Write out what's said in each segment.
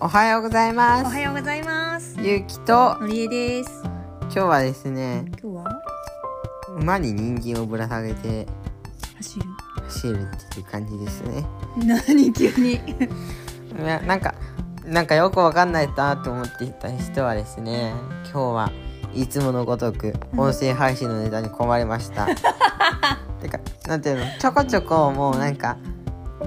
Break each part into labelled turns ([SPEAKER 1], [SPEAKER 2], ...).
[SPEAKER 1] おはようございま
[SPEAKER 2] お
[SPEAKER 1] す
[SPEAKER 2] はようございます。
[SPEAKER 1] ゆうきと
[SPEAKER 2] のりえです。
[SPEAKER 1] 今日はですね
[SPEAKER 2] 今日は
[SPEAKER 1] 馬に人参をぶら下げて
[SPEAKER 2] 走る。
[SPEAKER 1] 走るっていう感じですね
[SPEAKER 2] 何急に。
[SPEAKER 1] いやなんかなんかよくわかんないなと思っていた人はですね今日はいつものごとく音声配信のネタに困りま した、てかなんていうのちょこちょこもうなんか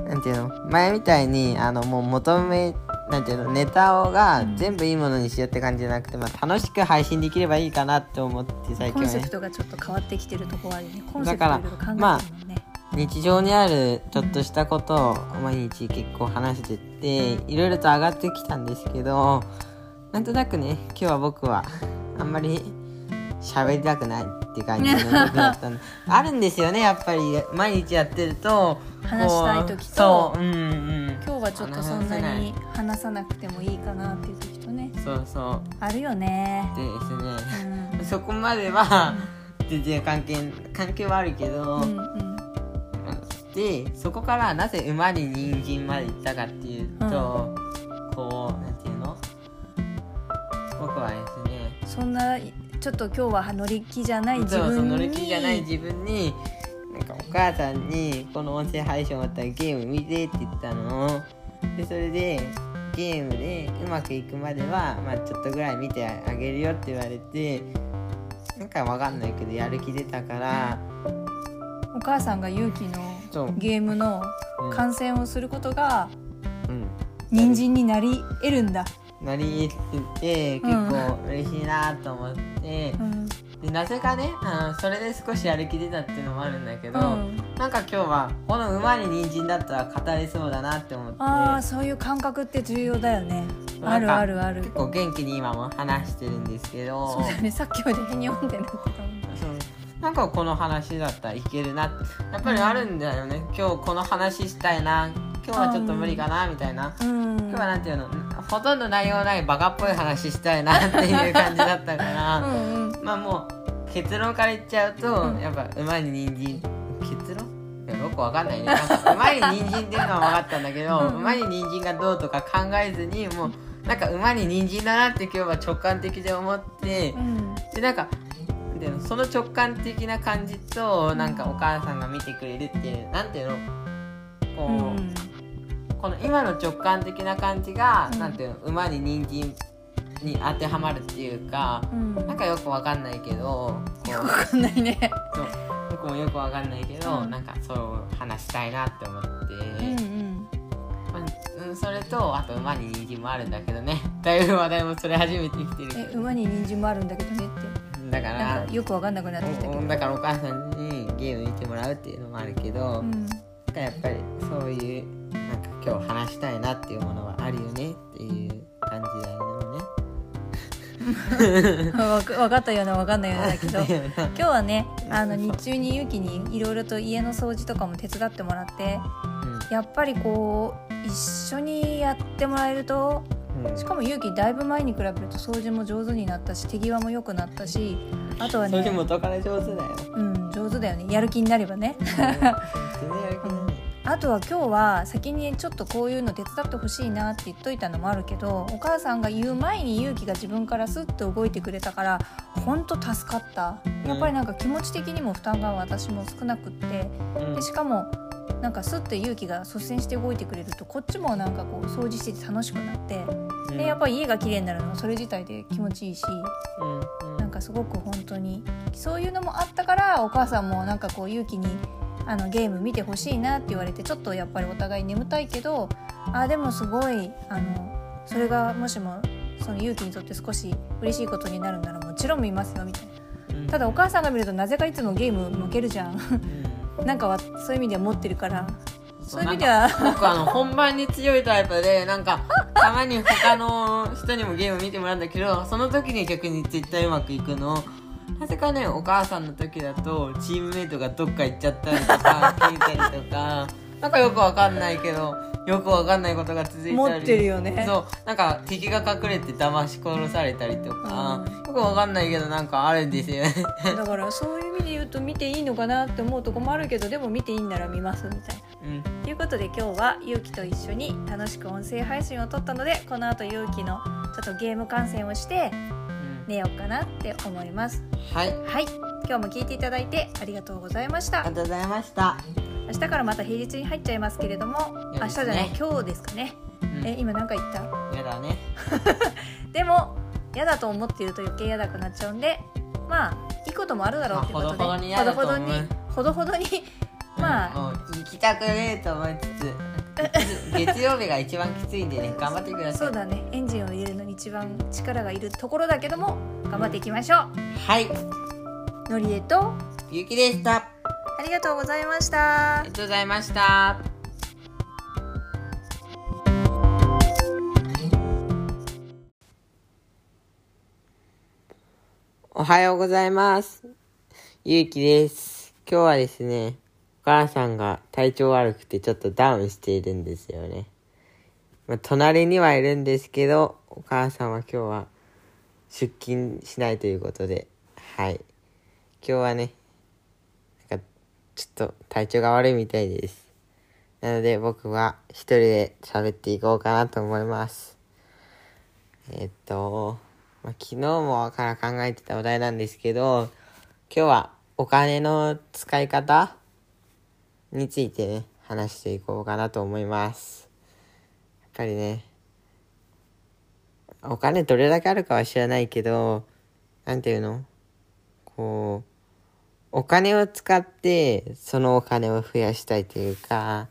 [SPEAKER 1] なんていうの前みたいにあのもう求めなんていうのネタをが全部いいものにしようって感じじゃなくて、まあ、楽しく配信できればいいかなって思って最
[SPEAKER 2] コ
[SPEAKER 1] 近
[SPEAKER 2] ン
[SPEAKER 1] は
[SPEAKER 2] セプ
[SPEAKER 1] ね
[SPEAKER 2] トがちょっと変わってきてるとこあるよね。コンセ
[SPEAKER 1] だか
[SPEAKER 2] プトい
[SPEAKER 1] ら
[SPEAKER 2] ろいろ考えてるもんね。
[SPEAKER 1] 日常にあるちょっとしたことを毎日結構話してっていろいろと上がってきたんですけどなんとなくね今日は僕はあんまり喋りたくないって感じの僕だった のあるんですよねやっぱり毎日やってると
[SPEAKER 2] 話したい時と
[SPEAKER 1] こうそううんうん
[SPEAKER 2] 今日はちょっとそんなに話さなくてもいいかなっていう時とね。
[SPEAKER 1] そうそ
[SPEAKER 2] あるよね
[SPEAKER 1] う。でです
[SPEAKER 2] う
[SPEAKER 1] ね
[SPEAKER 2] ん。
[SPEAKER 1] そこまでは全然関係関係はあるけど、
[SPEAKER 2] うんうん。
[SPEAKER 1] でそこからなぜ馬に人参まで行ったかっていうと、こうなんていうの僕はですね
[SPEAKER 2] そんな、ちょっと今日は乗り気じゃない自
[SPEAKER 1] そうそう
[SPEAKER 2] 分に。
[SPEAKER 1] 乗る気じゃない自分になんかお母さんにこの音声配信終わったらゲーム見てって言ったのでそれでゲームでうまくいくまでは、まあ、ちょっとぐらい見てあげるよって言われてなんかわかんないけどやる気出たから、
[SPEAKER 2] お母さんが勇気
[SPEAKER 1] そう
[SPEAKER 2] のゲームの
[SPEAKER 1] うん
[SPEAKER 2] 観戦をすることが
[SPEAKER 1] うん、
[SPEAKER 2] 人参になり得るんだ。
[SPEAKER 1] なりってて結構嬉しいなと思って、
[SPEAKER 2] うん。
[SPEAKER 1] でなぜかねあのそれで少しやる気出たっていうのもあるんだけど、
[SPEAKER 2] うん
[SPEAKER 1] なんか今日はこの馬に人参だったら語れそうだなって思って
[SPEAKER 2] ああそういう感覚って重要だよね
[SPEAKER 1] そう
[SPEAKER 2] ある
[SPEAKER 1] なんか
[SPEAKER 2] あるある
[SPEAKER 1] 結構元気に今も話してるんですけど
[SPEAKER 2] そうだよねさっきまで日本でなってたもん
[SPEAKER 1] そうなんかこの話だったらいけるなってやっぱりあるんだよね、今日この話したいな今日はちょっと無理かなみたいな。
[SPEAKER 2] うん
[SPEAKER 1] 今日はなんていうのほとんど内容ないバカっぽい話したいなっていう感じだったから、
[SPEAKER 2] うんうん
[SPEAKER 1] まあもう結論から言っちゃうと、
[SPEAKER 2] うん
[SPEAKER 1] やっぱ馬に人参結論いやよくわかんないねなんか馬に人参っていうのは分かったんだけど
[SPEAKER 2] うん
[SPEAKER 1] 馬に人参がどうとか考えずにもうなんか馬に人参だなって今日は直感的で思って
[SPEAKER 2] うん
[SPEAKER 1] でなんかなんていうのその直感的な感じとなんかお母さんが見てくれるっていうなんていうのこう、
[SPEAKER 2] うん
[SPEAKER 1] この今の直感的な感じが、
[SPEAKER 2] うん
[SPEAKER 1] なんていうの馬に人参に当てはまるっていうか、
[SPEAKER 2] うん
[SPEAKER 1] なんかよくわかんないけどこう
[SPEAKER 2] わかんないね
[SPEAKER 1] そう僕もよくわかんないけど、
[SPEAKER 2] うん
[SPEAKER 1] なんかそう話したいなって思って、
[SPEAKER 2] うんうん
[SPEAKER 1] まあうん、それとあと馬に人参もあるんだけどね だいぶ話題もそれ初めてきてるけ
[SPEAKER 2] え
[SPEAKER 1] ど
[SPEAKER 2] 馬に人参もあるんだけどねって
[SPEAKER 1] だから
[SPEAKER 2] なんかよくわかんなくなってきたけ
[SPEAKER 1] お
[SPEAKER 2] ど
[SPEAKER 1] だからお母さんにゲーム見てもらうっていうのもあるけど、
[SPEAKER 2] うん
[SPEAKER 1] なんかやっぱりそういうなんか今日話したいなっていうものはあるよねっていう感じだよね。
[SPEAKER 2] わかわかったようなわかんないような だけど
[SPEAKER 1] だよね
[SPEAKER 2] 今日はねあの日中にゆきにいろいろと家の掃除とかも手伝ってもらってやっぱりこう一緒にやってもらえると
[SPEAKER 1] うんうん
[SPEAKER 2] しかも勇気だいぶ前に比べると掃除も上手になったし手際も良くなったしあとは
[SPEAKER 1] それで
[SPEAKER 2] ね、
[SPEAKER 1] 元から上手だ よ。
[SPEAKER 2] うん、上手だよねやる気になればね
[SPEAKER 1] 全然やる気ない
[SPEAKER 2] あとは今日は先にちょっとこういうの手伝ってほしいなって言っといたのもあるけどお母さんが言う前に勇気が自分からスッと動いてくれたからほんと助かったやっぱりなんか気持ち的にも負担が私も少なくって
[SPEAKER 1] うん
[SPEAKER 2] でしかもなんかスッて勇気が率先して動いてくれるとこっちもなんかこう掃除してて楽しくなって
[SPEAKER 1] うん
[SPEAKER 2] でやっぱり家が綺麗になるのもそれ自体で気持ちいいし
[SPEAKER 1] うんうん
[SPEAKER 2] なんかすごく本当にそういうのもあったからお母さんもなんかこう勇気にあのゲーム見てほしいなって言われてちょっとやっぱりお互い眠たいけどあでもすごいあのそれがもしもその勇気にとって少し嬉しいことになるならもちろん見ますよみたいな
[SPEAKER 1] うん
[SPEAKER 2] ただお母さんが見るとなぜかいつもゲーム向けるじゃ んなんかはそういう意味では持ってるからそういう意味では
[SPEAKER 1] なんか僕あの本番に強いタイプでなんかたまに他の人にもゲーム見てもらうんだけどその時に逆に絶対うまくいくのなぜかねお母さんの時だとチームメイトがどっか行っちゃったりとか聞いたりとかなんかよくわかんないけどよくわかんないことが続いたり
[SPEAKER 2] 持ってるよね
[SPEAKER 1] そうなんか敵が隠れて騙し殺されたりとか、
[SPEAKER 2] うん
[SPEAKER 1] よくわかんないけどなんかあるんですよね
[SPEAKER 2] だからそういう意味で言うと見ていいのかなって思うとこもあるけどでも見ていいんなら見ますみたいな
[SPEAKER 1] うん
[SPEAKER 2] ということで今日はゆうきと一緒に楽しく音声配信を撮ったのでこの後ゆうきのちょっとゲーム観戦をして
[SPEAKER 1] うん
[SPEAKER 2] 寝ようかなって思います
[SPEAKER 1] はいあ
[SPEAKER 2] はい今日も聞いていただいてありがとうございまし
[SPEAKER 1] りが
[SPEAKER 2] た
[SPEAKER 1] とうございました、
[SPEAKER 2] 明日からまた平日に入っちゃいますけれども
[SPEAKER 1] いい
[SPEAKER 2] 明
[SPEAKER 1] で
[SPEAKER 2] 日じゃ
[SPEAKER 1] すね
[SPEAKER 2] ない今日ですかね
[SPEAKER 1] うん、
[SPEAKER 2] え今なんか言った
[SPEAKER 1] やだね
[SPEAKER 2] でも嫌だと思っていると余計嫌だくなっちゃうんでまあいいこともあるだろうってことで
[SPEAKER 1] まあほどほどに嫌だと思う
[SPEAKER 2] ほどほどにほどほどにまあ、
[SPEAKER 1] あ、うんもう行きたくねえと思いつつ 月曜日が一番きついんでね頑張ってくださ
[SPEAKER 2] そ
[SPEAKER 1] いう
[SPEAKER 2] だねエンジンを入れるのに一番力がいるところだけども頑張っていきましょ
[SPEAKER 1] はい、
[SPEAKER 2] うのりえと
[SPEAKER 1] ゆきでした
[SPEAKER 2] ありがとうございまし
[SPEAKER 1] あ
[SPEAKER 2] た
[SPEAKER 1] りがとうございましたおはようございますゆうきです今日はですねお母さんが体調悪くてちょっとダウンしているんですよねまあ、隣にはいるんですけどお母さんは今日は出勤しないということではい今日はねなんかちょっと体調が悪いみたいです。なので僕は一人で喋っていこうかなと思います。えっと、まあ、昨日もから考えてたお題なんですけど、今日はお金の使い方についてね、話していこうかなと思います。やっぱりね、お金どれだけあるかは知らないけど、なんていうのこう、お金を使ってそのお金を増やしたいというか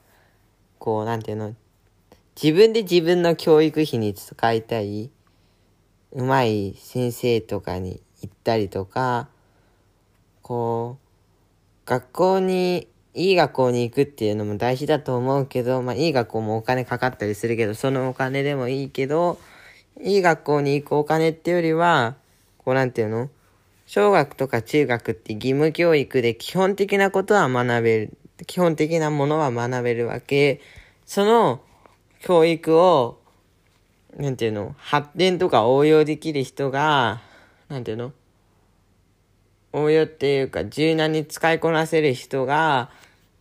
[SPEAKER 1] こうなんていうの自分で自分の教育費に使いたいうまい先生とかに行ったりとかこう学校にいい学校に行くっていうのも大事だと思うけど、まあ、いい学校もお金かかったりするけどそのお金でもいいけどいい学校に行くお金ってよりはこうなんていうの小学とか中学って義務教育で基本的なことは学べる、基本的なものは学べるわけ。その教育を、なんていうの、発展とか応用できる人が、なんていうの、応用っていうか柔軟に使いこなせる人が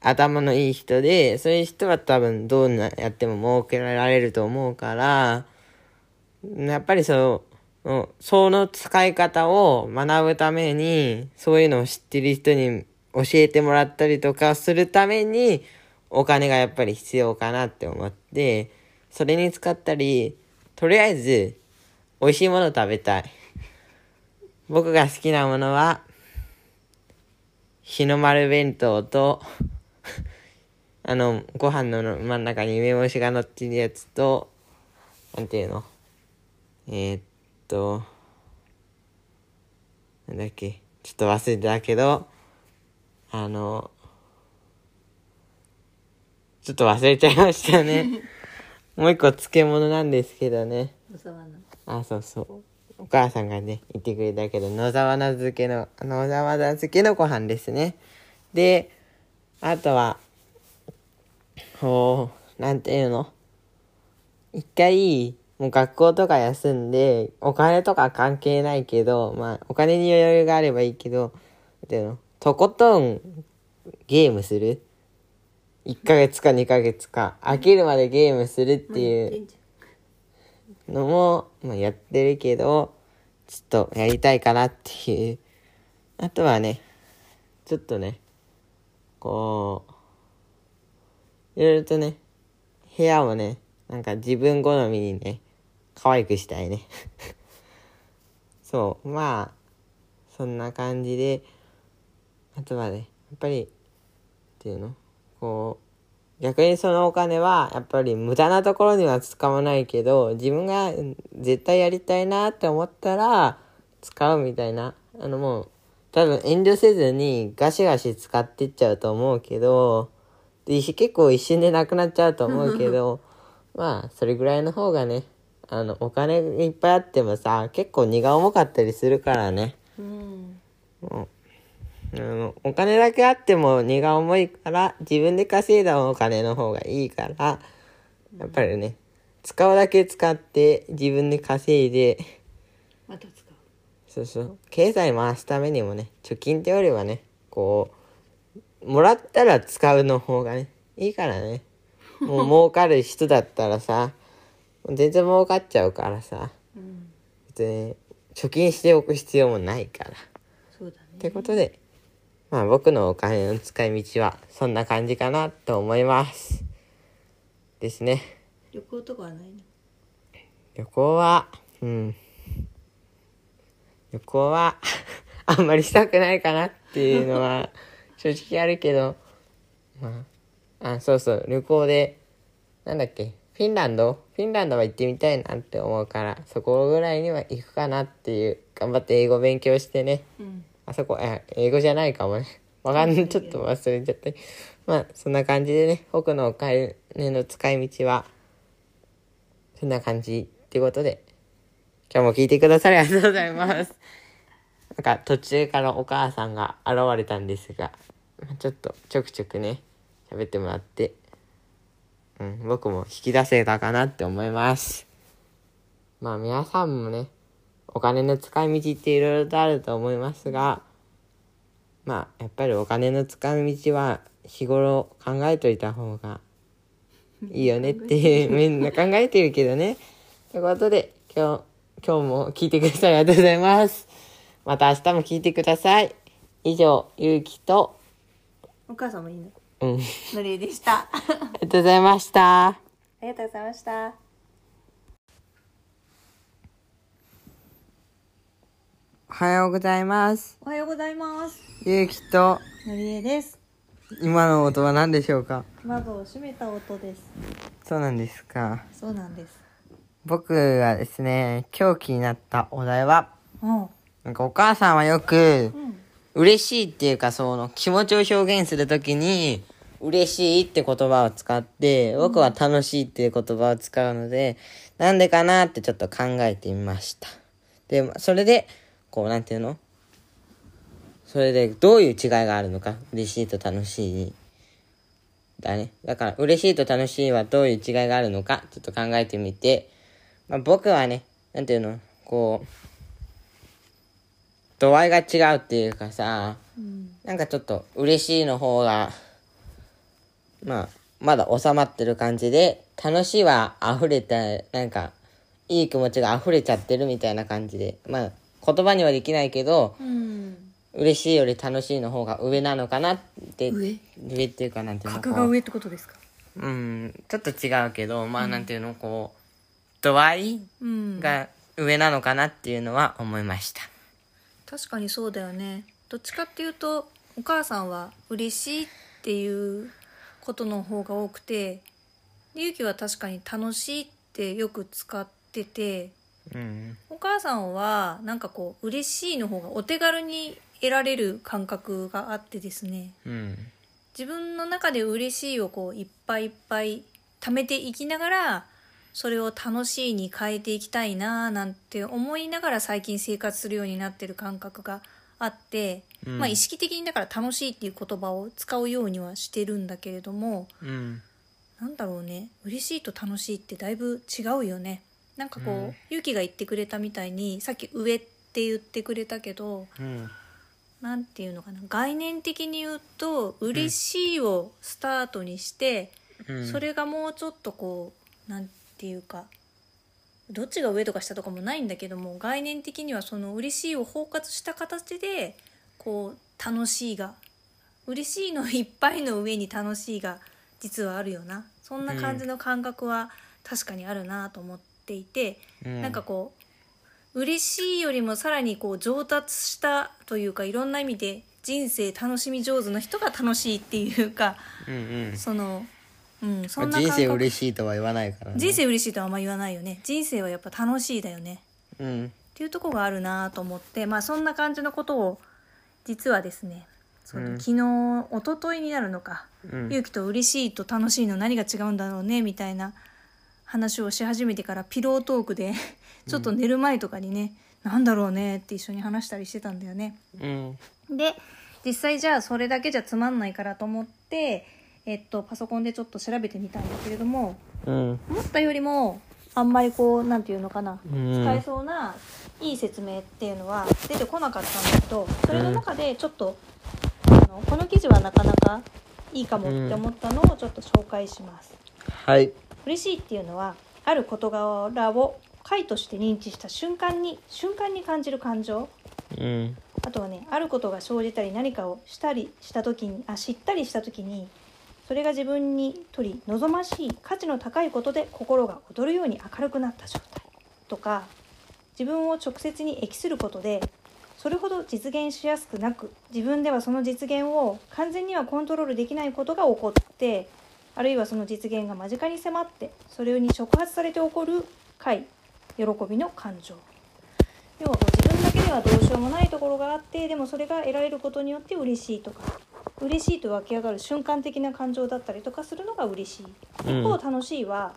[SPEAKER 1] 頭のいい人で、そういう人は多分どうなやっても設けられると思うから、やっぱりその、その使い方を学ぶために、そういうのを知ってる人に教えてもらったりとかするために、お金がやっぱり必要かなって思って、それに使ったり、とりあえず、美味しいもの食べたい。僕が好きなものは、日の丸弁当と、あの、ご飯の真ん中に梅干しが乗ってるやつと、なんていうのえーっと、なんだっけ、ちょっと忘れたけど、あの、ちょっと忘れちゃいましたね。もう一個漬物なんですけどね。あ、そうそう。お母さんがね、言ってくれたけど、野沢菜漬けの、野沢菜漬けのご飯ですね。で、あとは、こう、なんていうの一回、もう学校とか休んで、お金とか関係ないけど、まあ、お金に余裕があればいいけど、なんていうのとことんゲームする ?1 ヶ月か2ヶ月か、飽きるまでゲームするっていう。のも、まあ、やってるけど、ちょっとやりたいかなっていう。あとはね、ちょっとね、こう、いろいろとね、部屋をね、なんか自分好みにね、可愛くしたいね。 そう、まあ、そんな感じで、あとはね、やっぱり、っていうのこう、逆にそのお金はやっぱり無駄なところには使わないけど自分がうん絶対やりたいなって思ったら使うみたいなあのもう多分遠慮せずにガシガシ使ってっちゃうと思うけどで一結構一瞬でなくなっちゃうと思うけどまあそれぐらいの方がねあのお金いっぱいあってもさ結構荷が重かったりするからね。もうあのお金だけあっても荷が重いから自分で稼いだお金の方がいいからやっぱりね使うだけ使って自分で稼いで
[SPEAKER 3] また使う
[SPEAKER 1] そうそう経済回すためにもね貯金ってよりはねこうもらったら使うの方がねいいからねもう儲かる人だったらさ全然儲かっちゃうからさ
[SPEAKER 3] うん、
[SPEAKER 1] 別に貯金しておく必要もないからっ
[SPEAKER 3] そうだね
[SPEAKER 1] てことでまあ僕のお金の使い道はそんな感じかなと思いますですね
[SPEAKER 3] 旅行とかはないの
[SPEAKER 1] 旅行はうん旅行は あんまりしたくないかなっていう のは正直あるけどまああそうそう旅行でなんだっけフィンランドフィンランドは行ってみたいなって思うからそこぐらいには行くかなっていう頑張って英語勉強してね
[SPEAKER 3] うん
[SPEAKER 1] あそこえ英語じゃないかもねわかんないちょっと忘れちゃったまあそんな感じでね僕のお金の使い道はそんな感じってことで今日も聞いてくださりありがとうございますなんか途中からお母さんが現れたんですがまあちょっとちょくちょくね喋ってもらって、うん、僕も引き出せたかなって思いますまあ皆さんもねお金の使い道っていろいろとあると思いますがまあやっぱりお金の使い道は日頃考えといた方がいいよねっていうみんな考えてるけどね。ということで今日今日も聞いてくださりありがとうございます。また明日も聞いてください。以上ゆうきと
[SPEAKER 2] お母さんもいいの
[SPEAKER 1] うんあ
[SPEAKER 2] のりえでしたあ
[SPEAKER 1] りがとうございました。
[SPEAKER 2] りがとうございました
[SPEAKER 1] おはようございます。
[SPEAKER 2] おはようございます
[SPEAKER 1] ゆうきと
[SPEAKER 2] のりえです
[SPEAKER 1] 今の音は何でしょうか。
[SPEAKER 2] 窓を閉めた音です
[SPEAKER 1] そうなんですか。
[SPEAKER 2] そうなんです
[SPEAKER 1] 僕がですね今日気になったお題は
[SPEAKER 2] うん
[SPEAKER 1] なんかお母さんはよく
[SPEAKER 2] うん
[SPEAKER 1] 嬉しいっていうかその気持ちを表現するときに嬉しいって言葉を使って僕は楽しいっていう言葉を使うのでなんでかなってちょっと考えてみましたでそれでこうなんていうのそれでどういう違いがあるのか嬉しいと楽しいだねだから嬉しいと楽しいはどういう違いがあるのかちょっと考えてみて、まあ、僕はねなんていうのこう度合いが違うっていうかさ
[SPEAKER 2] うん
[SPEAKER 1] なんかちょっと嬉しいの方がまあまだ収まってる感じで楽しいは溢れてなんかいい気持ちが溢れちゃってるみたいな感じでまあ言葉にはできないけど
[SPEAKER 2] うん
[SPEAKER 1] 嬉しいより楽しいの方が上なのかなって
[SPEAKER 2] 上
[SPEAKER 1] 上っていうかなんていうのか
[SPEAKER 2] 格が上ってことですか
[SPEAKER 1] うんちょっと違うけどまあなんていうの、こう度合い
[SPEAKER 2] うん
[SPEAKER 1] が上なのかなっていうのは思いました。
[SPEAKER 2] 確かにそうだよねどっちかっていうとお母さんは嬉しいっていうことの方が多くてでゆうきは確かに楽しいってよく使ってて
[SPEAKER 1] うん
[SPEAKER 2] お母さんはなんかこう嬉しいの方がお手軽に得られる感覚があってですね
[SPEAKER 1] うん
[SPEAKER 2] 自分の中で嬉しいをこういっぱいいっぱい貯めていきながらそれを楽しいに変えていきたいなあなんて思いながら最近生活するようになってる感覚があって、
[SPEAKER 1] うん
[SPEAKER 2] まあ意識的にだから楽しいっていう言葉を使うようにはしてるんだけれども
[SPEAKER 1] うん
[SPEAKER 2] なんだろうね嬉しいと楽しいってだいぶ違うよねなんかこう、
[SPEAKER 1] うん
[SPEAKER 2] ゆうきが言ってくれたみたいにさっき上って言ってくれたけど
[SPEAKER 1] うん
[SPEAKER 2] なんていうのかな概念的に言うと「嬉しい」をスタートにして、
[SPEAKER 1] うん
[SPEAKER 2] それがもうちょっとこうなんていうかどっちが上とか下とかもないんだけども概念的にはその「嬉しい」を包括した形でこう「楽しいが」嬉しいのいっぱいの上に楽しいが実はあるよなそんな感じの感覚は確かにあるなと思っていて。なんかこう嬉しいよりもさらにこう上達したというかいろんな意味で人生楽しみ上手の人が楽しいっていうか
[SPEAKER 1] うんうん
[SPEAKER 2] その、うん、そんな感
[SPEAKER 1] 人
[SPEAKER 2] 覚
[SPEAKER 1] 生嬉しいとは言わないからね
[SPEAKER 2] 人生嬉しいとはあんま言わないよね人生はやっぱ楽しいだよね
[SPEAKER 1] うん
[SPEAKER 2] っていうとこがあるなと思ってまあそんな感じのことを実はですねその
[SPEAKER 1] うん
[SPEAKER 2] 昨日一昨日になるのか
[SPEAKER 1] うん
[SPEAKER 2] 勇気と嬉しいと楽しいの何が違うんだろうねみたいな話をし始めてからピロートークでちょっと寝る前とかにね、なんだろうねって一緒に話したりしてたんだよね。
[SPEAKER 1] うん
[SPEAKER 2] で実際じゃあそれだけじゃつまんないからと思って、えっと、パソコンでちょっと調べてみたんだけれども
[SPEAKER 1] うん
[SPEAKER 2] 思ったよりもあんまりこうなんていうのかな
[SPEAKER 1] うん
[SPEAKER 2] 使えそうないい説明っていうのは出てこなかったんだけどそれの中でちょっと、あのこの記事はなかなかいいかもって思ったのをちょっと紹介します。
[SPEAKER 1] はい
[SPEAKER 2] 嬉しいっていうのはある事柄を解として認知した瞬間に瞬間に感じる感情
[SPEAKER 1] うん
[SPEAKER 2] あとはねあることが生じたり何かをしたりした時にあ知ったりした時にそれが自分にとり望ましい価値の高いことで心が躍るように明るくなった状態とか自分を直接に益することでそれほど実現しやすくなく自分ではその実現を完全にはコントロールできないことが起こってあるいはその実現が間近に迫ってそれに触発されて起こる快喜びの感情要はこう自分だけではどうしようもないところがあってでもそれが得られることによって嬉しいとか嬉しいと湧き上がる瞬間的な感情だったりとかするのが嬉しい。
[SPEAKER 1] うん
[SPEAKER 2] 一方楽しいは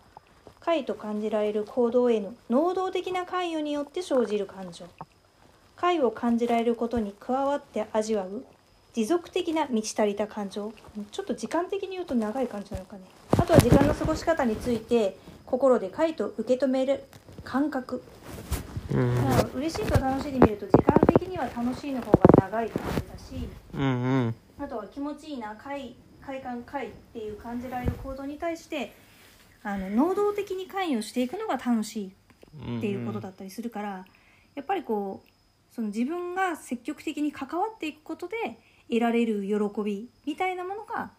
[SPEAKER 2] 快と感じられる行動への能動的な関与によって生じる感情快を感じられることに加わって味わう持続的な満ち足りた感情ちょっと時間的に言うと長い感じなのかねあとは時間の過ごし方について心で快と受け止める感覚
[SPEAKER 1] うん
[SPEAKER 2] まあ嬉しいと楽しいで見ると時間的には楽しいの方が長い感じだし
[SPEAKER 1] うんうん
[SPEAKER 2] あとは気持ちいいな快快感快っていう感じられる行動に対してあの能動的に関与していくのが楽しいっていうことだったりするから、やっぱりこうその自分が積極的に関わっていくことで得られる喜びみたいなものが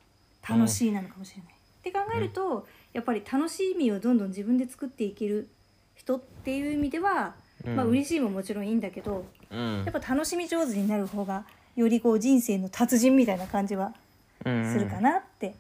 [SPEAKER 2] 楽しいなのかもしれない。って考えると、やっぱり楽しみをどんどん自分で作っていける人っていう意味では、
[SPEAKER 1] うん
[SPEAKER 2] まあ嬉しいももちろんいいんだけど
[SPEAKER 1] うん
[SPEAKER 2] やっぱ楽しみ上手になる方がよりこう人生の達人みたいな感じはするかなって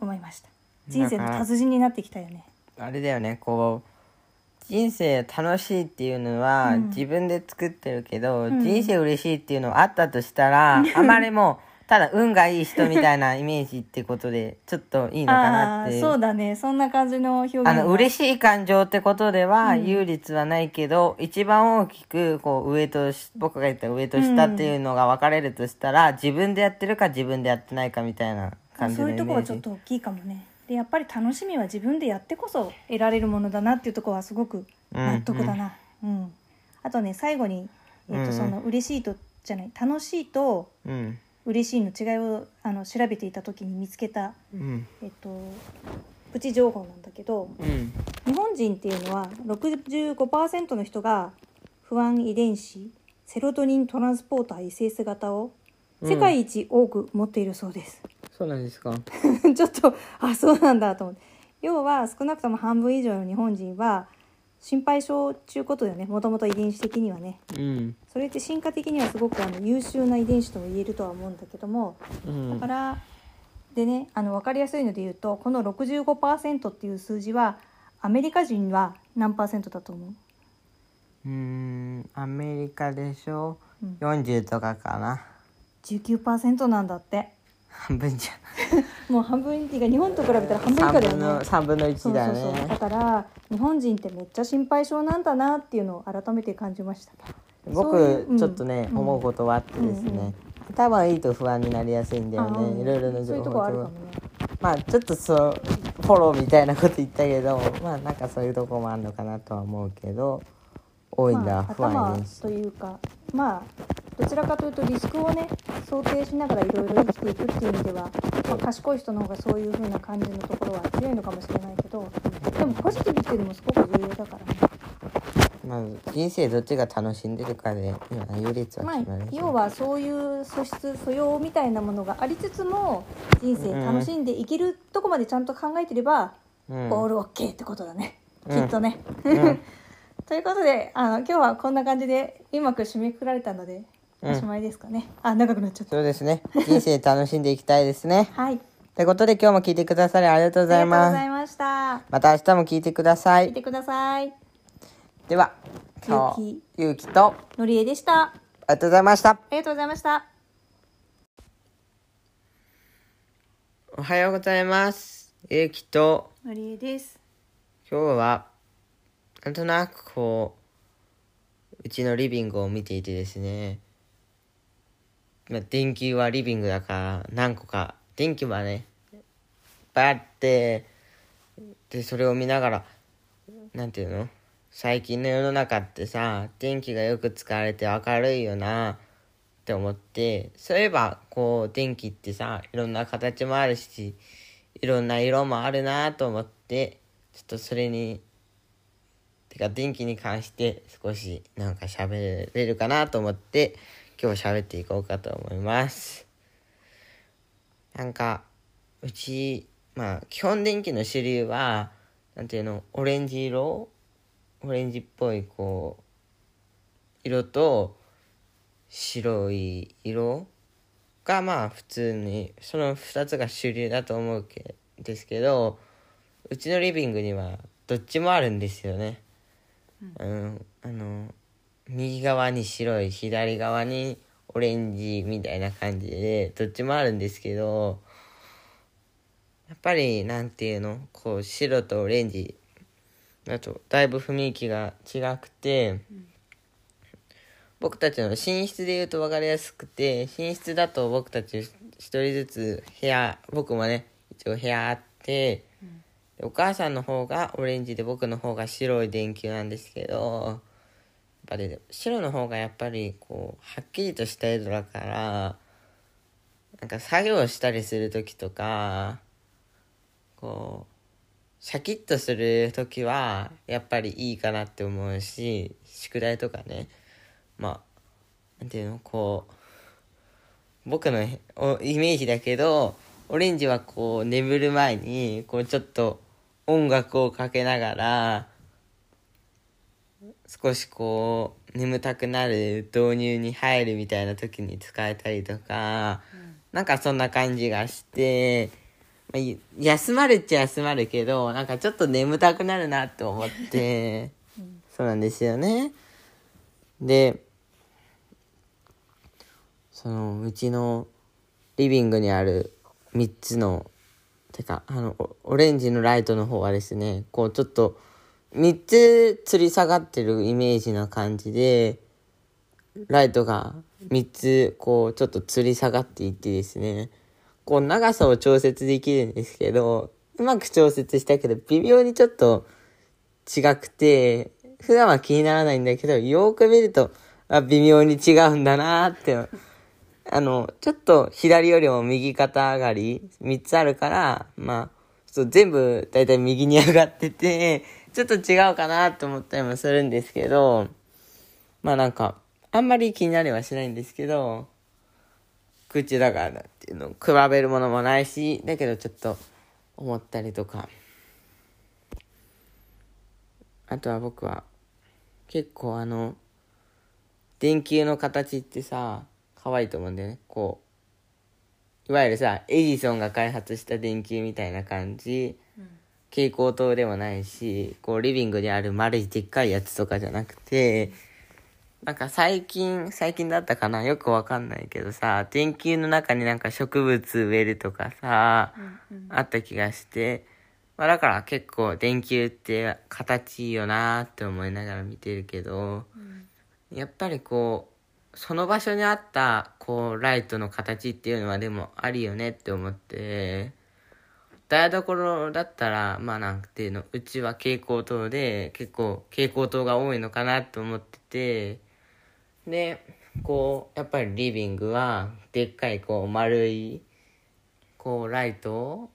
[SPEAKER 2] 思いました、
[SPEAKER 1] うん
[SPEAKER 2] 人生の達人になってきたよね
[SPEAKER 1] あれだよねこう人生楽しいっていうのは
[SPEAKER 2] うん
[SPEAKER 1] 自分で作ってるけど、
[SPEAKER 2] うん
[SPEAKER 1] 人生嬉しいっていうのあったとしたら、あまりもうただ運がいい人みたいなイメージってことでちょっといいのかな
[SPEAKER 2] ああ
[SPEAKER 1] って
[SPEAKER 2] ーそうだねそんな感じの表現
[SPEAKER 1] あの嬉
[SPEAKER 2] し
[SPEAKER 1] しい感情ってことでは優劣はないけど、一番大きくこう上とし僕が言った上と下っていうのが分かれるとしたら、自分でやってるか自分でやってないかみたいな感じ
[SPEAKER 2] そ
[SPEAKER 1] の
[SPEAKER 2] う
[SPEAKER 1] イ
[SPEAKER 2] い
[SPEAKER 1] メ
[SPEAKER 2] うとこ
[SPEAKER 1] ー
[SPEAKER 2] は
[SPEAKER 1] ジ
[SPEAKER 2] ちょっと大きいかもねでやっぱり楽しみは自分でやってこそ得られるものだなっていうところはすごく納得だなうん、あとね最後に、えっと
[SPEAKER 1] うんうん
[SPEAKER 2] その嬉しいとじゃない楽しいと
[SPEAKER 1] うん
[SPEAKER 2] 嬉しいの違いをあの調べていた時に見つけた
[SPEAKER 1] うん
[SPEAKER 2] えっと、プチ情報なんだけど
[SPEAKER 1] うん
[SPEAKER 2] 日本人っていうのは65%の人が不安遺伝子セロトニントランスポーター異性質型を世界一多く持っているそうです、
[SPEAKER 1] そうなんですか
[SPEAKER 2] ちょっとあそうなんだと思って要は少なくとも半分以上の日本人は心配性っていうことだよねもともと遺伝子的にはね
[SPEAKER 1] うん
[SPEAKER 2] それって進化的にはすごくあの優秀な遺伝子とも言えるとは思うんだけども
[SPEAKER 1] うん
[SPEAKER 2] だからでねあの分かりやすいので言うとこの65%っていう数字はアメリカ人は何パーセントだと思う
[SPEAKER 1] うーんアメリカでしょ、
[SPEAKER 2] うん
[SPEAKER 1] 40とかかな
[SPEAKER 2] ?19% なんだって
[SPEAKER 1] 半分じ
[SPEAKER 2] もう半分っていうか日本と比べたら半分以
[SPEAKER 1] ゃ
[SPEAKER 2] 下
[SPEAKER 1] ない
[SPEAKER 2] だ
[SPEAKER 1] 3分
[SPEAKER 2] よ
[SPEAKER 1] の
[SPEAKER 2] ね
[SPEAKER 1] 3分の1だね
[SPEAKER 2] そうそうそうだから日本人ってめっちゃ心配性なんだなっていうのを改めて感じました
[SPEAKER 1] 僕
[SPEAKER 2] そういううん
[SPEAKER 1] ちょっとね、
[SPEAKER 2] うん
[SPEAKER 1] 思うことはあってですね、
[SPEAKER 2] うんうん
[SPEAKER 1] 頭いいと不安になりやすいんだよ
[SPEAKER 2] あー
[SPEAKER 1] ねいろいろな
[SPEAKER 2] そう
[SPEAKER 1] 情
[SPEAKER 2] いうとこ
[SPEAKER 1] 報
[SPEAKER 2] あるか
[SPEAKER 1] と
[SPEAKER 2] もね
[SPEAKER 1] まあちょっとそうフォローみたいなこと言ったけどまあなんかそういうとこもあるのかなとは思うけど多いんだ、
[SPEAKER 2] まあ、
[SPEAKER 1] 不安
[SPEAKER 2] 頭
[SPEAKER 1] です
[SPEAKER 2] というかまあどちらかというとリスクをね想定しながらいろいろ生きていくっていう意味では、まあ、賢い人の方がそういう風な感じのところは強いのかもしれないけどでもポジティブっていうのもすごく重要だからね、
[SPEAKER 1] まあ人生どっちが楽しんでるかで今優劣は
[SPEAKER 2] まあ
[SPEAKER 1] 決まる、し
[SPEAKER 2] 要はそういう素質素養みたいなものがありつつも人生楽しんでいけるとこまでちゃんと考えてれば、
[SPEAKER 1] うん
[SPEAKER 2] オールオッケーってことだね、
[SPEAKER 1] うん
[SPEAKER 2] きっとね。
[SPEAKER 1] ん
[SPEAKER 2] ということであの今日はこんな感じでうまく締めくくられたので
[SPEAKER 1] うん
[SPEAKER 2] おしまいですかね。あ長くなっちゃった。
[SPEAKER 1] そうですね人生楽しんでいきたいですね
[SPEAKER 2] はい。あり
[SPEAKER 1] ということで今日も聞いてくださりありがとうござ
[SPEAKER 2] がと
[SPEAKER 1] いう
[SPEAKER 2] ござ
[SPEAKER 1] ま
[SPEAKER 2] い
[SPEAKER 1] す。
[SPEAKER 2] ました。
[SPEAKER 1] また明日も聞いてくださ
[SPEAKER 2] 見
[SPEAKER 1] い。
[SPEAKER 2] てください。
[SPEAKER 1] では、今日、ゆうきと、あ
[SPEAKER 2] のりえでした。あ
[SPEAKER 1] りがとうございました。
[SPEAKER 2] りがとうございました。
[SPEAKER 1] おはようございます。ゆうきと、
[SPEAKER 2] のりえです。
[SPEAKER 1] 今日は、なんとなくこう、うちのリビングを見ていてですね、まあ、電球はリビングだから何個か、電球はね、いっぱいあって、で、それを見ながら、なんていうの最近の世の中ってさ電気がよく使われて明るいよなって思ってそういえばこう電気ってさいろんな形もあるしいろんな色もあるなと思ってちょっとそれにてか電気に関して少しなんか喋れるかなと思って今日喋っていこうかと思いますなんかうちまあ基本電気の主流はなんていうのオレンジ色オレンジっぽいこう色と白い色がまあ普通にその2つが主流だと思うけですけどうちのリビングにはどっちもあるんですよね。うん、あの右側に白い左側にオレンジみたいな感じでどっちもあるんですけどやっぱりなんていうのこう白とオレンジだとだいぶ雰囲気が違くて。僕たちの寝室で言うと分かりやすくて寝室だと僕たち一人ずつ部屋僕もね一応部屋あって、でお母さんの方がオレンジで僕の方が白い電球なんですけどやっぱり白の方がやっぱりこうはっきりとした色だからなんか作業したりする時とかこうシャキッとする時はやっぱりいいかなって思うし宿題とかねまあなんていうのこう僕のへおイメージだけどオレンジはこう眠る前にこうちょっと音楽をかけながら少しこう眠たくなる導入に入るみたいな時に使えたりとか、なんかそんな感じがして、まあい休まるっちゃ休まるけどなんかちょっと眠たくなるなと思って、そうなんですよね。でそのうちのリビングにある3つのてかあのオオレンジのライトの方はですねこうちょっと3つ吊り下がってるイメージな感じでライトが3つこうちょっと吊り下がっていってですねこう長さを調節できるんですけどうまく調節したけど微妙にちょっと違くて普段は気にならないんだけどよーく見るとあ微妙に違うんだなーってあのちょっと左よりも右肩上がり3つあるからまあそう全部だいたい右に上がっててちょっと違うかなと思ったりもするんですけどまあなんかあんまり気になりはしないんですけど口だからだっていうの比べるものもないしだけどちょっと思ったりとかあとは僕は結構あの電球の形ってさ可愛いと思うんだよねこういわゆるさエジソンが開発した電球みたいな感じ、蛍光灯でもないしこうリビングにある丸いでっかいやつとかじゃなくてなんか最近最近だったかなよくわかんないけどさ電球の中になんか植物植えるとかさ、あった気がして、まあ、だから結構電球って形いいよなーって思いながら見てるけど。やっぱりこうその場所にあったこうライトの形っていうのはでもあるよねって思って台所だったらまあなんていうのうちは蛍光灯で結構蛍光灯が多いのかなと思っててでこうやっぱりリビングはでっかいこう丸いこうライト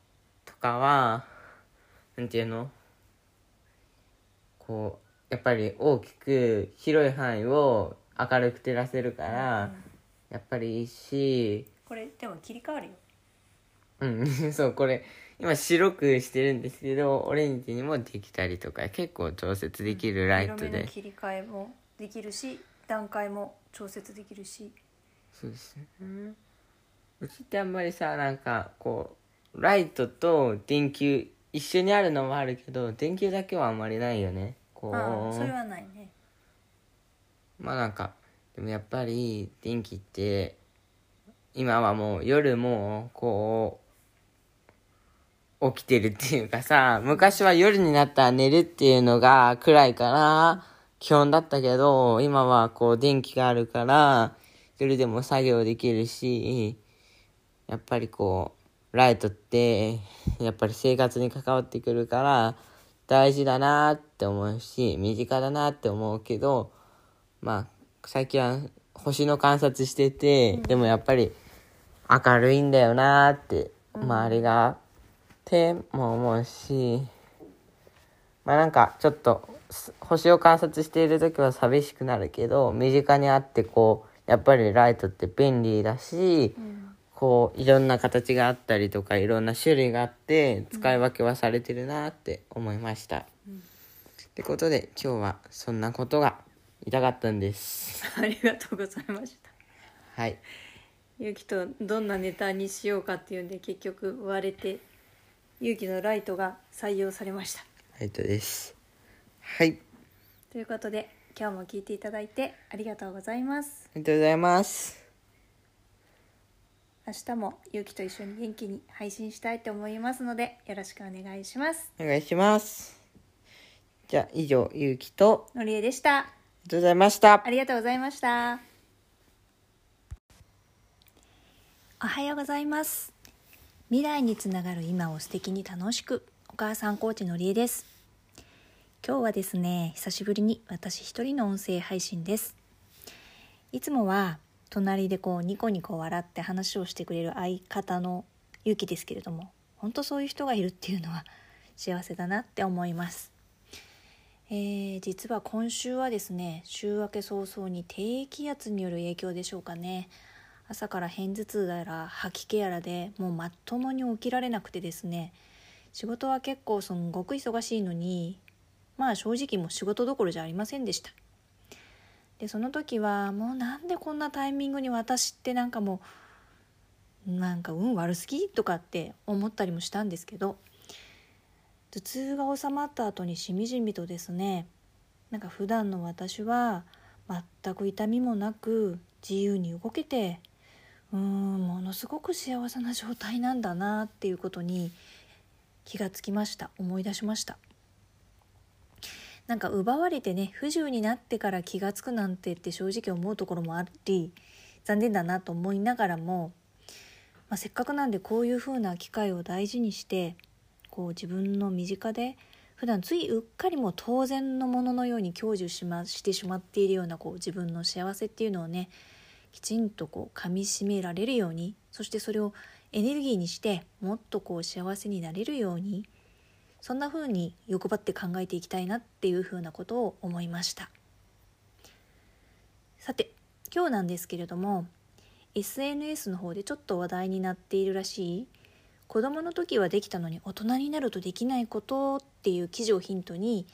[SPEAKER 1] とかはなんていうのこうやっぱり大きく広い範囲を明るく照らせるからやっぱりいいし
[SPEAKER 3] これでも切り替わるよ
[SPEAKER 1] うん そうこれ今白くしてるんですけどオレンジにもできたりとか結構調節できるライト
[SPEAKER 2] 色目
[SPEAKER 1] で
[SPEAKER 2] の切り替えもできるし段階も調節できるし
[SPEAKER 1] そうですねうちってあんまりさなんかこうライトと電球一緒にあるのもあるけど電球だけはあんまりないよねこう
[SPEAKER 2] ああそれはない ね
[SPEAKER 1] まあなんかでもやっぱり電気って今はもう夜もこう起きてるっていうかさ昔は夜になったら寝るっていうのが暗いから基本だったけど今はこう電気があるから夜でも作業できるしやっぱりこうライトってやっぱり生活に関わってくるから大事だなって思うし身近だなって思うけどまあ最近は星の観察してて、
[SPEAKER 2] うん
[SPEAKER 1] でもやっぱり明るいんだよなーって周りがあっても思うしまあなんかちょっとす星を観察している時は寂しくなるけど身近にあってこうやっぱりライトって便利だし、こういろんな形があったりとかいろんな種類があって使い分けはされてるなーって思いました。ってことで今日はそんなことが言いたかったんです。
[SPEAKER 3] ありがとうございました
[SPEAKER 1] はい。
[SPEAKER 3] ゆきとどんなネタにしようかっていうんで結局割れてゆきのライトが採用されました
[SPEAKER 1] ライトです。はい。
[SPEAKER 3] ということで今日も聞いていただいてありがとうございます
[SPEAKER 1] ありがとうございます。
[SPEAKER 3] 明日もゆきと一緒に元気に配信したいと思いますのでよろしくお願いします
[SPEAKER 1] お願いします。じゃあ、以上、ゆうきと、あ
[SPEAKER 3] のりえでした
[SPEAKER 1] りがとうございました
[SPEAKER 3] あ。りがとうございました。
[SPEAKER 2] おはようございます未来につながる今を素敵に楽しくお母さんコーチのりえです今日はですね久しぶりに私一人の音声配信ですいつもは隣でこうニコニコ笑って話をしてくれる相方のゆきですけれども本当そういう人がいるっていうのは幸せだなって思いますえー実は今週はですね週明け早々に低気圧による影響でしょうかね朝から片頭痛やら吐き気やらでもうまともに起きられなくてですね仕事は結構すんごく忙しいのにまあ正直もう仕事どころじゃありませんでしたでその時はもうなんでこんなタイミングに私ってなんかもうなんか運悪すぎとかって思ったりもしたんですけど頭痛が治まった後にしみじみとですねなんか普段の私は全く痛みもなく自由に動けてうーんものすごく幸せな状態なんだなっていうことに気がつきました思い出しましたなんか奪われてね不自由になってから気がつくなんてって正直思うところもあり残念だなと思いながらも、まあ、せっかくなんでこういうふうな機会を大事にしてこう自分の身近で普段ついうっかりも当然のもののように享受し,、ま、してしまっているようなこう自分の幸せっていうのをねきちんとこう噛みしめられるようにそしてそれをエネルギーにしてもっとこう幸せになれるようにそんな風に欲張って考えていきたいなっていう風なことを思いましたさて今日なんですけれども SNS の方でちょっと話題になっているらしい子供の時はできたのに大人になるとできないことっていう記事をヒントに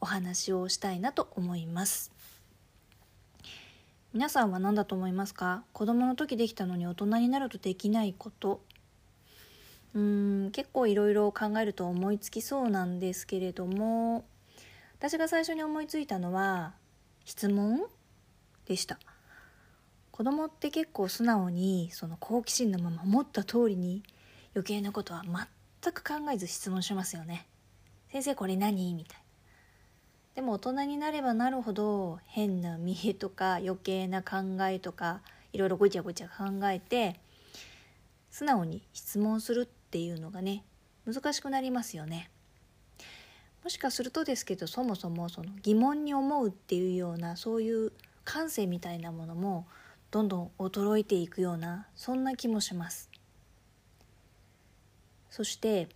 [SPEAKER 2] お話をしたいなと思います皆さんは何だと思いますか子供の時できたのに大人になるとできないことうーん結構いろいろ考えると思いつきそうなんですけれども私が最初に思いついたのは質問でした子供って結構素直にその好奇心のまま思った通りに余計なことは全く考えず質問しますよね先生これ何みたいなでも大人になればなるほど変な見栄とか余計な考えとかいろいろごちゃごちゃ考えて素直に質問するっていうのがね難しくなりますよねもしかするとですけどそもそもその疑問に思うっていうようなそういう感性みたいなものもどんどん衰えていくようなそんな気もしますそして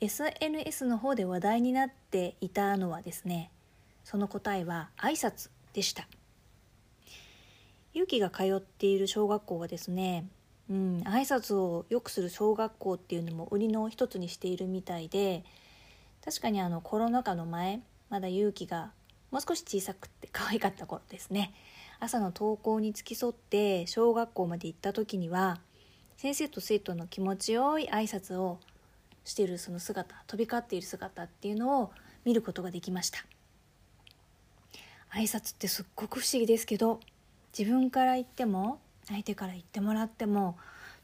[SPEAKER 2] SNS の方で話題になっていたのはですねその答えは挨拶でしたゆきが通っている小学校はですねうん挨拶をよくする小学校っていうのも売りの一つにしているみたいで確かにあのコロナ禍の前まだゆうきがもう少し小さくって可愛かった頃ですね朝の登校に付き添って小学校まで行った時には先生と生徒の気持ちよい挨拶をしているその姿飛び交っている姿っていうのを見ることができました挨拶ってすっごく不思議ですけど自分から言っても相手から言ってもらっても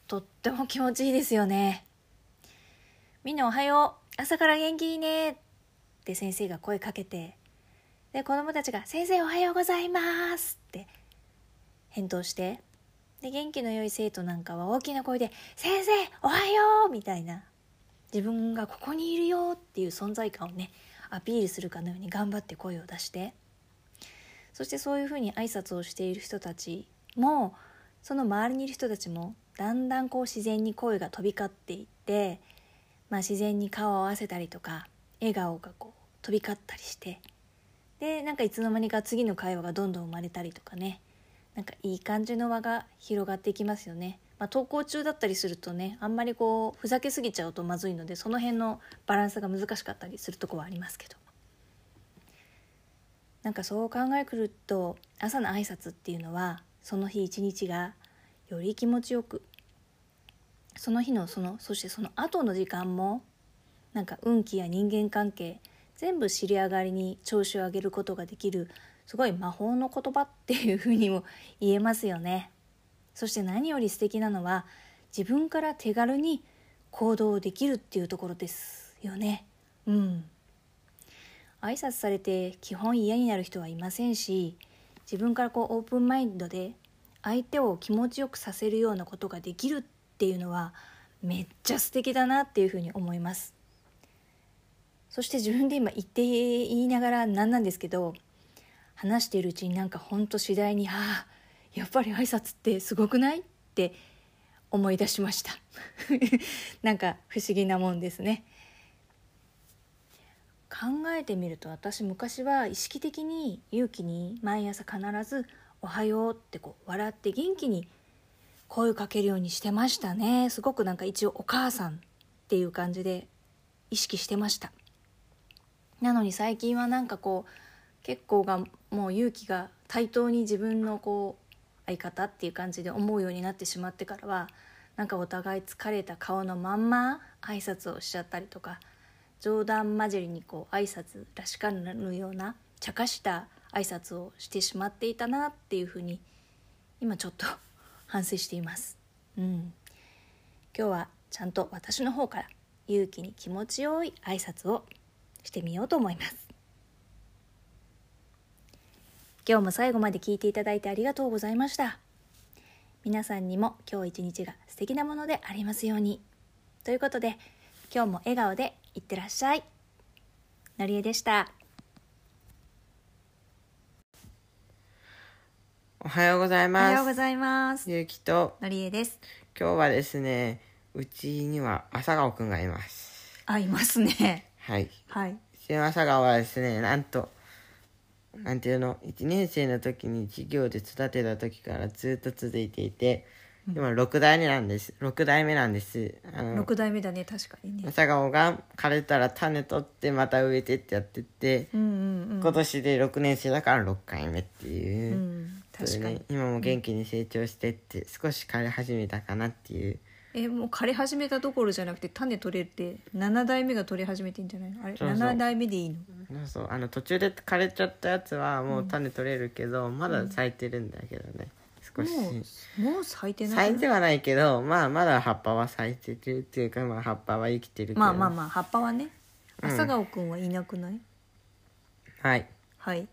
[SPEAKER 2] とっても気持ちいいですよねみんなおはよう朝から元気いいねって先生が声かけてで子供たちが「先生おはようございます」って返答してで元気の良い生徒なんかは大きな声で「先生おはよう!」みたいな自分がここにいるよっていう存在感をねアピールするかのように頑張って声を出してそしてそういうふうに挨拶をしている人たちもその周りにいる人たちもだんだんこう自然に声が飛び交っていって、まあ、自然に顔を合わせたりとか笑顔がこう飛び交ったりしてでなんかいつの間にか次の会話がどんどん生まれたりとかねなんかいい感じの輪が広がっていきますよね。まあ、登校中だったりするとねあんまりこうふざけすぎちゃうとまずいのでその辺のバランスが難しかったりするとこはありますけどなんかそう考えくると朝の挨拶っていうのはその日一日がより気持ちよくその日のそのそしてその後の時間もなんか運気や人間関係全部知り上がりに調子を上げることができるすごい魔法の言葉っていうふうにも言えますよね。そして何より素敵なのは自分から手軽に行動できるっていうところですよね。うん。挨拶されて基本嫌になる人はいませんし自分からこうオープンマインドで相手を気持ちよくさせるようなことができるっていうのはめっちゃ素敵だなっていうふうに思いますそして自分で今言って言いながらなんなんですけど話しているうちになんかほんと次第に「ああやっぱり挨拶ってすごくない?」って思い出しました なんか不思議なもんですね考えてみると私昔は意識的に勇気に毎朝必ず「おはよう」ってこう笑って元気に声をかけるようにしてましたねすごくなんか一応お母さんっていう感じで意識してましたなのに最近はなんかこう結構がもう勇気が対等に自分のこう相方っていう感じで思うようになってしまってからはなんかお互い疲れた顔のまんま挨拶をしちゃったりとか冗談交じりにこう挨拶らしからぬような茶化した挨拶をしてしまっていたなっていうふうに今ちょっと反省していますうん今日はちゃんと私の方から勇気に気持ちよい挨拶をしてみようと思います今日も最後まで聞いていただいてありがとうございました皆さんにも今日一日が素敵なものでありますようにということで今日も笑顔でいってらっしゃいのりえでした
[SPEAKER 1] おはようござい
[SPEAKER 2] おはよう
[SPEAKER 1] ま
[SPEAKER 2] ご
[SPEAKER 1] す
[SPEAKER 2] ざいます
[SPEAKER 1] ゆうきと
[SPEAKER 2] のりえです
[SPEAKER 1] 今日はですねうちには朝顔くんがいます
[SPEAKER 2] あいますね
[SPEAKER 1] はい
[SPEAKER 2] はい
[SPEAKER 1] 千朝顔はですねなんとなんていうの1年生の時に授業で育てた時からずっと続いていて今6代目なんです6代目なんですあの
[SPEAKER 2] 六代目だね確かにね
[SPEAKER 1] 朝顔が枯れたら種取ってまた植えてってやってって、
[SPEAKER 2] うんうん
[SPEAKER 1] 今年で6年生だから6回目っていう、
[SPEAKER 2] うんうん確かに、
[SPEAKER 1] それで今も元気に成長してって少し枯れ始めたかなっていう
[SPEAKER 2] えもう枯れ始めたところじゃなくて種取れて七代目が取り始めていいんじゃないのあれ
[SPEAKER 1] そうそう
[SPEAKER 2] 七代目でいいの
[SPEAKER 1] そうそうあの途中で枯れちゃったやつはもう種取れるけど、まだ咲いてるんだけどね少し
[SPEAKER 2] もうもう咲いてない
[SPEAKER 1] 咲いてはないけどまあまだ葉っぱは咲いてるっていうかまあ葉っぱは生きてるけど
[SPEAKER 2] まあまあまあ葉っぱはね
[SPEAKER 1] うん
[SPEAKER 2] 朝顔くんはいなくない、
[SPEAKER 1] あはい
[SPEAKER 2] はい、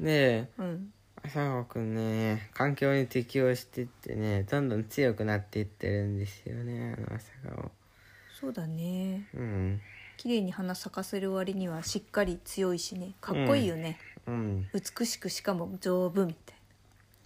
[SPEAKER 1] で
[SPEAKER 2] うん、
[SPEAKER 1] 朝顔くんね環境に適応してってねどんどん強くなっていってるんですよねあの朝顔
[SPEAKER 2] そうだね
[SPEAKER 1] うん
[SPEAKER 2] 綺麗に花咲かせる割にはしっかり強いしねかっこいいよね、
[SPEAKER 1] うん
[SPEAKER 2] 美しくしかも丈夫みたい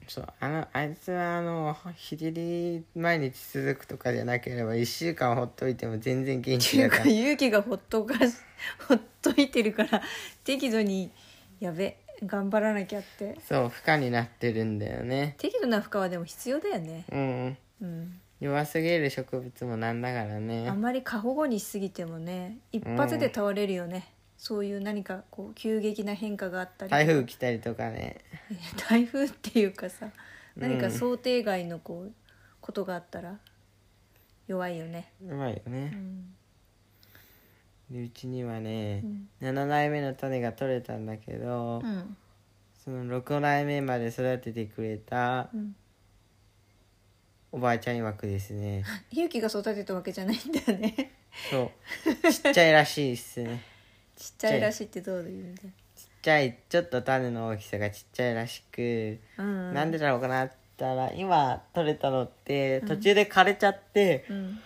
[SPEAKER 1] そうあのあいつはあの日照り毎日続くとかじゃなければ1週間ほっといても全然元
[SPEAKER 2] なって
[SPEAKER 1] 気
[SPEAKER 2] い
[SPEAKER 1] だ
[SPEAKER 2] う
[SPEAKER 1] から
[SPEAKER 2] か勇気がほっとかし ほっといてるから適度にやべ頑張らなきゃって
[SPEAKER 1] そう負荷になってるんだよね
[SPEAKER 2] 適度な負荷はでも必要だよね
[SPEAKER 1] うん
[SPEAKER 2] うん
[SPEAKER 1] 弱すぎる植物もなんだから
[SPEAKER 2] あ
[SPEAKER 1] ね
[SPEAKER 2] まり過保護にしすぎてもね一発で倒れるよね、そういう何かこう急激な変化があったり
[SPEAKER 1] 台風来たりとかね
[SPEAKER 2] 台風っていうかさ
[SPEAKER 1] うん
[SPEAKER 2] 何か想定外のこうことがあったら弱いよね、
[SPEAKER 1] うまいよ
[SPEAKER 2] う
[SPEAKER 1] ね、
[SPEAKER 2] ん
[SPEAKER 1] でうちにはね、
[SPEAKER 2] うん
[SPEAKER 1] 7代目の種が取れたんだけど、
[SPEAKER 2] うん
[SPEAKER 1] その6代目まで育ててくれた
[SPEAKER 2] うん、
[SPEAKER 1] おばあちゃん曰くです ね
[SPEAKER 2] ゆうきが育てたわけじゃないんだよね
[SPEAKER 1] そうちっちゃいらしいっすね
[SPEAKER 2] ちっちゃいらしいってどういう意味だよ
[SPEAKER 1] ちっちゃいちょっと種の大きさがちっちゃいらしく、
[SPEAKER 2] うん
[SPEAKER 1] なんでだろうかなって言ったら今取れたのって途中で枯れちゃって、
[SPEAKER 2] うん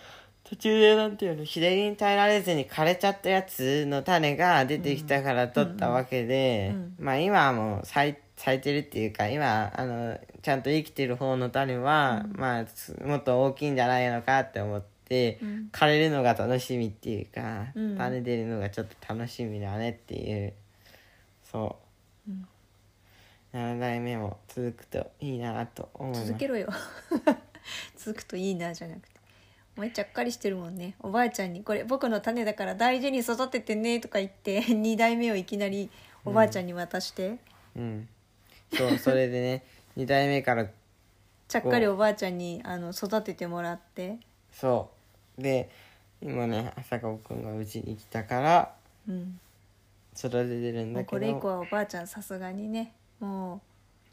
[SPEAKER 1] 途途中でなんていうの日照りに耐えられずに枯れちゃったやつの種が出てきたから取ったわけで、
[SPEAKER 2] うん
[SPEAKER 1] まあ今はもう咲い咲いてるっていうか今あのちゃんと生きてる方の種は、まあすもっと大きいんじゃないのかって思って、
[SPEAKER 2] うん
[SPEAKER 1] 枯れるのが楽しみっていうか、
[SPEAKER 2] うん
[SPEAKER 1] 種出るのがちょっと楽しみだねっていうそう、
[SPEAKER 2] うん
[SPEAKER 1] 7代目も続くといいなと思います
[SPEAKER 2] 続けろよ 続くといいなじゃなくてお前ちゃっかりしてるもんねおばあちゃんに「これ僕の種だから大事に育ててね」とか言って2 代目をいきなりおばあちゃんに渡して、
[SPEAKER 1] うんそうそれでね2 代目から
[SPEAKER 2] ちゃっかりおばあちゃんにあの育ててもらって
[SPEAKER 1] そうで今ね朝顔くんがうちに来たから
[SPEAKER 2] うん
[SPEAKER 1] 育ててるん
[SPEAKER 2] も
[SPEAKER 1] だけ
[SPEAKER 2] う
[SPEAKER 1] ど
[SPEAKER 2] これ以降はおばあちゃんさすがにねも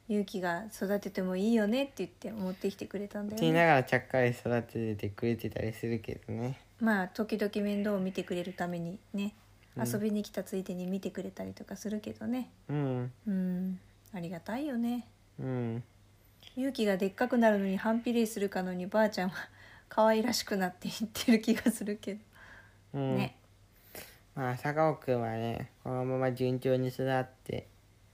[SPEAKER 2] う勇気が育ててもいいよねって言って持ってきてくれたんだ
[SPEAKER 1] って言
[SPEAKER 2] よ
[SPEAKER 1] い
[SPEAKER 2] ね
[SPEAKER 1] ながらちゃっかり育ててくれてたりするけどね
[SPEAKER 2] まあ時々面倒を見てくれるためにね遊びに来たついでに見てくれたりとかするけどね
[SPEAKER 1] うん
[SPEAKER 2] うんありがたいよね
[SPEAKER 1] うん
[SPEAKER 2] 勇気がでっかくなるのに反比例するかのようにばあちゃんは可愛らしくなっていってる気がするけど、
[SPEAKER 1] うん、
[SPEAKER 2] ね
[SPEAKER 1] まあ朝顔くんはねこのまま順調に育って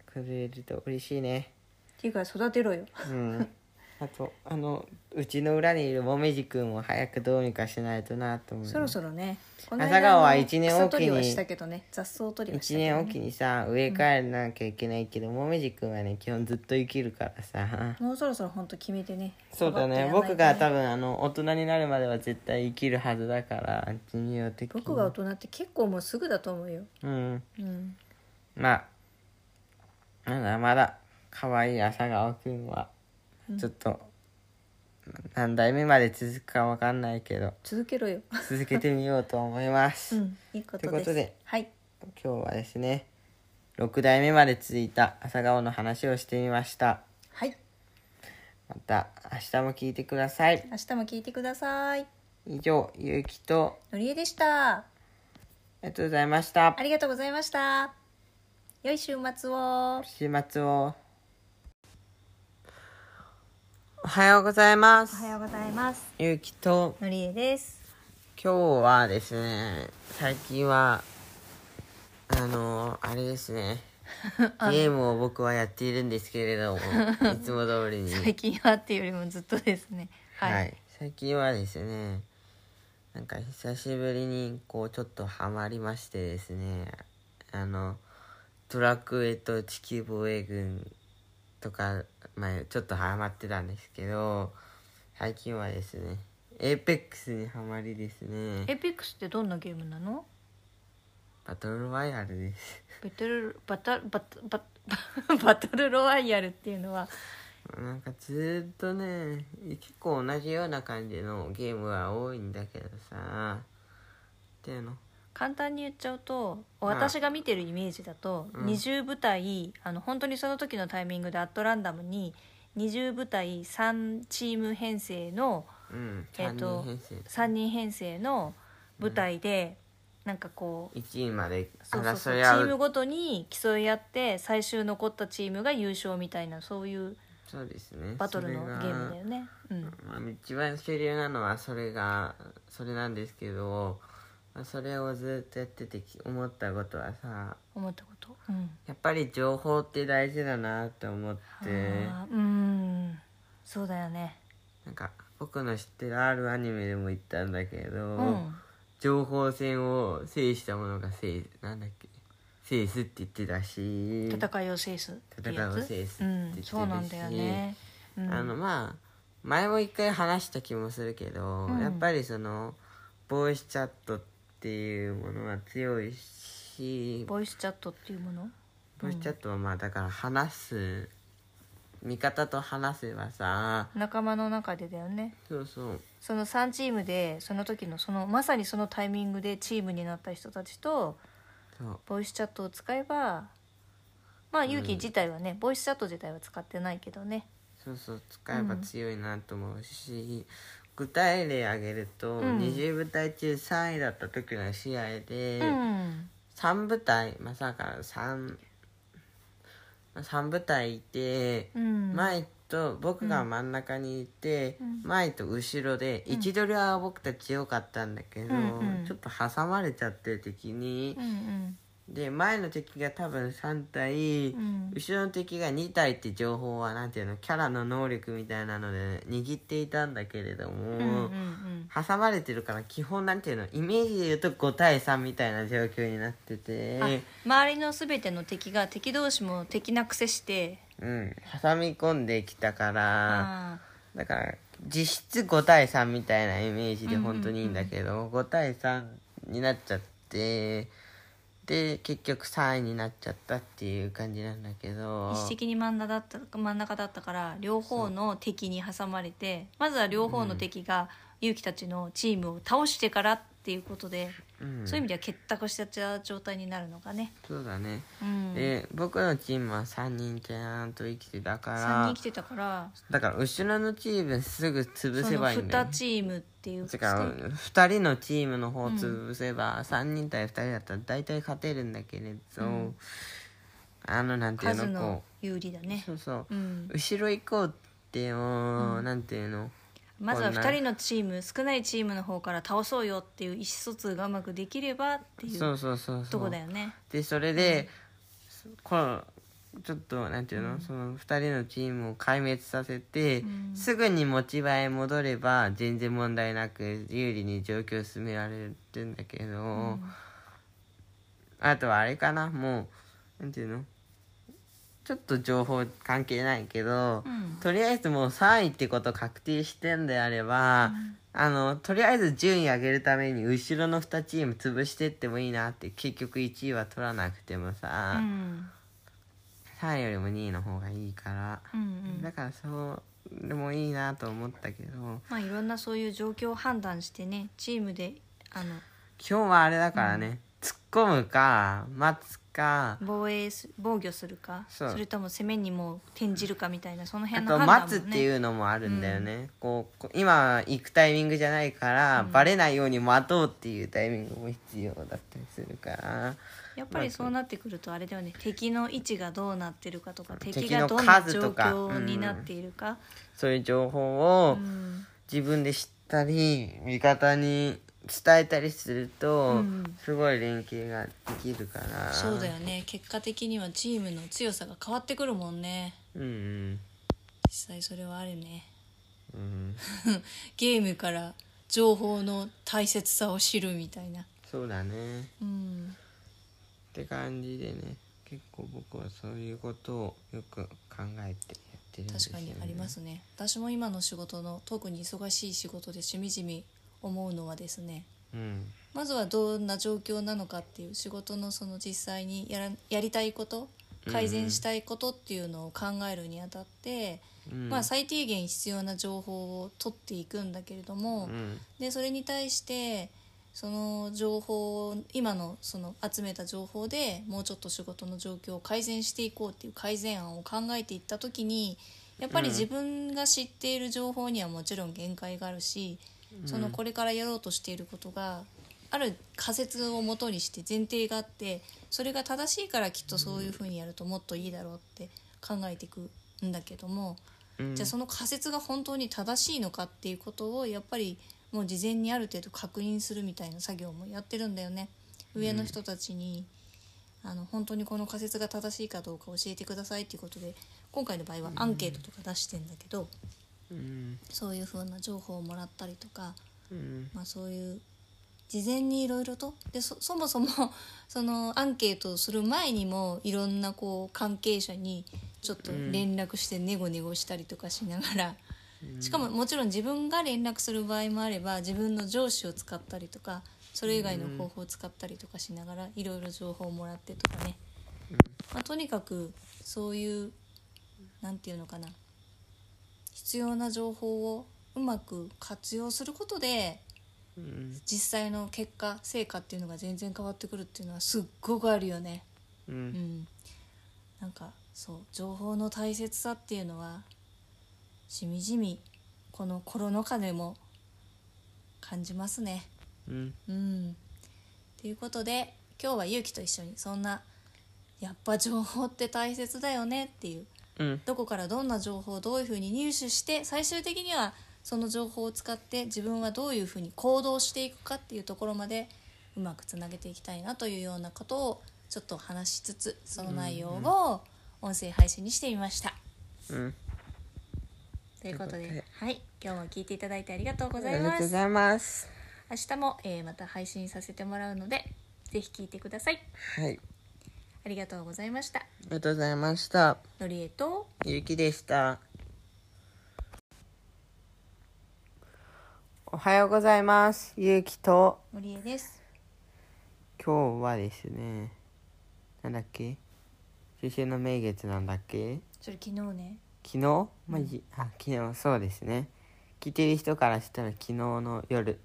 [SPEAKER 1] くれると嬉しいね
[SPEAKER 2] っていうか育てろよ
[SPEAKER 1] うん あとあのうちの裏にいるもめじくんも早くどうにかしないとなと思う
[SPEAKER 2] そろそろねこ
[SPEAKER 1] 朝顔は
[SPEAKER 2] あの
[SPEAKER 1] 一年おきに
[SPEAKER 2] 草取りはしたけどね雑草取りはした
[SPEAKER 1] 1
[SPEAKER 2] けど、ね、
[SPEAKER 1] 年おきにさ植え替えなきゃいけないけど、もめじくんはね基本ずっと生きるからさ
[SPEAKER 2] もうそろそろ本当決めてね
[SPEAKER 1] そうだね
[SPEAKER 2] パパッとや
[SPEAKER 1] 僕
[SPEAKER 2] んな
[SPEAKER 1] が
[SPEAKER 2] いと
[SPEAKER 1] 多分あの大人になるまでは絶対生きるはずだから人形的に
[SPEAKER 2] 僕が大人って結構もうすぐだと思うよ
[SPEAKER 1] うん
[SPEAKER 2] うん
[SPEAKER 1] まあまだまだ可愛い朝顔くんは
[SPEAKER 2] うん
[SPEAKER 1] ちょっと、何代目まで続くかわかんないけど
[SPEAKER 2] 続け ろよ
[SPEAKER 1] 続けてみようと思いま
[SPEAKER 2] う
[SPEAKER 1] す、
[SPEAKER 2] んいいことです
[SPEAKER 1] ということで
[SPEAKER 2] はい
[SPEAKER 1] 今日はですね6代目まで続いた朝顔の話をしてみました
[SPEAKER 2] はい
[SPEAKER 1] また明日も聞いてください
[SPEAKER 2] 明日も聞いてください
[SPEAKER 1] 以上ゆうきと
[SPEAKER 2] のりえでした
[SPEAKER 1] ありがとうございました
[SPEAKER 2] ありがとうございました良い週末を
[SPEAKER 1] 週末をおはようございま
[SPEAKER 2] おは
[SPEAKER 1] す
[SPEAKER 2] ようございます
[SPEAKER 1] ゆうきと
[SPEAKER 2] のりえです
[SPEAKER 1] 今日はですね最近はあのあれです ねゲームを僕はやっているんですけれどもいつも通りに
[SPEAKER 2] 最近はっていうよりもずっとですねはい、
[SPEAKER 1] はい、最近はですねなんか久しぶりにこうちょっとハマりましてですねあの「ドラクエ」と「地球防衛軍」とか、まあ、ちょっとハマってたんですけど最近はですね「エーペックス」にハマりですね
[SPEAKER 2] エピックスってどんなゲームなの
[SPEAKER 1] バトルロワイヤルです
[SPEAKER 2] バトルバタバタバタバトルロ ワイヤルっていうのは
[SPEAKER 1] なんかずーっとね結構同じような感じのゲームは多いんだけどさっていうの
[SPEAKER 2] 簡単に言っちゃうと
[SPEAKER 1] ん
[SPEAKER 2] 私が見てるイメージだと、
[SPEAKER 1] うん
[SPEAKER 2] 20部隊あの本当にその時のタイミングでアットランダムに20部隊3チーム編成の
[SPEAKER 1] うん
[SPEAKER 2] え
[SPEAKER 1] 3
[SPEAKER 2] っと
[SPEAKER 1] 人編成で
[SPEAKER 2] 3人編成の部隊で、なんかこう
[SPEAKER 1] 1位まで
[SPEAKER 2] そうそうそ
[SPEAKER 1] 争
[SPEAKER 2] うチ
[SPEAKER 1] い合
[SPEAKER 2] ーム
[SPEAKER 1] う
[SPEAKER 2] ごとに競い合って最終残ったチームが優勝みたいなそういう
[SPEAKER 1] そうですね
[SPEAKER 2] バトルの
[SPEAKER 1] それ
[SPEAKER 2] ゲ
[SPEAKER 1] が
[SPEAKER 2] ームだよね。うん
[SPEAKER 1] まあ、一番主流なのはそれがそれなんですけど、まあ、それをずっとやっててき思ったことはさ
[SPEAKER 2] 思ったこと、うん
[SPEAKER 1] やっぱり情報って大事だなって思って
[SPEAKER 2] あーうんそうだよね。
[SPEAKER 1] なんか僕の知ってるあるアニメでも言ったんだけど、
[SPEAKER 2] うん
[SPEAKER 1] 情報戦を制した者が制なんだっけ制すって言ってたし
[SPEAKER 2] 戦いを制すっ
[SPEAKER 1] 戦
[SPEAKER 2] てやつ
[SPEAKER 1] いを制すって
[SPEAKER 2] う
[SPEAKER 1] 言っ
[SPEAKER 2] ん
[SPEAKER 1] てるし
[SPEAKER 2] そうなんだよね、うん、
[SPEAKER 1] あのまあ前も一回話した気もするけど、
[SPEAKER 2] うん
[SPEAKER 1] やっぱりそのボイスチャットっていうものは強いし
[SPEAKER 2] ボイスチャットっていうもの
[SPEAKER 1] ボイスチャットはまあだから話す味方と話せばさ
[SPEAKER 2] 仲間の中でだよね
[SPEAKER 1] そうそう
[SPEAKER 2] その3チームでその時のそのまさにそのタイミングでチームになった人たちと
[SPEAKER 1] そう
[SPEAKER 2] ボイスチャットを使えばまあ勇気自体はね、ボイスチャット自体は使ってないけどね
[SPEAKER 1] そうそう使えば
[SPEAKER 2] うん
[SPEAKER 1] 強いなと思うし、具体例挙げると、
[SPEAKER 2] うん
[SPEAKER 1] 20部隊中3位だった時の試合で、
[SPEAKER 2] うん
[SPEAKER 1] 3部隊まさか3、3部隊いて、
[SPEAKER 2] うん
[SPEAKER 1] 前と僕が真ん中にいて、
[SPEAKER 4] うん
[SPEAKER 1] 前と後ろで1ドルは僕たち良かったんだけど、
[SPEAKER 4] うんうん
[SPEAKER 1] ちょっと挟まれちゃってる敵に
[SPEAKER 4] う、ん
[SPEAKER 1] で前の敵が多分3体、
[SPEAKER 4] うん
[SPEAKER 1] 後ろの敵が2体って情報はなんていうのキャラの能力みたいなので握っていたんだけれども、
[SPEAKER 4] うんうんうん
[SPEAKER 1] 挟まれてるから基本なんていうのイメージで言うと5対3みたいな状況になってて
[SPEAKER 2] あ周りのすべての敵が敵同士も敵なくせして
[SPEAKER 1] うん挟み込んできたから
[SPEAKER 2] あ
[SPEAKER 1] だから実質5対3みたいなイメージで
[SPEAKER 2] うんうんうん
[SPEAKER 1] 本当にいいんだけど、5対3になっちゃってで結局3位になっちゃったっていう感じなんだけ
[SPEAKER 2] ー
[SPEAKER 1] ど
[SPEAKER 2] 一石に真ん中だった真ん中だったから両方の敵に挟まれてまずは両方の敵が勇気たちのチームを倒してからっていうことで、
[SPEAKER 1] うん
[SPEAKER 2] そういう意味では結託した状態になるのがね、
[SPEAKER 1] そうだね、
[SPEAKER 2] うん、
[SPEAKER 1] で僕のチームは3人ちゃんと生きてたか
[SPEAKER 2] 3
[SPEAKER 1] ら
[SPEAKER 2] 人来てたから
[SPEAKER 1] だから後ろのチームすぐ潰
[SPEAKER 2] そ
[SPEAKER 1] せ
[SPEAKER 2] の
[SPEAKER 1] ばいいんだよ
[SPEAKER 2] 2チームっていう
[SPEAKER 1] てか2人のチームの方を潰せば、3人対2人だったら大体勝てるんだけれど、あのなんていう
[SPEAKER 2] 数
[SPEAKER 1] の
[SPEAKER 2] の
[SPEAKER 1] こ
[SPEAKER 2] 有利だ
[SPEAKER 1] う
[SPEAKER 2] ね
[SPEAKER 1] そうそう、
[SPEAKER 2] うん
[SPEAKER 1] 後ろ行こうってもう、なんていうの
[SPEAKER 2] まずは
[SPEAKER 1] こんな
[SPEAKER 2] 2人のチーム少ないチームの方から倒そうよっていう意思疎通がうまくできればってい
[SPEAKER 1] そううそうそうそ
[SPEAKER 2] とこ
[SPEAKER 1] う
[SPEAKER 2] だよね
[SPEAKER 1] でそれで、このちょっとなんていうの、その2人のチームを壊滅させて、すぐに持ち場へ戻れば全然問題なく有利に状況を進められるんだけど、あとはあれかなもうなんていうのちょっと情報関係ないけど、
[SPEAKER 2] ん
[SPEAKER 1] とりあえずもう3位ってこと確定してんであれば、あのとりあえず順位上げるために後ろの2チーム潰してってもいいなって結局1位は取らなくても
[SPEAKER 2] う
[SPEAKER 1] さ、
[SPEAKER 2] ん
[SPEAKER 1] 3位よりも2位の方がいいから、
[SPEAKER 2] うんうん
[SPEAKER 1] だからそうでもいいなと思ったけど今
[SPEAKER 2] まあいろんなそういう状況を判断してねチームであの
[SPEAKER 1] 日はあれだからね、突っ込むか待つか、
[SPEAKER 2] 防衛す防御するか
[SPEAKER 1] そう
[SPEAKER 2] それとも攻めにも転じるかみたいなその
[SPEAKER 1] あ
[SPEAKER 2] 辺の
[SPEAKER 1] と
[SPEAKER 2] 判
[SPEAKER 1] 待つ
[SPEAKER 2] 断
[SPEAKER 1] っ
[SPEAKER 2] も
[SPEAKER 1] てい
[SPEAKER 2] ね
[SPEAKER 1] うのもあるんだよね、こうこう今行くタイミングじゃないから、バレないように待とうっていうタイミングも必要だったりするから
[SPEAKER 2] やっぱりそうなってくるとあれだよね敵の位置がどうなってるかとか敵
[SPEAKER 1] 敵
[SPEAKER 2] が
[SPEAKER 1] の
[SPEAKER 2] どんな
[SPEAKER 1] 数
[SPEAKER 2] 状
[SPEAKER 1] とか
[SPEAKER 2] 況になっているか
[SPEAKER 1] そういう情報を
[SPEAKER 2] うん
[SPEAKER 1] 自分で知ったり味方に伝えたりすると、
[SPEAKER 2] うん
[SPEAKER 1] すごい連携ができるから
[SPEAKER 2] そうだよね結果的にはチームの強さが変わってくるもんね
[SPEAKER 1] うんうん
[SPEAKER 2] 実際それはあるね
[SPEAKER 1] うん
[SPEAKER 2] ゲームから情報の大切さを知るみたいな
[SPEAKER 1] そうだね
[SPEAKER 2] うん
[SPEAKER 1] って感じでね結構僕はそういうことをよく考えてやってるんです
[SPEAKER 2] 確
[SPEAKER 1] よ、
[SPEAKER 2] か
[SPEAKER 1] ね、
[SPEAKER 2] にありますね私も今の仕事の特に忙しい仕事でしみじみ思うのはですね
[SPEAKER 1] うん
[SPEAKER 2] まずはどんな状況なのかっていう仕事のその実際にやらやりたいこと改善したいことっていうのを考えるにあたって、
[SPEAKER 1] うん
[SPEAKER 2] まあ、最低限必要な情報を取っていくんだけれども、
[SPEAKER 1] うん
[SPEAKER 2] でそれに対してその情報を今のその集めた情報でもうちょっと仕事の状況を改善していこうっていう改善案を考えていった時にやっぱり
[SPEAKER 1] うん
[SPEAKER 2] 自分が知っている情報にはもちろん限界があるし、そのこれからやろうとしていることがある仮説をもとにして前提があってそれが正しいからきっとそういうふうにやるともっといいだろうって考えていくんだけども、
[SPEAKER 1] うん
[SPEAKER 2] じゃあその仮説が本当に正しいのかっていうことをやっぱりもう事前にある程度確認するみたいな作業もやってるんだよね上の人たちに、あの本当にこの仮説が正しいかどうか教えてくださいっていうことで今回の場合はアンケートとか出してんだけど、
[SPEAKER 1] うん
[SPEAKER 2] そういうふうな情報をもらったりとか、
[SPEAKER 1] うん
[SPEAKER 2] まあ、そういう事前にいろいろとでそそもそ もそのアンケートをする前にもいろんなこう関係者にちょっと連絡してネゴネゴしたりとかしながら、しかももちろん自分が連絡する場合もあれば自分の上司を使ったりとかそれ以外の方法を使ったりとかしながらいろいろ情報をもらってとかね、まあ、とにかくそういうなんていうのかな必要な情報をうまく活用することで
[SPEAKER 1] うん
[SPEAKER 2] 実際の結果成果っていうのが全然変わってくるっていうのはすっごくあるよね
[SPEAKER 1] う
[SPEAKER 2] うんんなんかそう情報の大切さっていうのはしみじみこのコロナ禍でも感じますね
[SPEAKER 1] うん
[SPEAKER 2] うんということで今日はゆうきと一緒にそんなやっぱ情報って大切だよねっていう
[SPEAKER 1] うん
[SPEAKER 5] どこからどんな情報をどういうふうに入手して最終的にはその情報を使って自分はどういうふうに行動していくかっていうところまでうまくつなげていきたいなというようなことをちょっと話しつつその内容を音声配信にしてみました。
[SPEAKER 1] うん
[SPEAKER 5] ということ
[SPEAKER 1] ということ
[SPEAKER 5] で
[SPEAKER 1] で、
[SPEAKER 5] はい、今日は聞いていただいてありがとうご
[SPEAKER 1] あ
[SPEAKER 5] ざ
[SPEAKER 1] り
[SPEAKER 5] い
[SPEAKER 1] が
[SPEAKER 5] ま
[SPEAKER 1] とうご
[SPEAKER 5] す。
[SPEAKER 1] ざいます
[SPEAKER 5] 明日も、えーまた配信させてもらうので、ぜひ聞いてください。
[SPEAKER 1] はい
[SPEAKER 5] ありがとうございました。
[SPEAKER 1] ありがとうございました
[SPEAKER 5] のりえと、
[SPEAKER 1] ゆきでしたおはようございますゆきと
[SPEAKER 5] のりえです。
[SPEAKER 1] 今日はですねなんだっけ中秋の名月なんだっけ
[SPEAKER 2] それ昨日ね
[SPEAKER 1] 昨日マジあ昨日そうですね聞いてる人からしたら昨日の夜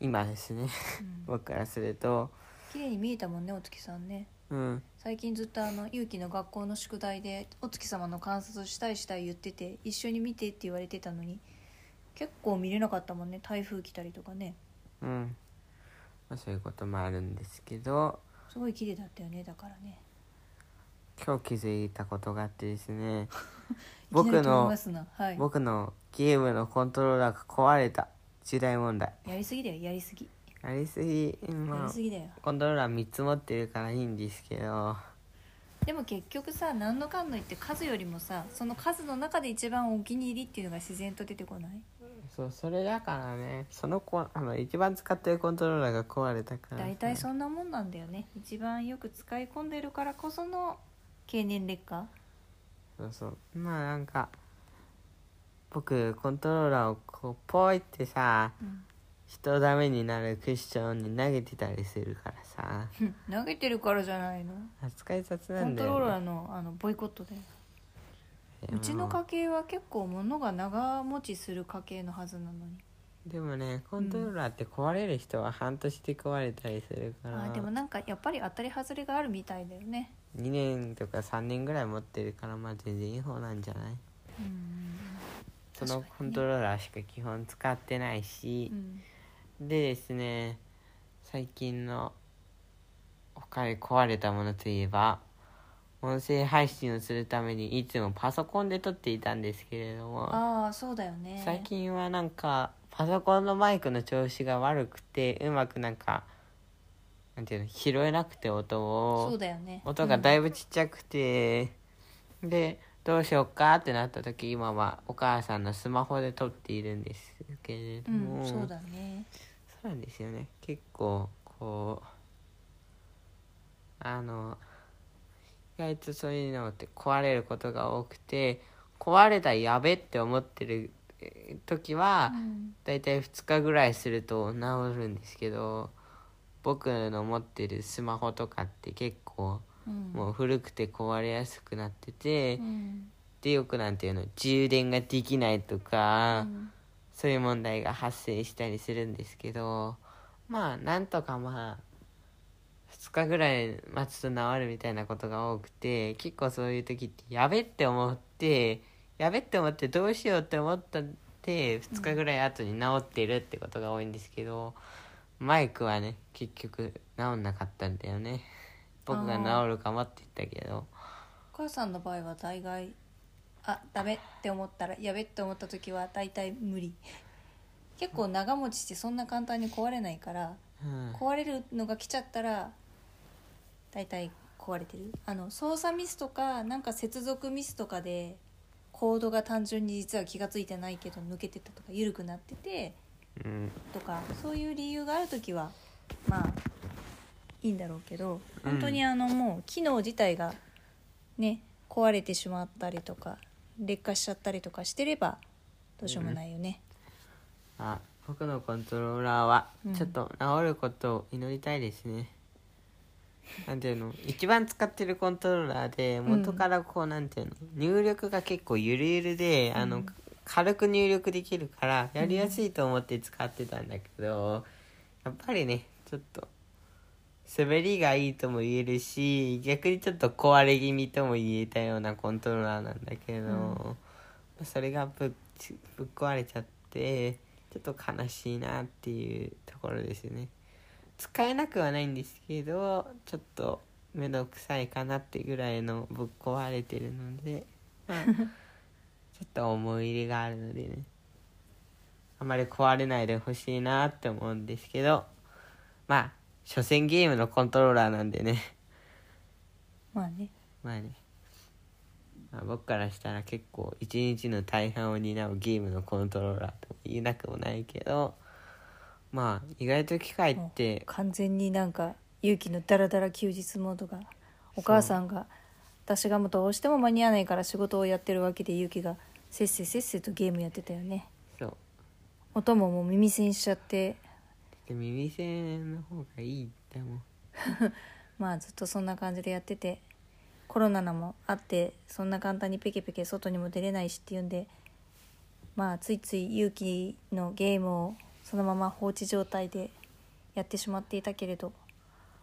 [SPEAKER 1] 今ですね、 僕からすると
[SPEAKER 2] 綺麗に見えたもんねお月さんね
[SPEAKER 1] うん
[SPEAKER 2] 最近ずっとあの勇気の学校の宿題でお月様の観察したいしたい言ってて一緒に見てって言われてたのに結構見れなかったもんね台風来たりとかね
[SPEAKER 1] うん、まあ、そういうこともあるんですけど
[SPEAKER 2] すごい綺麗だったよねだからね
[SPEAKER 1] 今日気づいたことがあってです ね
[SPEAKER 2] いきな
[SPEAKER 1] 僕
[SPEAKER 2] り飛び
[SPEAKER 1] の
[SPEAKER 2] ますなはい
[SPEAKER 1] 僕のゲームのコントローラーが壊れた重大問題
[SPEAKER 2] やりすぎだよやりすぎ
[SPEAKER 1] ありすぎ
[SPEAKER 2] や
[SPEAKER 1] ま
[SPEAKER 2] り
[SPEAKER 1] あ
[SPEAKER 2] すぎだよ
[SPEAKER 1] コントローラー3つ持ってるからいいんですけど
[SPEAKER 2] でも結局さ何のかんの言って数よりもさその数の中で一番お気に入りっていうのが自然と出てこない
[SPEAKER 1] そうそれだからねそのコンあの一番使ってるコントローラーが壊れたから
[SPEAKER 2] 大体そんなもんなんだよね一番よく使い込んでるからこその経年劣化
[SPEAKER 1] そうそうまあなんか僕コントローラーをこうポイってさ、
[SPEAKER 2] うん
[SPEAKER 1] 人ダメになるクッションに投げてたりするからさ
[SPEAKER 2] うん 投げてるからじゃないの
[SPEAKER 1] 扱い雑な
[SPEAKER 2] コ
[SPEAKER 1] ん
[SPEAKER 2] ン
[SPEAKER 1] だ
[SPEAKER 2] ト
[SPEAKER 1] よ、ね、
[SPEAKER 2] ローラーのあのボイコットで
[SPEAKER 1] いや
[SPEAKER 2] うちの
[SPEAKER 1] も
[SPEAKER 2] 家系は結構物が長持ちする家系のはずなのに
[SPEAKER 1] でもねコントローラーって壊れる人は半年で壊れたりするから、
[SPEAKER 2] あーでもなんかやっぱり当たり外れがあるみたいだよね
[SPEAKER 1] 2年とか3年ぐらい持ってるからまあ全然いい方なんじゃない
[SPEAKER 2] うん
[SPEAKER 1] そのコントローラーしか基本使ってないし
[SPEAKER 2] う、ん
[SPEAKER 1] でですね最近の他に壊れたものといえば音声配信をするためにいつもパソコンで撮っていたんですけれども
[SPEAKER 2] ああそうだよね
[SPEAKER 1] 最近はなんかパソコンのマイクの調子が悪くてうまくなんかなんていうの拾えなくて音を
[SPEAKER 2] そうだよね
[SPEAKER 1] 音がだいぶちっちゃくて、でどうしようかってなった時今はお母さんのスマホで撮っているんですけれど
[SPEAKER 2] うん、
[SPEAKER 1] も、
[SPEAKER 2] そうだね
[SPEAKER 1] そうなんですよね結構こうあの意外とそういうのって壊れることが多くて壊れたらやべって思ってるえー時は、だいたい2日ぐらいすると治るんですけど僕の持ってるスマホとかって結構
[SPEAKER 2] うん
[SPEAKER 1] もう古くて壊れやすくなってて、
[SPEAKER 2] うん
[SPEAKER 1] でよくなんていうの充電ができないと
[SPEAKER 2] う
[SPEAKER 1] か。
[SPEAKER 2] ん
[SPEAKER 1] そういう問題が発生したりするんですけどまあなんとかまあ2日ぐらい待つと治るみたいなことが多くて結構そういう時ってやべって思ってやべって思ってどうしようって思ったって2日ぐらい後に治ってるってことが多いんですけど、マイクはね結局治んなかったんだよね僕が治るかもって言ったけど
[SPEAKER 2] お母さんの場合は大概あダメって思ったらやべって思った時は大体無理結構長持ちしてそんな簡単に壊れないから
[SPEAKER 1] うん
[SPEAKER 2] 壊れるのが来ちゃったら大体壊れてるあの操作ミスとかなんか接続ミスとかでコードが単純に実は気が付いてないけど抜けてたとか緩くなってて
[SPEAKER 1] うん
[SPEAKER 2] とかそういう理由がある時はまあいいんだろうけど
[SPEAKER 1] うん
[SPEAKER 2] 本当にあの、もう機能自体がね壊れてしまったりとか劣化しちゃったりとかしてればどうしようもないよね。
[SPEAKER 1] あ僕のコントローラーは
[SPEAKER 2] うん
[SPEAKER 1] ちょっと治ることを祈りたいですね、なんていうの一番使ってるコントローラーで元からこうなんていうの入力が結構ゆるゆるで、あの軽く入力できるからやりやすいと思って使ってたんだけど、やっぱりねちょっと滑りがいいとも言えるし逆にちょっと壊れ気味とも言えたようなコントローラーなんだけど、まあそれがぶっちぶっ壊れちゃってちょっと悲しいなっていうところですよね使えなくはないんですけどちょっとめんどくさいかなってぐらいのぶっ壊れてるので、まあちょっと思い入れがあるのでねあまり壊れないでほしいなって思うんですけどまあ所詮ゲームのコントローラーなんでね
[SPEAKER 2] まあね
[SPEAKER 1] まあね、まあ、僕からしたら結構一日の大半を担うゲームのコントローラーとも言えなくもないけどまあ意外と機械って
[SPEAKER 2] 完全になんか勇気のダラダラ休日モードがお母さんが私がもうどうしても間に合わないから仕事をやってるわけで勇気がせっせせっせとゲームやってたよね
[SPEAKER 1] そう
[SPEAKER 2] 音ももう耳栓しちゃって
[SPEAKER 1] で耳栓の方がいいっても
[SPEAKER 2] まあずっとそんな感じでやっててコロナのもあってそんな簡単にペケペケ外にも出れないしっていうんでまあついつい勇気のゲームをそのまま放置状態でやってしまっていたけれど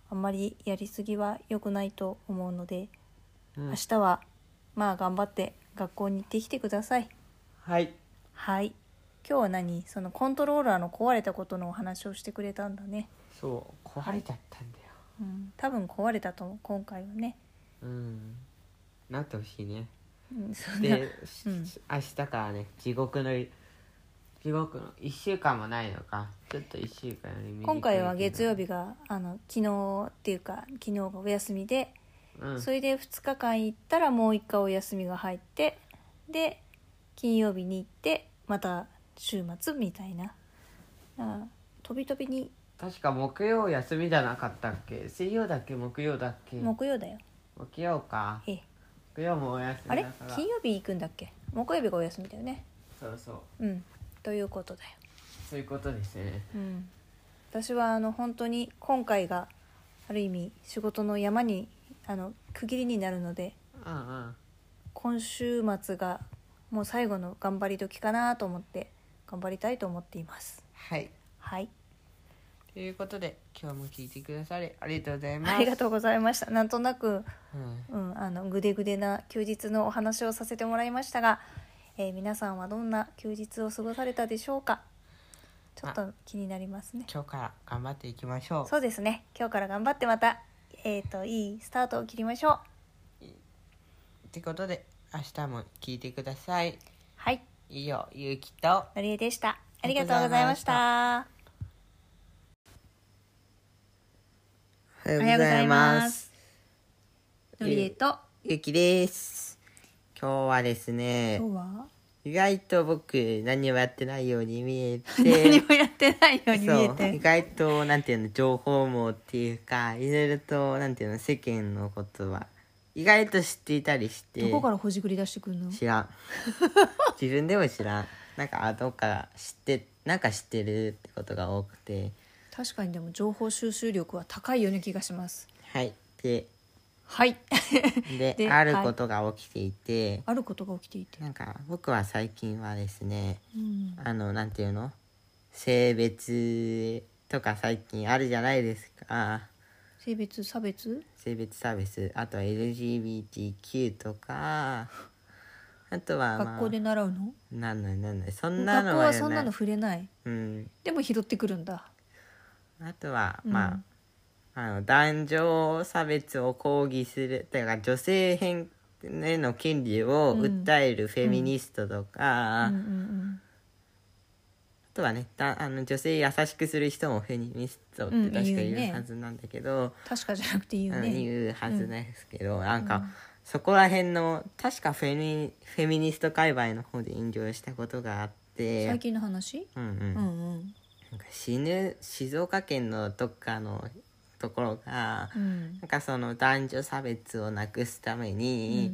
[SPEAKER 2] あんまりやりすぎは良くないと思うので、
[SPEAKER 1] うん
[SPEAKER 2] 明日はまあ頑張って学校に行ってきてください
[SPEAKER 1] はい
[SPEAKER 2] はい今日は何そのコントローラーの壊れたことのお話をしてくれたんだね
[SPEAKER 1] そう壊れちゃったんだよ
[SPEAKER 2] うん多分壊れたと思う今回はね
[SPEAKER 1] うんなってほしいね
[SPEAKER 2] うんそんな
[SPEAKER 1] で、
[SPEAKER 2] うん
[SPEAKER 1] し明日からね地獄の地獄の1週間もないのかちょっと1週間より短いけど
[SPEAKER 2] 今回は月曜日があの昨日っていうか昨日がお休みで、
[SPEAKER 1] うん
[SPEAKER 2] それで2日間行ったらもう1回お休みが入ってで金曜日に行ってまた週末みたいなあ飛び飛びに
[SPEAKER 1] 確か木曜休みじゃなかったっけ水曜だっけ木曜だっけ
[SPEAKER 2] 木曜だよ、
[SPEAKER 1] 木曜か
[SPEAKER 2] ええ
[SPEAKER 1] 木曜もお休み
[SPEAKER 2] あ
[SPEAKER 1] だ
[SPEAKER 2] れ
[SPEAKER 1] から
[SPEAKER 2] 金曜日行くんだっけ木曜日がお休みだよね
[SPEAKER 1] そうそう
[SPEAKER 2] うんということだよ
[SPEAKER 1] そういうことですね
[SPEAKER 2] うん、私はあの本当に今回がある意味仕事の山にあの区切りになるので
[SPEAKER 1] うんうん
[SPEAKER 2] 今週末がもう最後の頑張り時かなと思って頑張りたいと思っています
[SPEAKER 1] はい
[SPEAKER 2] はい
[SPEAKER 1] ということで今日も聞いてくださりありがとうございます
[SPEAKER 2] ありがとうございましたなんとなく、
[SPEAKER 1] うん
[SPEAKER 2] うん、あのぐでぐでな休日のお話をさせてもらいましたが、えー皆さんはどんな休日を過ごされたでしょうかちょっと気になりますね
[SPEAKER 1] 今日から頑張っていきましょう
[SPEAKER 2] そうですね今日から頑張ってまたえっ、といいスタートを切りましょう
[SPEAKER 1] ってことで明日も聞いてください
[SPEAKER 2] はい
[SPEAKER 1] いいよゆうきと
[SPEAKER 2] のりえでしたありがとうございました
[SPEAKER 1] おは
[SPEAKER 2] おはようございます
[SPEAKER 1] のりえ
[SPEAKER 2] と
[SPEAKER 1] ゆうきです今日はですね
[SPEAKER 2] 今日は
[SPEAKER 1] 意外と僕何もやってないように見え
[SPEAKER 2] 何
[SPEAKER 1] て
[SPEAKER 2] もやってないように見え
[SPEAKER 1] そう意
[SPEAKER 2] て
[SPEAKER 1] 外となんていうの情報網っていうかいろいろとなんていうの世間のことは意外と知っていたりして
[SPEAKER 2] どこからほじくり出してくるの
[SPEAKER 1] 知 らん自分でも知らんなんかあどっか知ってなんか知ってるってことが多くて
[SPEAKER 2] 確かにでも情報収集力は高いような気がします
[SPEAKER 1] はいで
[SPEAKER 2] はい
[SPEAKER 1] で
[SPEAKER 2] で
[SPEAKER 1] あることが起きていて、
[SPEAKER 2] あることが起きていて
[SPEAKER 1] なんか僕は最近はですね
[SPEAKER 2] うん
[SPEAKER 1] あのなんていうの性別とか最近あるじゃないですか
[SPEAKER 2] 性別差別
[SPEAKER 1] 性別差別あとは LGBTQ とかあとは、まあ、
[SPEAKER 2] 学校で習うの
[SPEAKER 1] なんないなんないそんな
[SPEAKER 2] 学
[SPEAKER 1] の
[SPEAKER 2] 校
[SPEAKER 1] は
[SPEAKER 2] は
[SPEAKER 1] や
[SPEAKER 2] そんなの
[SPEAKER 1] い
[SPEAKER 2] 触れない
[SPEAKER 1] うん
[SPEAKER 2] でも拾ってくるんだ
[SPEAKER 1] あとは、
[SPEAKER 2] うん
[SPEAKER 1] まああの男女差別を抗議するてか女性偏への権利を訴えるフェミニストとか、
[SPEAKER 2] うんうん
[SPEAKER 1] あとはねだあの女性優しくする人もフェミニストって確か
[SPEAKER 2] うん言うね
[SPEAKER 1] 言うはずなんだけど、
[SPEAKER 2] うん確かじゃなくていいよ
[SPEAKER 1] うん
[SPEAKER 2] ね
[SPEAKER 1] 言うはずですけど、なんか、そこら辺の確かフェミフェミニスト界隈の方で炎上したことがあって
[SPEAKER 2] 最近の話
[SPEAKER 1] うんうん
[SPEAKER 2] うんうん
[SPEAKER 1] なんか死ぬ静岡県のどっかのところが、
[SPEAKER 2] うん
[SPEAKER 1] なんかその男女差別をなくすために、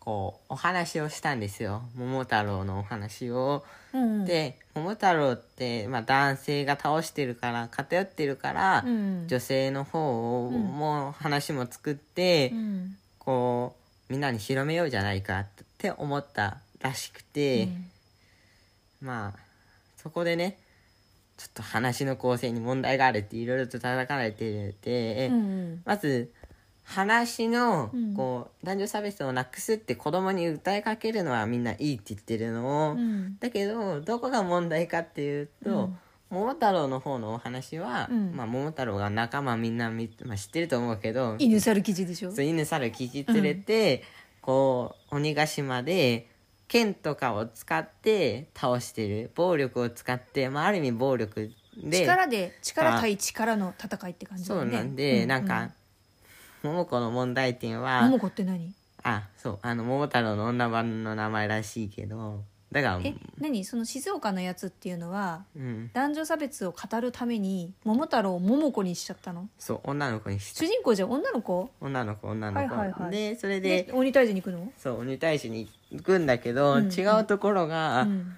[SPEAKER 1] こうお話をしたんですよ桃太郎のお話を。
[SPEAKER 2] うんうん
[SPEAKER 1] で桃太郎って、まあ、男性が倒してるから偏ってるから、
[SPEAKER 2] うん
[SPEAKER 1] 女性の方を、
[SPEAKER 2] うん
[SPEAKER 1] もう話も作って、
[SPEAKER 2] うん
[SPEAKER 1] こうみんなに広めようじゃないかって思ったらしくて、まあそこでねちょっと話の構成に問題があるっていろいろと叩かれてて、
[SPEAKER 2] うん
[SPEAKER 1] まず話の
[SPEAKER 2] うん
[SPEAKER 1] こう、男女差別をなくすって子供に訴えかけるのはみんないいって言ってるのを、
[SPEAKER 2] うん
[SPEAKER 1] だけどどこが問題かっていうと、
[SPEAKER 2] うん
[SPEAKER 1] 桃太郎の方のお話は、
[SPEAKER 2] うん
[SPEAKER 1] まあ、桃太郎が仲間みんなみ、まあ、知ってると思うけど
[SPEAKER 2] 犬猿記事でしょ
[SPEAKER 1] そう犬猿キジ連れて、こう鬼ヶ島で剣とかを使って倒してる暴力を使って、まあ、ある意味暴力で
[SPEAKER 2] 力で力対力の戦いって感じだ
[SPEAKER 1] そ
[SPEAKER 2] よ
[SPEAKER 1] う
[SPEAKER 2] ね
[SPEAKER 1] なんで、なんか、桃子の問題点
[SPEAKER 2] うん
[SPEAKER 1] は
[SPEAKER 2] 桃子って何
[SPEAKER 1] あそうあの桃太郎の女版の名前らしいけどだから
[SPEAKER 2] え何その静岡のやつっていうのは
[SPEAKER 1] うん
[SPEAKER 2] 男女差別を語るために桃太郎を桃子にしちゃったの
[SPEAKER 1] そう女の子にし
[SPEAKER 2] 主人公じゃ女の子
[SPEAKER 1] 女の子女の子、
[SPEAKER 2] はいはいはい
[SPEAKER 1] でそれで
[SPEAKER 2] で鬼退治に行くの、
[SPEAKER 1] そう鬼退治に行くんだけど、
[SPEAKER 2] うん
[SPEAKER 1] 違うところが、
[SPEAKER 2] うん、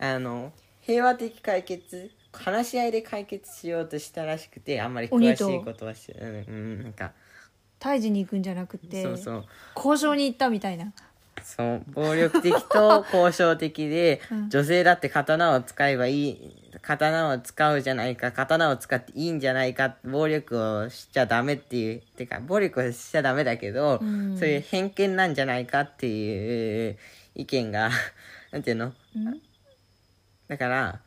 [SPEAKER 1] あの平和的解決話し合いで解決しようとしたらしくてあんまり詳
[SPEAKER 2] 鬼
[SPEAKER 1] し
[SPEAKER 2] と
[SPEAKER 1] いことはしうん、うん、なんか
[SPEAKER 2] 退治に行くんじゃなくて
[SPEAKER 1] そうそう
[SPEAKER 2] 交渉に行ったみたいな
[SPEAKER 1] そう暴力的 と交渉的で、
[SPEAKER 2] うん
[SPEAKER 1] 女性だって刀を使えばいい刀を使うじゃないか刀を使っていいんじゃないか暴力をしちゃダメっていうてか暴力をしちゃダメだけど、
[SPEAKER 2] うん
[SPEAKER 1] そういう偏見なんじゃないかっていう意見が なんていうのだから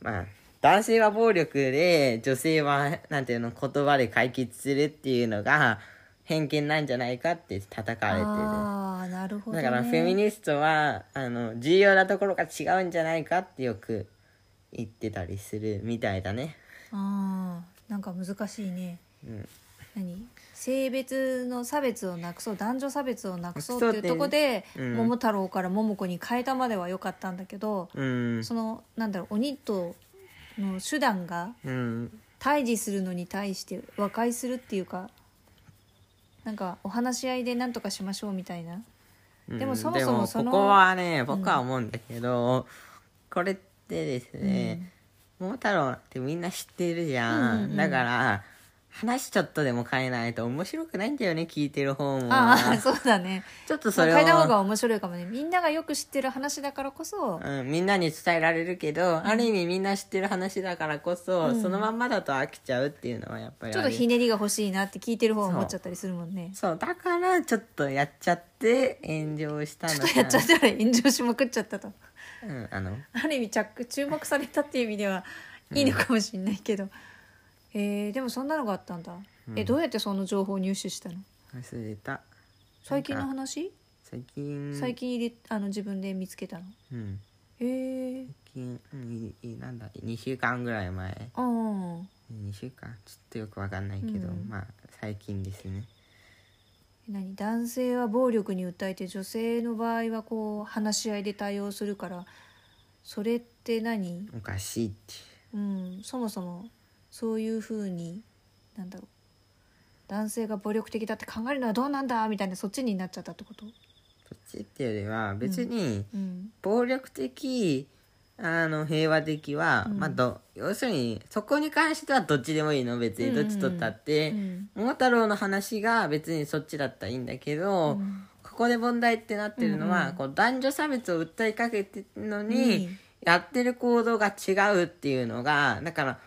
[SPEAKER 1] まあ男性は暴力で女性はなんていうの言葉で解決するっていうのが偏見なんじゃないかって叩かれてる。
[SPEAKER 2] ああなるほど、
[SPEAKER 1] だ
[SPEAKER 2] ね、
[SPEAKER 1] からフェミニストはあの重要なところが違うんじゃないかってよく言ってたりするみたいだね。
[SPEAKER 2] あーなんか難しいね、
[SPEAKER 1] うん
[SPEAKER 2] 何性別の差別をなくそう男女差別をなくそう
[SPEAKER 1] そう
[SPEAKER 2] っていうとこで、
[SPEAKER 1] だよねうん
[SPEAKER 2] 桃太郎から桃子に変えたまでは良かったんだけど、
[SPEAKER 1] うん、
[SPEAKER 2] そのなんだろう鬼との手段が
[SPEAKER 1] うん、
[SPEAKER 2] 対峙するのに対して和解するっていうかなんかお話し合いで何とかしましょうみたいなでもそもそもその
[SPEAKER 1] でここはね僕は思うんだけど、これってですね、桃太郎ってみんな知ってるじゃん。
[SPEAKER 2] うんうんうん
[SPEAKER 1] だから話ちょっとでも変えないと面白くないんだよね聞いてる方も。
[SPEAKER 2] ああ そうだね
[SPEAKER 1] ちょっとそ
[SPEAKER 2] 変
[SPEAKER 1] れを
[SPEAKER 2] えた方が面白いかもねみんながよく知ってる話だからこそ、
[SPEAKER 1] うん、みんなに伝えられるけど、ある意味みんな知ってる話だからこそ、そのまんまだと飽きちゃうっていうのはやっぱり
[SPEAKER 2] ちょっと
[SPEAKER 1] ある
[SPEAKER 2] ひねりが欲しいなって聞いてる方は思っちゃったりするもんね
[SPEAKER 1] そうだからちょっとやっちゃって炎上したの
[SPEAKER 2] ちょっとやっちゃったら炎上しまくっちゃったと
[SPEAKER 1] うん、あの
[SPEAKER 2] ある意味着注目されたっていう意味ではいいのかもしれないけど、えーでもそんなのがあったんだ、えどうやってその情報を入手したの
[SPEAKER 1] 忘れた
[SPEAKER 2] 最近の話
[SPEAKER 1] 最近
[SPEAKER 2] 最近入れあの自分で見つけたの
[SPEAKER 1] うん
[SPEAKER 2] へえ
[SPEAKER 1] 最近、うん、いいなんだ2週間ぐらい前
[SPEAKER 2] ああ
[SPEAKER 1] 2週間ちょっとよくわかんないけど、
[SPEAKER 2] うん
[SPEAKER 1] まあ最近ですね
[SPEAKER 2] 何男性は暴力に訴えて女性の場合はこう話し合いで対応するからそれって何、
[SPEAKER 1] おかしいって
[SPEAKER 2] うん、そもそもそういうふうになんだろう男性が暴力的だって考えるのはどうなんだみたいなそっちになっちゃったってこと、
[SPEAKER 1] そっちっていうよりは別に、
[SPEAKER 2] うん、
[SPEAKER 1] 暴力的あの平和的は、
[SPEAKER 2] うん
[SPEAKER 1] まあど要するにそこに関してはどっちでもいいの別に
[SPEAKER 2] うんう
[SPEAKER 1] ど
[SPEAKER 2] ん
[SPEAKER 1] っち取ったって、
[SPEAKER 2] うん
[SPEAKER 1] 桃太郎の話が別にそっちだったらいいんだけど、
[SPEAKER 2] うん
[SPEAKER 1] ここで問題ってなってるのは、
[SPEAKER 2] うんうん
[SPEAKER 1] こう男女差別を訴えかけてるの
[SPEAKER 2] う
[SPEAKER 1] に
[SPEAKER 2] ん
[SPEAKER 1] やってる行動が違うっていうのがだから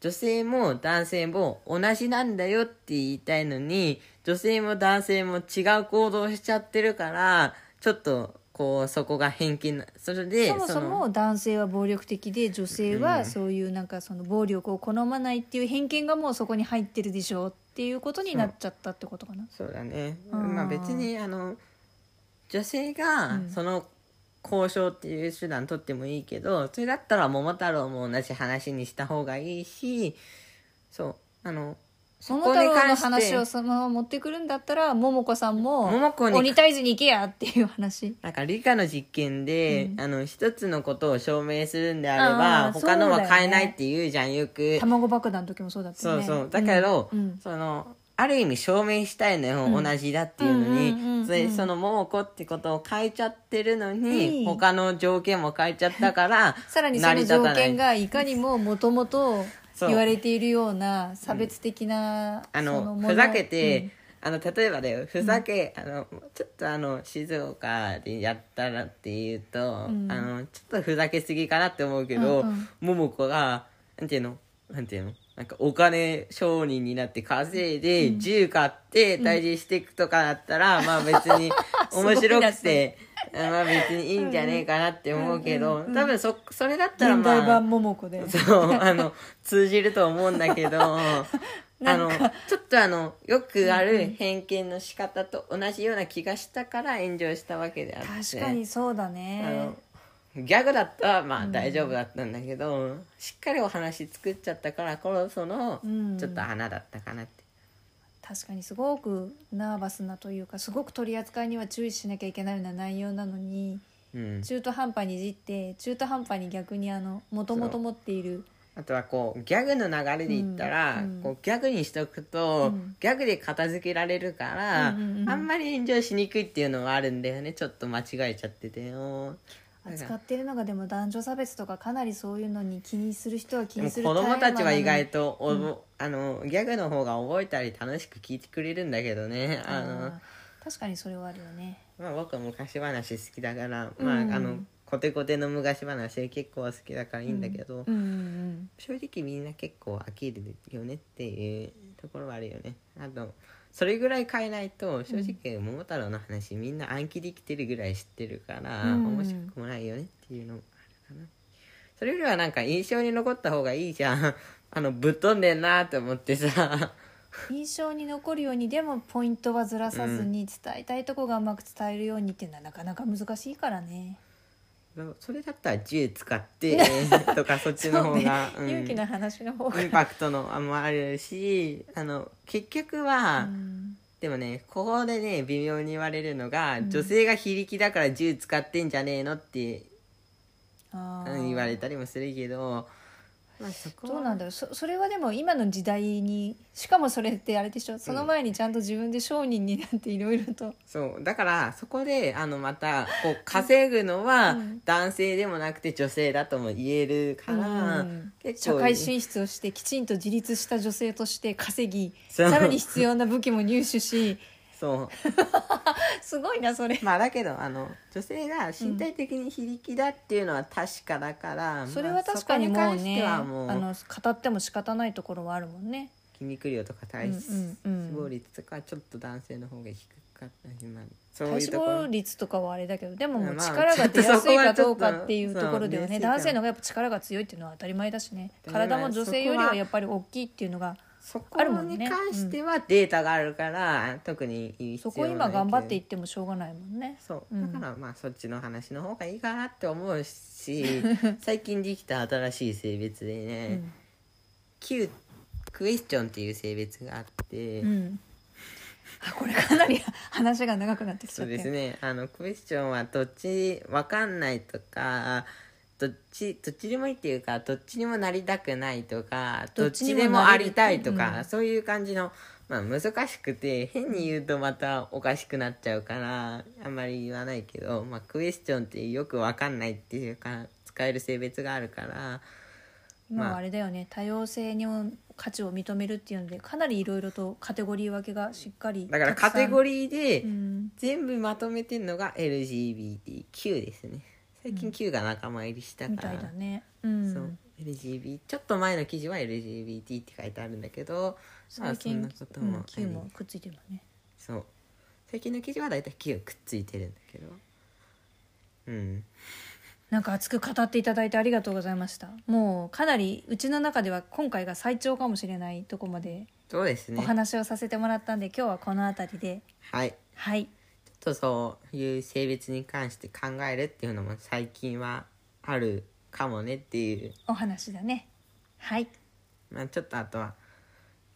[SPEAKER 1] 女性も男性も同じなんだよって言いたいのに女性も男性も違う行動をしちゃってるからちょっとこうそこが偏見なそれで
[SPEAKER 2] そもそ
[SPEAKER 1] の
[SPEAKER 2] も男性は暴力的で女性はそういうなんかその暴力を好まないっていう偏見がもうそこに入ってるでしょうっていうことになっちゃったってことかな。
[SPEAKER 1] そうだね
[SPEAKER 2] うん
[SPEAKER 1] まあ別にあの女性が
[SPEAKER 2] うん
[SPEAKER 1] その交渉っていう手段取ってもいいけどそれだったら桃太郎も同じ話にした方がいいしそうあのそ
[SPEAKER 2] 桃
[SPEAKER 1] こ
[SPEAKER 2] 太
[SPEAKER 1] に
[SPEAKER 2] 郎の
[SPEAKER 1] 関して
[SPEAKER 2] 話をそのまま持ってくるんだったら桃子さんも
[SPEAKER 1] 桃子に
[SPEAKER 2] 鬼退治に行けやっていう話
[SPEAKER 1] なんか理科の実験で、あの一つのことを証明するんであれ
[SPEAKER 2] あ
[SPEAKER 1] ば
[SPEAKER 2] ー
[SPEAKER 1] 他の
[SPEAKER 2] そうだ
[SPEAKER 1] は
[SPEAKER 2] よね
[SPEAKER 1] 変えないって言うじゃんよく
[SPEAKER 2] 卵爆弾の時もそうだった
[SPEAKER 1] そ
[SPEAKER 2] よ
[SPEAKER 1] う
[SPEAKER 2] ね
[SPEAKER 1] そうだけど、
[SPEAKER 2] うんうん
[SPEAKER 1] そのある意味証明したいのよ、
[SPEAKER 2] うん
[SPEAKER 1] 同じだっていうのに、
[SPEAKER 2] うんうんうんうん
[SPEAKER 1] それその桃子ってことを変えちゃってるのに、
[SPEAKER 2] うん
[SPEAKER 1] 他の条件も変えちゃったから
[SPEAKER 2] さらにそ
[SPEAKER 1] 成
[SPEAKER 2] の条
[SPEAKER 1] り
[SPEAKER 2] 件
[SPEAKER 1] 立たない
[SPEAKER 2] がいかにももともと
[SPEAKER 1] そう
[SPEAKER 2] 言われているような差別的な、
[SPEAKER 1] あ
[SPEAKER 2] そ
[SPEAKER 1] の
[SPEAKER 2] も
[SPEAKER 1] ふざけて、あの例えばだよふざけ、あのちょっとあの静岡でやったらっていうと、
[SPEAKER 2] うん
[SPEAKER 1] あのちょっとふざけすぎかなって思うけど、
[SPEAKER 2] うんうん
[SPEAKER 1] 桃子がなんていうのなんていうのなんかお金商人になって稼いで銃買って退治していくとかだったら、まあ別に面白くて、まあ別にいいんじゃねえかなって思うけど、多分そそれだったら
[SPEAKER 2] 現
[SPEAKER 1] まあ
[SPEAKER 2] 代版桃子で
[SPEAKER 1] そう、あの、通じると思うんだけ ど、あの、ちょっとあの、よくある偏見の仕方と同じような気がしたから炎上したわけであって。
[SPEAKER 2] 確かにそうだ
[SPEAKER 1] あ
[SPEAKER 2] ね
[SPEAKER 1] の、ギャグだったらまあ大丈夫だったんだけど、しっかりお話作っちゃったからこその
[SPEAKER 2] うん、
[SPEAKER 1] ちょっと穴だったかなって。
[SPEAKER 2] 確かにすごくナーバスなというかすごく取り扱いには注意しなきゃいけないような内容なのに
[SPEAKER 1] うん。
[SPEAKER 2] 中途半端にいじって中途半端に逆にあのもともと持っている
[SPEAKER 1] あとはこうギャグの流れで言ったら、
[SPEAKER 2] うんうん
[SPEAKER 1] こうギャグにしとくと、
[SPEAKER 2] うん
[SPEAKER 1] ギャグで片付けられるから、
[SPEAKER 2] うんうんうん
[SPEAKER 1] あんまり炎上しにくいっていうのがあるんだよねちょっと間違えちゃっててよだか
[SPEAKER 2] 扱
[SPEAKER 1] ら
[SPEAKER 2] ってるのがでも男女差別とかかなりそういうのに気にする人は気
[SPEAKER 1] で
[SPEAKER 2] に
[SPEAKER 1] も
[SPEAKER 2] す
[SPEAKER 1] 子
[SPEAKER 2] る
[SPEAKER 1] 供たちは意外
[SPEAKER 2] と
[SPEAKER 1] とおぼ、あのギャグの方が覚えたり楽しく聞いてくれるんだけどねあの
[SPEAKER 2] 確かにそれはあるよね
[SPEAKER 1] まあ、僕は昔話好きだから、
[SPEAKER 2] うん
[SPEAKER 1] まああのコテコテの昔話結構好きだからいいんだけど、
[SPEAKER 2] うんうんうん
[SPEAKER 1] 正直みんな結構飽きるよねっていうところはあるよねあとそれぐらい変えないと正直「桃太郎」の話みんな暗記できてるぐらい知ってるから、
[SPEAKER 2] うん
[SPEAKER 1] 面白くもないよねっていうのもあるかなそれよりはなんか印象に残った方がいいじゃん あのぶっ飛んでんなと思ってさ
[SPEAKER 2] 印象に残るようにでもポイントはずらさずに伝えたいとこがうまく伝えるようにっていうのはなかなか難しいからね。
[SPEAKER 1] それだったら銃使って とかそっちの方が
[SPEAKER 2] そうね
[SPEAKER 1] うん
[SPEAKER 2] 勇気の話の方が
[SPEAKER 1] インパクトのあもあるしあの結局は、
[SPEAKER 2] うん
[SPEAKER 1] でもねここでね微妙に言われるのが、女性が非力だから銃使ってんじゃねえのって、
[SPEAKER 2] あ
[SPEAKER 1] うん
[SPEAKER 2] ー
[SPEAKER 1] 言われたりもするけど、まあ、そこは
[SPEAKER 2] どうなんだろうそそれはでも今の時代にしかもそれってあれでしょその前にちゃんと自分で商人になっていろいろと
[SPEAKER 1] そうだからそこであのまたこう稼ぐのは男性でもなくて女性だとも言えるから、
[SPEAKER 2] うん
[SPEAKER 1] 結
[SPEAKER 2] 社
[SPEAKER 1] 構
[SPEAKER 2] 会進出をしてきちんと自立した女性として稼ぎ
[SPEAKER 1] そう
[SPEAKER 2] さらに必要な武器も入手し
[SPEAKER 1] そう
[SPEAKER 2] すごいなそれ。
[SPEAKER 1] まあだけどあの女性が身体的に非力だっていうのは確かだから、
[SPEAKER 2] それ
[SPEAKER 1] ま
[SPEAKER 2] は
[SPEAKER 1] あ
[SPEAKER 2] 確かに
[SPEAKER 1] そこ
[SPEAKER 2] もう
[SPEAKER 1] 関して
[SPEAKER 2] ね、
[SPEAKER 1] はもう
[SPEAKER 2] あの語っても仕方ないところはあるもんね。
[SPEAKER 1] 筋肉量とか体脂
[SPEAKER 2] うんうんうん
[SPEAKER 1] 肪率とかはちょっと男性の方が低かったり、まあ、そう
[SPEAKER 2] 体
[SPEAKER 1] い
[SPEAKER 2] 脂
[SPEAKER 1] うところ
[SPEAKER 2] 肪率とかはあれだけどでももう
[SPEAKER 1] まあ
[SPEAKER 2] 力が出やすいかどうか
[SPEAKER 1] ちょっと
[SPEAKER 2] っていうところでは
[SPEAKER 1] そう
[SPEAKER 2] ね男性の方がやっぱ力が強いっていうのは当たり前だしね
[SPEAKER 1] 当たり前
[SPEAKER 2] 体も女性よりはやっぱり大きいっていうのが
[SPEAKER 1] そこ
[SPEAKER 2] あるもんね
[SPEAKER 1] に関してはデータがあるから、特に言う必
[SPEAKER 2] そ
[SPEAKER 1] 要
[SPEAKER 2] こ
[SPEAKER 1] はない
[SPEAKER 2] 今頑張っていっ
[SPEAKER 1] け
[SPEAKER 2] てもしょうがないもんね
[SPEAKER 1] どそううんだからまあそっちの話の方がいいかなって思う し最近できた新しい性別でね、
[SPEAKER 2] うん
[SPEAKER 1] キュークエスチョンっていう性別があって、
[SPEAKER 2] うんあこれかなり話が長くなってきち
[SPEAKER 1] そ
[SPEAKER 2] ゃ
[SPEAKER 1] う
[SPEAKER 2] っ
[SPEAKER 1] です
[SPEAKER 2] て
[SPEAKER 1] ね。あの、クエスチョンはどっち、わかんないとか、どっち、どっちでもいいっていうか、どっちにもなりたくないとか、ど
[SPEAKER 2] ど
[SPEAKER 1] っ
[SPEAKER 2] っ
[SPEAKER 1] ち
[SPEAKER 2] ち
[SPEAKER 1] で
[SPEAKER 2] に
[SPEAKER 1] も
[SPEAKER 2] も
[SPEAKER 1] あ
[SPEAKER 2] な
[SPEAKER 1] り
[SPEAKER 2] り
[SPEAKER 1] た
[SPEAKER 2] た
[SPEAKER 1] い
[SPEAKER 2] い
[SPEAKER 1] とか、そういう感じの、まあ難しくて、変に言うとまたおかしくなっちゃうから、あんまり言わないけど、まあクエスチョンってよくわかんないっていうか、使える性別があるから、
[SPEAKER 2] 今はあれだよね多様性にも価値を認めるっていうのでかなりいろいろとカテゴリー分けがしっかり
[SPEAKER 1] だからカテゴリーで、
[SPEAKER 2] ーうん
[SPEAKER 1] 全部まとめてんのが LGBTQ ですね。最近 Q が仲間入りした
[SPEAKER 2] み
[SPEAKER 1] か
[SPEAKER 2] た
[SPEAKER 1] ら。
[SPEAKER 2] いだねうん
[SPEAKER 1] そう LGBT ちょっと前の記事は LGBT って書いてあるんだけどまあ
[SPEAKER 2] 最近
[SPEAKER 1] そんなこともあ
[SPEAKER 2] うん
[SPEAKER 1] り
[SPEAKER 2] Q もくっついてるもんね
[SPEAKER 1] そう最近の記事はだいたい Q くっついてるんだけどうん
[SPEAKER 2] なんか熱く語っていただいてありがとうございましたもうかなりうちの中では今回が最長かもしれないとこまで
[SPEAKER 1] そうです
[SPEAKER 2] お
[SPEAKER 1] ね
[SPEAKER 2] 話をさせてもらったんで、今日はこの辺りで
[SPEAKER 1] はいちょ
[SPEAKER 2] はい
[SPEAKER 1] っとそういう性別に関して考えるっていうのも最近はあるかもねっていう
[SPEAKER 2] お話だねはい
[SPEAKER 1] まあちょっとあとはやっ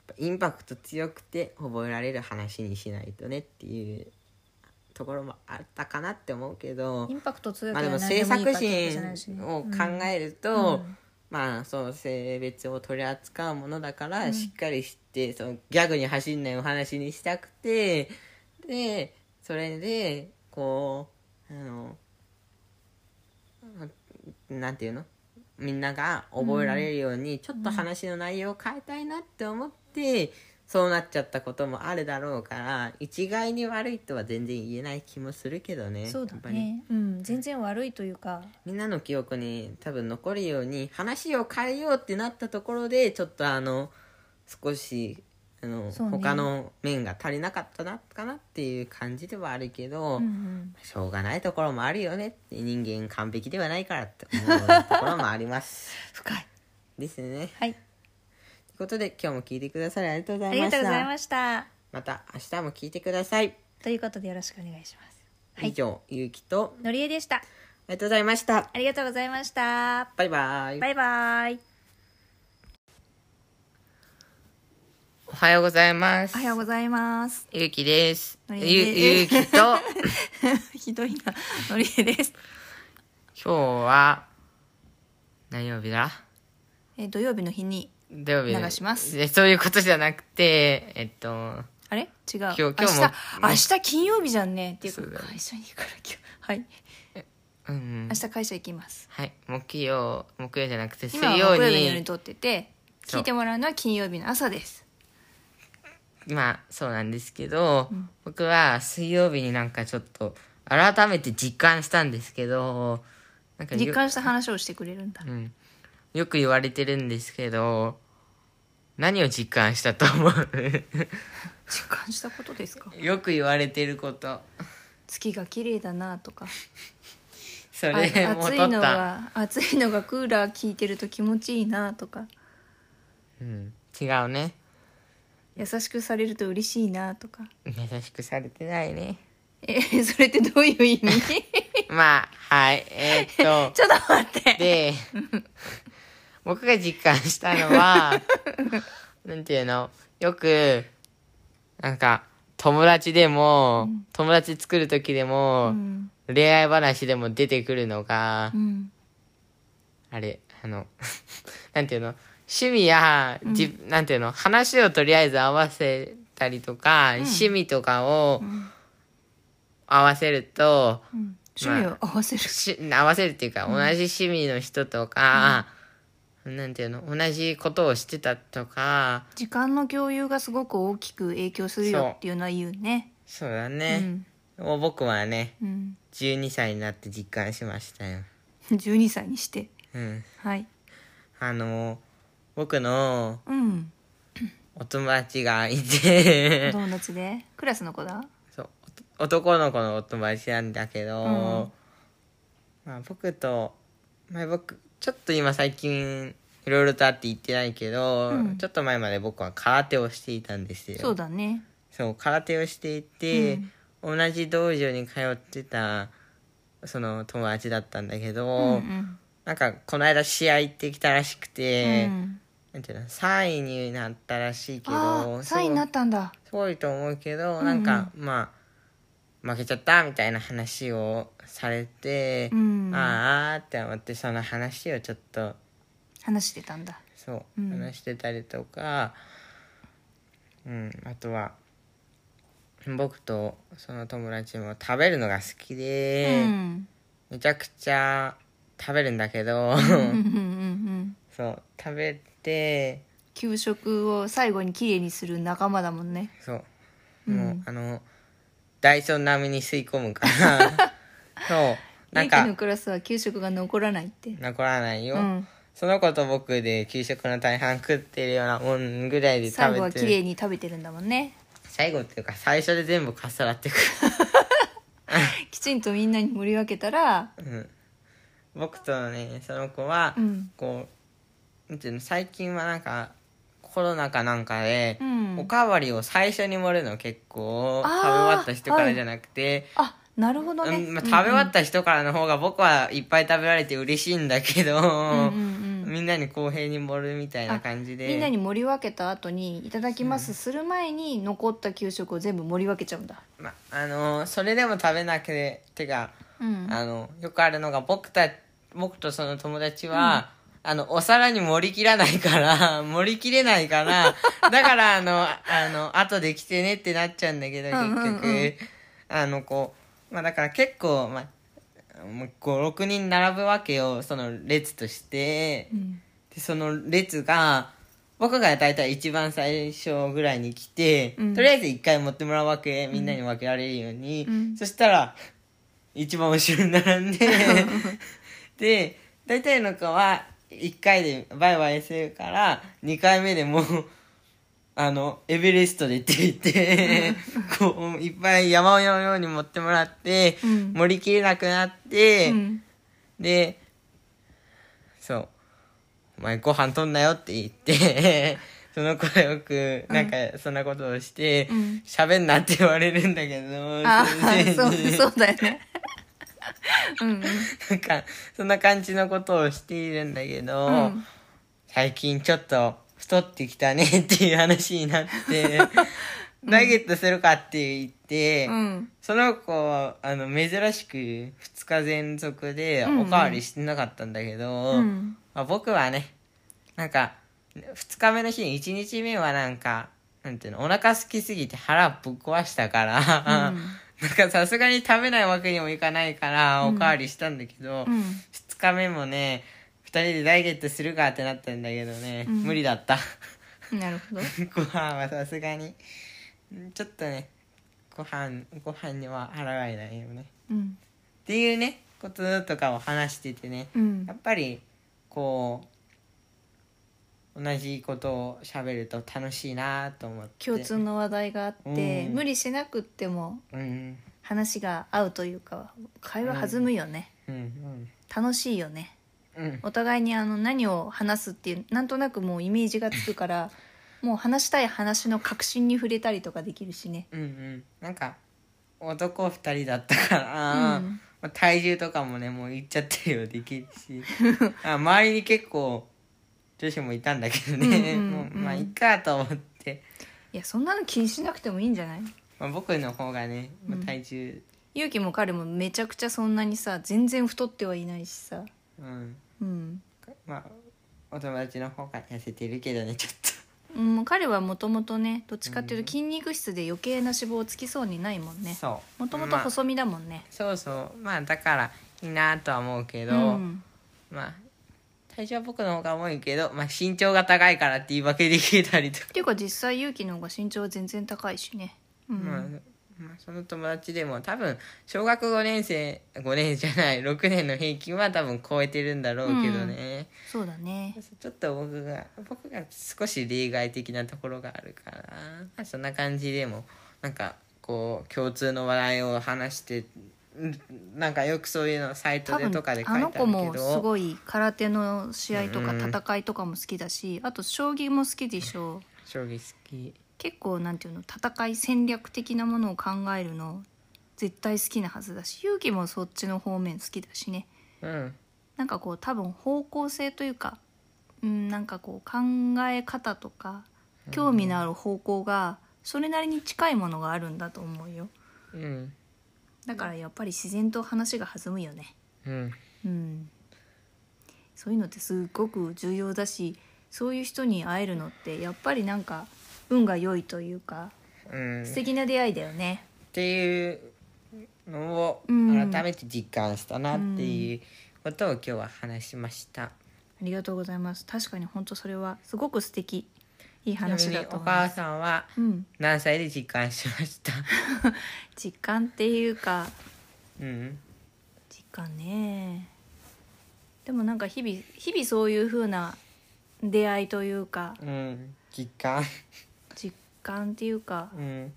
[SPEAKER 1] ぱインパクト強くて覚えられる話にしないとねっていうところもあったかなって思うけど
[SPEAKER 2] インパクト強く
[SPEAKER 1] まあでも
[SPEAKER 2] は何
[SPEAKER 1] 制
[SPEAKER 2] もいい
[SPEAKER 1] 作
[SPEAKER 2] かってわけじゃないし
[SPEAKER 1] 心
[SPEAKER 2] ね
[SPEAKER 1] を考えると、
[SPEAKER 2] うん
[SPEAKER 1] まあそう性別を取り扱うものだから、しっかりしてそのギャグに走んないお話にしたくてでそれでこうあのなんていうのみんなが覚えられるように、ちょっと話の内容を変えたいなって思って、そうなっちゃったこともあるだろうから一概に悪いとは全然言えない気もするけどね
[SPEAKER 2] そうだ
[SPEAKER 1] やっぱり
[SPEAKER 2] ね、うん、全然悪いというか
[SPEAKER 1] みんなの記憶に多分残るように話を変えようってなったところでちょっとあの少しあの、
[SPEAKER 2] そうね
[SPEAKER 1] 他の面が足りなかったなかなっていう感じではあるけど、
[SPEAKER 2] うんうん
[SPEAKER 1] しょうがないところもあるよねって人間完璧ではないからって思うところもあります
[SPEAKER 2] 深い
[SPEAKER 1] ですね
[SPEAKER 2] はい
[SPEAKER 1] ということで今日も聞いてくださりありがとうご
[SPEAKER 2] あ
[SPEAKER 1] ざい
[SPEAKER 2] り
[SPEAKER 1] まし
[SPEAKER 2] が
[SPEAKER 1] た
[SPEAKER 2] とうございました
[SPEAKER 1] また明日も聞いてください、
[SPEAKER 2] ということでよろしくお願いしますはい
[SPEAKER 1] 以上ゆうきと
[SPEAKER 2] のりえでした
[SPEAKER 1] ありがとうございました
[SPEAKER 2] ありがとうございました
[SPEAKER 1] バイバイ
[SPEAKER 2] バイバイ
[SPEAKER 1] おはようございます
[SPEAKER 2] おはようござい ます
[SPEAKER 1] ゆうきです
[SPEAKER 2] の
[SPEAKER 1] ゆ
[SPEAKER 2] りえ
[SPEAKER 1] ゆ
[SPEAKER 2] で
[SPEAKER 1] う
[SPEAKER 2] す
[SPEAKER 1] きと 今
[SPEAKER 2] ひどいなのりえです
[SPEAKER 1] 日は何曜日だ
[SPEAKER 2] え土曜日の日に
[SPEAKER 1] 土曜日
[SPEAKER 2] 流します
[SPEAKER 1] でそういうことじゃなくてえっと
[SPEAKER 2] あれ違う
[SPEAKER 1] 今日今日も
[SPEAKER 2] 明日明日金曜日じゃんねっていうか
[SPEAKER 1] そうだね
[SPEAKER 2] 会社に行くから今日 はい
[SPEAKER 1] うん
[SPEAKER 2] 明日会社行きます
[SPEAKER 1] はい木曜木曜じゃなくて水
[SPEAKER 2] 今は木
[SPEAKER 1] 曜
[SPEAKER 2] 曜日の夜に
[SPEAKER 1] に
[SPEAKER 2] 撮ってて
[SPEAKER 1] そう
[SPEAKER 2] 聞いてもらうのは金曜日の朝です
[SPEAKER 1] まあそうなんですけど、僕は水曜日になんかちょっと改めて実感したんですけどなんかよ
[SPEAKER 2] 実感した話をしてくれるんだ
[SPEAKER 1] うん、よく言われてるんですけど何を実感したと思う
[SPEAKER 2] 実感したことですか
[SPEAKER 1] よく言われてること
[SPEAKER 2] 月が綺麗だなとか
[SPEAKER 1] そ
[SPEAKER 2] あ
[SPEAKER 1] れもう
[SPEAKER 2] 暑
[SPEAKER 1] 取
[SPEAKER 2] いの
[SPEAKER 1] った、
[SPEAKER 2] が暑いのがクーラー効いてると気持ちいいなとか
[SPEAKER 1] うん、違うね
[SPEAKER 2] 優しくされると嬉しいなとか
[SPEAKER 1] 優しくされてないね
[SPEAKER 2] えそれってどういう意味
[SPEAKER 1] まあはいえーっと
[SPEAKER 2] ちょっと待って
[SPEAKER 1] で僕が実感したのはなんていうのよくなんか友達でも、友達作る時でも、
[SPEAKER 2] うん
[SPEAKER 1] 恋愛話でも出てくるのが、
[SPEAKER 2] うん
[SPEAKER 1] あれ、あの、 なんていうの趣味や、じ、なんていうの話をとりあえず合わせたりとか、趣味とかを合わせると、
[SPEAKER 2] うん趣味を合わせる、
[SPEAKER 1] し合わせるっていうか、同じ趣味の人とか、なんていうの同じことをしてたとか、
[SPEAKER 2] 時間の共有がすごく大きく影響するよっていうのは言うね
[SPEAKER 1] そうだ
[SPEAKER 2] う
[SPEAKER 1] ね。
[SPEAKER 2] ん、
[SPEAKER 1] もう僕はね、
[SPEAKER 2] うん、
[SPEAKER 1] 12歳になって実感しましたよ。
[SPEAKER 2] 12歳にして
[SPEAKER 1] うん。
[SPEAKER 2] はい
[SPEAKER 1] あの、僕の
[SPEAKER 2] うん
[SPEAKER 1] お友達がいて、
[SPEAKER 2] 友達でクラスの子だ
[SPEAKER 1] そうおと男の子のお友達なんだけど、
[SPEAKER 2] うん
[SPEAKER 1] まあ、僕と、まあ、僕ちょっと今最近いろいろとあって言ってないけど、
[SPEAKER 2] うん
[SPEAKER 1] ちょっと前まで僕は空手をしていたんですよ
[SPEAKER 2] そうだね
[SPEAKER 1] そう空手をしていて、同じ道場に通ってたその友達だったんだけど、
[SPEAKER 2] うんうん
[SPEAKER 1] なんかこの間試合行ってきたらしくて、
[SPEAKER 2] うん、
[SPEAKER 1] なんていうの3位になったらしいけど
[SPEAKER 2] ああ
[SPEAKER 1] そう
[SPEAKER 2] サインになったんだ
[SPEAKER 1] すごいと思うけど、なんかまあ負けちゃったみたいな話をされて、
[SPEAKER 2] うん
[SPEAKER 1] あーあーって思ってその話をちょっと
[SPEAKER 2] 話してたんだ
[SPEAKER 1] そううん話してたりとか、うんあとは僕とその友達も食べるのが好きで
[SPEAKER 2] う、ん
[SPEAKER 1] めちゃくちゃ食べるんだけど、
[SPEAKER 2] うんうんうんうん
[SPEAKER 1] そう食べて
[SPEAKER 2] 給食を最後にきれいにする仲間だもんね
[SPEAKER 1] そう、もうあのダイソン並みに吸い込むから そうな
[SPEAKER 2] なんん
[SPEAKER 1] か
[SPEAKER 2] のクラスは給食が残らないって
[SPEAKER 1] 残らないよ、
[SPEAKER 2] うん
[SPEAKER 1] その子と僕で給食の大半食ってるようなもんぐらいで食べて
[SPEAKER 2] 最後はきれいに食べてるんだもんね
[SPEAKER 1] 最後っていうか最初で全部かっさらってく
[SPEAKER 2] きちんとみんなに盛り分けたら
[SPEAKER 1] る、 うん、僕とねその子は、
[SPEAKER 2] うん
[SPEAKER 1] こうなんていうの最近はなんかコロナかなんかで、
[SPEAKER 2] うん
[SPEAKER 1] おかわりを最初に盛るの結構
[SPEAKER 2] あ
[SPEAKER 1] 食
[SPEAKER 2] ー
[SPEAKER 1] べ終わった人からじゃなくて、
[SPEAKER 2] あなるほどね、
[SPEAKER 1] うんまあ、食べ終わった人からの方が僕はいっぱい食べられて嬉しいんだけど、
[SPEAKER 2] うんうんうん
[SPEAKER 1] みんなに公平に盛るみたいな感じで
[SPEAKER 2] みんなに盛り分けた後に「いただきます」する前に残った給食を全部盛り分けちゃうんだ
[SPEAKER 1] まあのそれでも食べなくててか、
[SPEAKER 2] うん
[SPEAKER 1] あのよくあるのが僕た僕とその友達は、あのお皿に盛りきらないから 盛りきれないからだからあのあの後で来てねってなっちゃうんだけど
[SPEAKER 2] うん
[SPEAKER 1] 結
[SPEAKER 2] うんうん
[SPEAKER 1] 局、あのこうまあだから結構まあもう56人並ぶわけよその列として、でその列が僕が大体一番最初ぐらいに来て、
[SPEAKER 2] うん
[SPEAKER 1] とりあえず一回持ってもらうわけみんなに分けられるように、
[SPEAKER 2] うん
[SPEAKER 1] そしたら一番後ろに並んでで大体の子は1回でバイバイするから2回目でもうあのエベレストでって言ってこういっぱい山のように持ってもらって、
[SPEAKER 2] うん
[SPEAKER 1] 盛りきれなくなって、
[SPEAKER 2] うん
[SPEAKER 1] でそう「お前ご飯とんなよ」って言って その子はよくなんかそんなことをして
[SPEAKER 2] ん
[SPEAKER 1] 喋、ん、なって言われるんだけど
[SPEAKER 2] あ
[SPEAKER 1] 先生
[SPEAKER 2] ー
[SPEAKER 1] に
[SPEAKER 2] そうそうだよねうん
[SPEAKER 1] なんかそんな感じのことをしているんだけど、
[SPEAKER 2] うん
[SPEAKER 1] 最近ちょっと太ってきたねっていう話になっ て、ダイエットするかって言って、
[SPEAKER 2] うん
[SPEAKER 1] その子はあの珍しく2日連続で
[SPEAKER 2] うんうん
[SPEAKER 1] おかわりしてなかったんだけど、
[SPEAKER 2] うん
[SPEAKER 1] まあ、僕はねなんか2日目の日に1日目はなんかなんていうのお腹空きすぎて腹ぶっ壊したから、
[SPEAKER 2] うん
[SPEAKER 1] なんかさすがに食べないわけにもいかないからおかわりしたんだけど、
[SPEAKER 2] うん
[SPEAKER 1] 2日目もね2人でダイエットするかってなったんだけどね、
[SPEAKER 2] うん
[SPEAKER 1] 無理だった
[SPEAKER 2] なるほど
[SPEAKER 1] ご飯はさすがにちょっとねご飯ご飯には腹がいないよね
[SPEAKER 2] うん
[SPEAKER 1] っていうねこととかを話しててね
[SPEAKER 2] うん
[SPEAKER 1] やっぱりこう同じことを喋ると楽しいなと思って
[SPEAKER 2] 共通の話題があって、
[SPEAKER 1] うん
[SPEAKER 2] 無理しなくっても
[SPEAKER 1] うん
[SPEAKER 2] 話が合うというか会話弾むよね、
[SPEAKER 1] うん
[SPEAKER 2] 楽しいよね
[SPEAKER 1] うんうん
[SPEAKER 2] お互いにあの何を話すっていうなんとなくもうイメージがつくから もう話したい話の核心に触れたりとかできるしね
[SPEAKER 1] うんうんなんか男2人だったから、
[SPEAKER 2] うん
[SPEAKER 1] まあ体重とかもねもう言っちゃってるよできる しあ周りに結構女子もいたんだけどね、
[SPEAKER 2] うんうんうん
[SPEAKER 1] もうまあいいかと思って、
[SPEAKER 2] いやそんなの気にしなくてもいいんじゃない
[SPEAKER 1] まあ、僕の方がね、まあ、体重、
[SPEAKER 2] 勇気も彼もめちゃくちゃそんなにさ全然太ってはいないしさ
[SPEAKER 1] うん、
[SPEAKER 2] うん、
[SPEAKER 1] まあお友達の方が痩せてるけどねちょっと。
[SPEAKER 2] うん、彼はもともとねどっちかっていうと筋肉質で余計な脂肪つきそうにないもんね
[SPEAKER 1] そう
[SPEAKER 2] もともと
[SPEAKER 1] まあ
[SPEAKER 2] 細身だもんね、
[SPEAKER 1] そうそうまあだからいいなとは思うけど、
[SPEAKER 2] うん
[SPEAKER 1] まあ体重は僕の方が重いけど、まあ、身長が高いからって言い訳できたりとか
[SPEAKER 2] っていうか実際勇気の方が身長は全然高いしねうん、
[SPEAKER 1] まあまあ、その友達でも多分小学5年生5年じゃない6年の平均は多分超えてるんだろうけどね、
[SPEAKER 2] そうだね
[SPEAKER 1] ちょっと僕が僕が少し例外的なところがあるから、まあ、そんな感じでもなんかこう共通の話題を話してうんなんかよくそういうのサイト
[SPEAKER 2] 多
[SPEAKER 1] で
[SPEAKER 2] 分
[SPEAKER 1] とかで書いてあ
[SPEAKER 2] あの
[SPEAKER 1] るけ
[SPEAKER 2] 子もす
[SPEAKER 1] ど
[SPEAKER 2] ごい空手の試合とか
[SPEAKER 1] うんうん
[SPEAKER 2] 戦いとかも好きだし、あと将棋も好きでしょ
[SPEAKER 1] 将棋好き
[SPEAKER 2] 結構なんていうの戦い戦略的なものを考えるの絶対好きなはずだし勇気もそっちの方面好きだしね
[SPEAKER 1] うん
[SPEAKER 2] なんかこう多分方向性というか、うん、なんかこう考え方とか興味のある方向がそれなりに近いものがあるんだと思うよ
[SPEAKER 1] うん
[SPEAKER 2] だからやっぱり自然と話が弾むよね
[SPEAKER 1] うん
[SPEAKER 2] うん、そういうのってすっごく重要だしそういう人に会えるのってやっぱりなんか運が良いというか
[SPEAKER 1] うん
[SPEAKER 2] 素敵な出会いだよね。
[SPEAKER 1] っていうのを
[SPEAKER 2] うん
[SPEAKER 1] 改めて実感したなっていうことを今日は話しました。
[SPEAKER 2] ありがとうございます。確かに本当それはすごく素敵いい
[SPEAKER 1] ちなみ
[SPEAKER 2] 話
[SPEAKER 1] に
[SPEAKER 2] だと
[SPEAKER 1] お
[SPEAKER 2] 思いま
[SPEAKER 1] 母
[SPEAKER 2] す。
[SPEAKER 1] さんは
[SPEAKER 2] うん、
[SPEAKER 1] 何歳で実感しました。
[SPEAKER 2] 実感っていうか
[SPEAKER 1] うん。
[SPEAKER 2] 実感ね。でもなんか日々日々そういう風な出会いというか
[SPEAKER 1] うん。実感。
[SPEAKER 2] 実感っていうか
[SPEAKER 1] うん。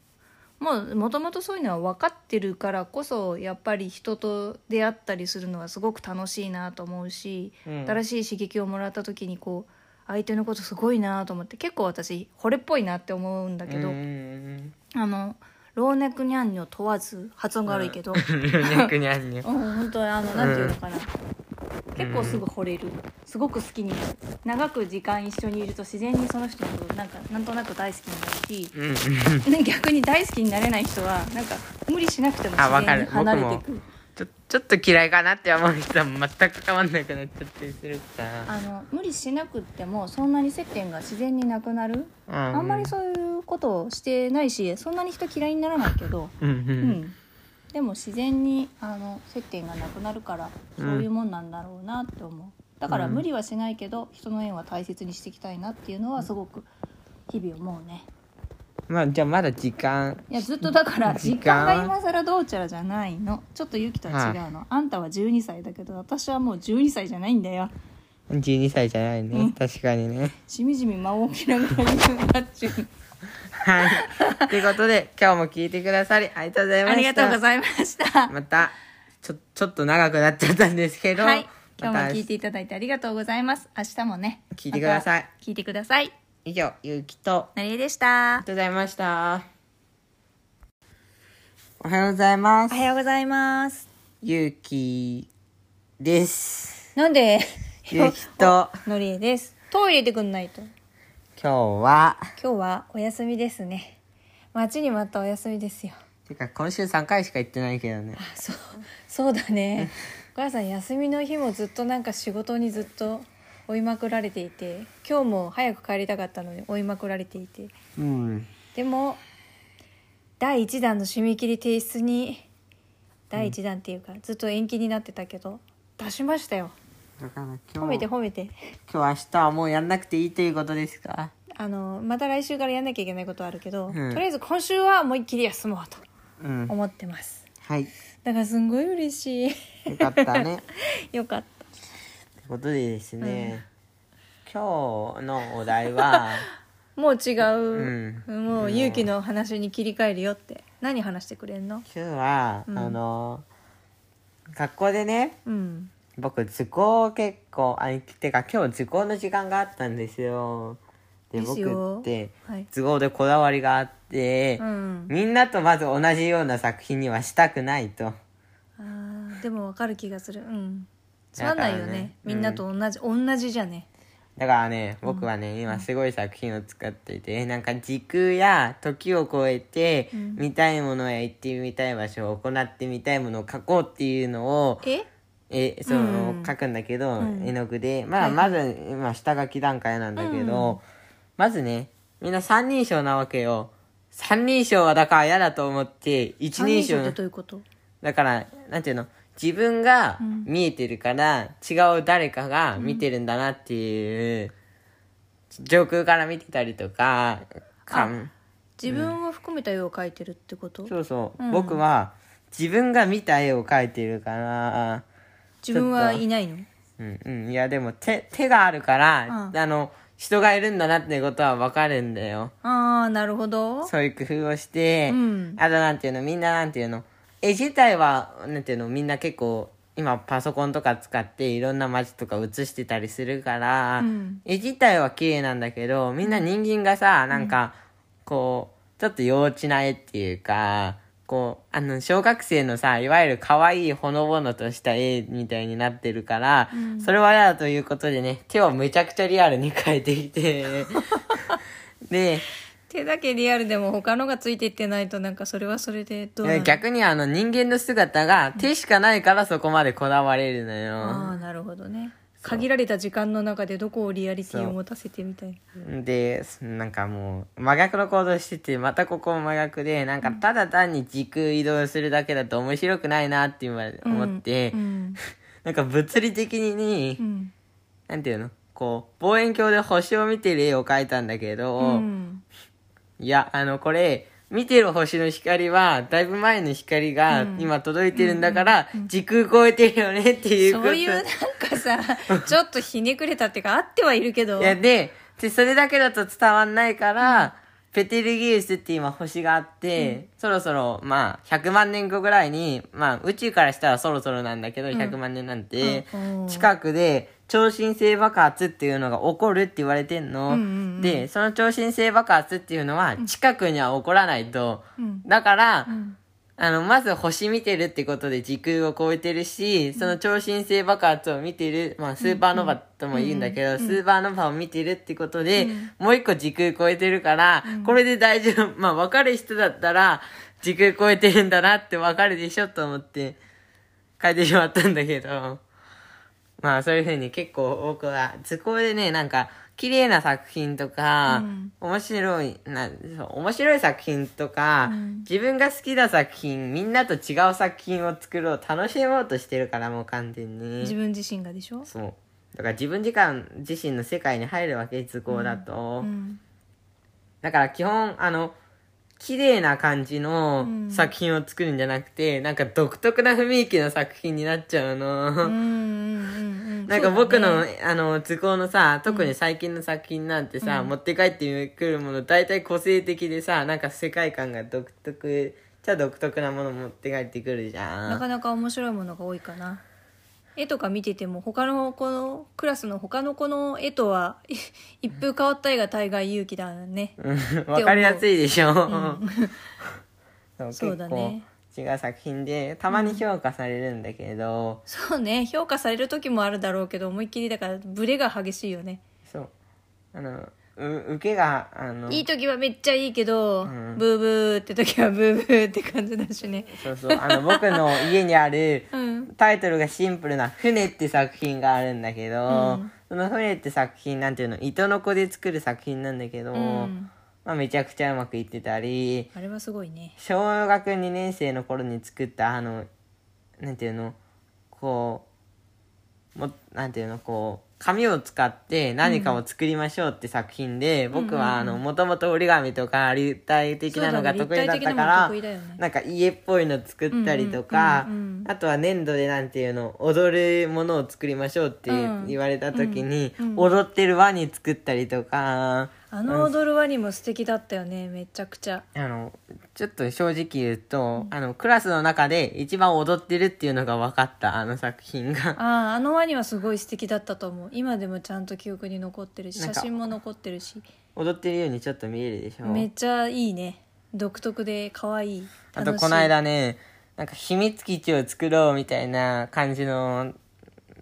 [SPEAKER 2] もうもともとそういうのは分かってるからこそやっぱり人と出会ったりするのはすごく楽しいなと思うし、
[SPEAKER 1] うん
[SPEAKER 2] 新しい刺激をもらった時にこう相手のことすごいなと思って結構私惚れっぽいなって思うんだけど、
[SPEAKER 1] うん。
[SPEAKER 2] あの老若にゃんにょ問わず発音が悪いけど、
[SPEAKER 1] にゃくにゃんにゃ。
[SPEAKER 2] うん、本当にあのなんていうのかな、結構すぐ惚れるすごく好きになる長く時間一緒にいると自然にその人のことなんかなんとなく大好きになる
[SPEAKER 1] う
[SPEAKER 2] し。
[SPEAKER 1] ん。
[SPEAKER 2] ね、逆に大好きになれない人はなんか無理しなくても
[SPEAKER 1] あわ
[SPEAKER 2] 自
[SPEAKER 1] か
[SPEAKER 2] 然に
[SPEAKER 1] る
[SPEAKER 2] 離れていく
[SPEAKER 1] ちょちょっと嫌いかなって思う人は全く変わんなくなっちゃったりするから。
[SPEAKER 2] あの無理しなくってもそんなに接点が自然になくなる、あ
[SPEAKER 1] あ
[SPEAKER 2] んまりそういうことをしてないしそんなに人嫌いにならないけど、
[SPEAKER 1] うん。うんう。
[SPEAKER 2] うんでも自然にあの接点がなくなるから
[SPEAKER 1] う
[SPEAKER 2] そ
[SPEAKER 1] ん
[SPEAKER 2] ういうもんなんだろうなって思うだから
[SPEAKER 1] うん
[SPEAKER 2] 無理はしないけど人の縁は大切にしていきたいなっていうのはすごく日々思うね
[SPEAKER 1] まあじゃあまだ時間。
[SPEAKER 2] いやずっとだから
[SPEAKER 1] 時
[SPEAKER 2] 時
[SPEAKER 1] 間
[SPEAKER 2] 間が今更どうちゃらじゃないのちょっとゆきとは違うの、あんたは12歳だけど私はもう12歳じゃないんだよ
[SPEAKER 1] 12歳じゃないね。確かにね。
[SPEAKER 2] しみじみ間を切らぐらいになっちゅう
[SPEAKER 1] はい。ということで、今日も聞いてくださり、ありがとうございま
[SPEAKER 2] あ
[SPEAKER 1] した。
[SPEAKER 2] りがとうございました。
[SPEAKER 1] また、ちょ、ちょっと長くなっちゃったんですけど、
[SPEAKER 2] はい。今
[SPEAKER 1] ま
[SPEAKER 2] 日
[SPEAKER 1] た
[SPEAKER 2] も聞いていただいてありがとうございます。明日もね。
[SPEAKER 1] 聞いてください
[SPEAKER 2] また聞いてください。
[SPEAKER 1] 以上、ゆうきと、
[SPEAKER 2] なりえでした
[SPEAKER 1] ありが。とうございました。おはようございま
[SPEAKER 2] お
[SPEAKER 1] す。
[SPEAKER 2] はようございます。
[SPEAKER 1] ゆうきです。
[SPEAKER 2] なんで
[SPEAKER 1] ゆうきと、
[SPEAKER 2] のりえです。トイレでくんないと。
[SPEAKER 1] 今日は、
[SPEAKER 2] 今日はお休みですね。待ちに待ったお休みですよ。
[SPEAKER 1] てか今週3回しか行ってないけどね。
[SPEAKER 2] あそう、そうだね。お母さん休みの日もずっとなんか仕事にずっと追いまくられていて、今日も早く帰りたかったのに追いまくられていて。
[SPEAKER 1] うん。
[SPEAKER 2] でも第1弾の締め切り提出に第1弾っていうか、ずっと延期になってたけど出しましたよ
[SPEAKER 1] だから
[SPEAKER 2] 褒
[SPEAKER 1] 今
[SPEAKER 2] めて
[SPEAKER 1] 日、
[SPEAKER 2] 褒めて
[SPEAKER 1] 今日明日はもうやんなくていいということですか
[SPEAKER 2] あのまた来週からやんなきゃいけないことはあるけど、
[SPEAKER 1] うん
[SPEAKER 2] とりあえず今週は思いっきり休もうと
[SPEAKER 1] うん。
[SPEAKER 2] 思ってます
[SPEAKER 1] はい。
[SPEAKER 2] だからすんごい嬉し
[SPEAKER 1] よかったね。
[SPEAKER 2] いよかった
[SPEAKER 1] ということでですね、今日のお題 は、
[SPEAKER 2] もう違う、もう勇気
[SPEAKER 1] の
[SPEAKER 2] の話に切り替えるよって何話してくれんの
[SPEAKER 1] 今日は、
[SPEAKER 2] うん
[SPEAKER 1] あの、学校でね、
[SPEAKER 2] うん
[SPEAKER 1] 僕図工結構あてか今日図工の時間があったんですよで
[SPEAKER 2] ですよ
[SPEAKER 1] 僕って
[SPEAKER 2] はい
[SPEAKER 1] 図工でこだわりがあって、
[SPEAKER 2] うん
[SPEAKER 1] みんなとまず同じような作品にはしたくないと
[SPEAKER 2] あーでもわかる気がするうんつまんないよ
[SPEAKER 1] だ
[SPEAKER 2] ね
[SPEAKER 1] からね
[SPEAKER 2] みんなと同じ、同じじゃね
[SPEAKER 1] だからね僕はね、今すごい作品を作っていてなんか時空や時を超えて、見たいものや行ってみたい場所を行ってみたいものを描こうっていうのを
[SPEAKER 2] え
[SPEAKER 1] えそう、
[SPEAKER 2] うん
[SPEAKER 1] 書くんだけど、
[SPEAKER 2] うん
[SPEAKER 1] 絵の具で、まあ、まず今下書き段階なんだけど、まずねみんな三人称なわけよ三人称はだから嫌だと思って一
[SPEAKER 2] 三人
[SPEAKER 1] 人
[SPEAKER 2] 称って
[SPEAKER 1] 称
[SPEAKER 2] どういうこと
[SPEAKER 1] だからなんていうの自分が見えてるから、違う誰かが見てるんだなっていう、上空から見てたりとかか
[SPEAKER 2] 自分を含めた絵を描いてるってこと、
[SPEAKER 1] そうそう、僕は自分が見た絵を描いてるから
[SPEAKER 2] 自分はいないの
[SPEAKER 1] うんうん、いやでも手手があるから、
[SPEAKER 2] うん
[SPEAKER 1] あの人がいるんだなってことは分かるんだよ
[SPEAKER 2] ああなるほど
[SPEAKER 1] そういう工夫をして、
[SPEAKER 2] うん
[SPEAKER 1] あとなんていうのみんななんていうの絵自体はなんていうのみんな結構今パソコンとか使っていろんな街とか写してたりするから、
[SPEAKER 2] うん
[SPEAKER 1] 絵自体は綺麗なんだけどみんな人間がさなんかこうちょっと幼稚な絵っていうかこうあの小学生のさいわゆる可愛いほのぼのとした絵みたいになってるから、それは嫌だということでね手をむちゃくちゃリアルに描いてき てで
[SPEAKER 2] 手だけリアルでも他のがついていってないとなんかそれはそれでどうなの
[SPEAKER 1] 逆にあの人間の姿が手しかないからそこまでこだわれるの
[SPEAKER 2] ああ
[SPEAKER 1] よ。
[SPEAKER 2] なるほどね限られた時間の中でどこをリアリティを持たせてみたいな
[SPEAKER 1] でなんかもう真逆の行動しててまたここも真逆でなんかただ単に時空移動するだけだと面白くないなって今思って、
[SPEAKER 2] うん
[SPEAKER 1] なんか物理的に、
[SPEAKER 2] うん
[SPEAKER 1] なんていうのこう望遠鏡で星を見てる絵を描いたんだけど、
[SPEAKER 2] うん
[SPEAKER 1] いや、あの、これ、見てる星の光は、だいぶ前の光が今届いてるんだから、時空超えてるよねっていう
[SPEAKER 2] そ
[SPEAKER 1] こと。
[SPEAKER 2] ういうなんかさちょっとひねくれたっていうかあってはいるけど
[SPEAKER 1] いや、で、でそれだけだと伝わんないから、ペテルギウスって今星があって、そろそろ、まあ、100万年後ぐらいに、まあ、宇宙からしたらそろそろなんだけど、100万年なんて、
[SPEAKER 2] うんうん
[SPEAKER 1] 近くで、超新星爆発っていうのが起こるって言われてんの。
[SPEAKER 2] んうん
[SPEAKER 1] で、その超新星爆発っていうのは、近くには起こらないと。
[SPEAKER 2] うん
[SPEAKER 1] だから、
[SPEAKER 2] ん
[SPEAKER 1] あの、まず星見てるってことで時空を超えてるし、その超新星爆発を見てる、まあスーパーノヴァとも言うんだけど、スーパーノヴァを見てるってことで、もう一個時空超えてるから、これで大丈夫。 まあ分かる人だったら、時空超えてるんだなって分かるでしょと思って、書いてしまったんだけど。まあそういうふうに結構僕は図工でねなんか綺麗な作品とか、面白いなそう面白い作品とか、自分が好きな作品みんなと違う作品を作ろう楽しもうとしてるからもう完全
[SPEAKER 2] 自
[SPEAKER 1] に
[SPEAKER 2] 分自身がでしょ、
[SPEAKER 1] そうだから自分時間自身の世界に入るわけ図工だと、
[SPEAKER 2] うん、
[SPEAKER 1] だから基本あの綺麗な感じの作品を作るんじゃなくて、なんか独特な雰囲気の作品になっちゃうの、
[SPEAKER 2] うんうんうんうんん
[SPEAKER 1] なんか僕
[SPEAKER 2] そう
[SPEAKER 1] の、
[SPEAKER 2] だね
[SPEAKER 1] あの、図工のさ、特に最近の作品なんてさ、持って帰ってくるもの、大体個性的でさ、なんか世界観が独特、じゃ独特なもの持って帰ってくるじゃ。
[SPEAKER 2] なんかなか面白いものが多いかな絵とか見てても他の子のクラスの他の子の絵とは 一風変わった絵が大概勇気だね、
[SPEAKER 1] うんわかりやすいでしょ。 そう
[SPEAKER 2] そうだね
[SPEAKER 1] 結構違う作品で、たまに評価されるんだけど、
[SPEAKER 2] そうね評価される時もあるだろうけど思いっきりだからブレが激しいよね、
[SPEAKER 1] そう。あの、う受けが、あの、
[SPEAKER 2] いい時はめっちゃいいけど、
[SPEAKER 1] ん
[SPEAKER 2] ブーブーって時はブーブーって感じだしね
[SPEAKER 1] そうそう、あの、僕の家にある、
[SPEAKER 2] うん
[SPEAKER 1] タイトルがシンプルな「船」って作品があるんだけど、
[SPEAKER 2] うん
[SPEAKER 1] その「船」って作品なんていうの糸の子で作る作品なんだけど、
[SPEAKER 2] うん
[SPEAKER 1] まあ、めちゃくちゃうまくいってたり
[SPEAKER 2] あれはすごいね
[SPEAKER 1] 小学2年生の頃に作ったあのなんていうのこうもなんていうのこう紙を使って何かを作りましょうって作品で、僕はあのもともと折り紙とか立体的なのが
[SPEAKER 2] そう
[SPEAKER 1] 得
[SPEAKER 2] だ
[SPEAKER 1] 意
[SPEAKER 2] ね
[SPEAKER 1] だった
[SPEAKER 2] 立体
[SPEAKER 1] か
[SPEAKER 2] 的なの
[SPEAKER 1] ら、
[SPEAKER 2] 得意だよね
[SPEAKER 1] なんか家っぽいの作ったりとか、
[SPEAKER 2] うんうんうんうん
[SPEAKER 1] あとは粘土でなんていうの踊るものを作りましょうって
[SPEAKER 2] うん
[SPEAKER 1] 言われた時に、
[SPEAKER 2] うんうん
[SPEAKER 1] 踊ってる輪に作ったりとか。
[SPEAKER 2] あの踊るワニも素敵だったよねめちゃくちゃ
[SPEAKER 1] あの、ちょっと正直言うと、あの、クラスの中で一番踊ってるっていうのが分かった、あの作品が。
[SPEAKER 2] あああのワニはすごい素敵だったと思う今でもちゃんと記憶に残ってるし
[SPEAKER 1] なん
[SPEAKER 2] 写
[SPEAKER 1] か
[SPEAKER 2] 真も残ってるし
[SPEAKER 1] 踊ってるようにちょっと見えるでしょ。
[SPEAKER 2] めっちゃいいね独特で可愛い
[SPEAKER 1] あと、
[SPEAKER 2] 楽しい
[SPEAKER 1] この間ね、なんか秘密基地を作ろうみたいな感じの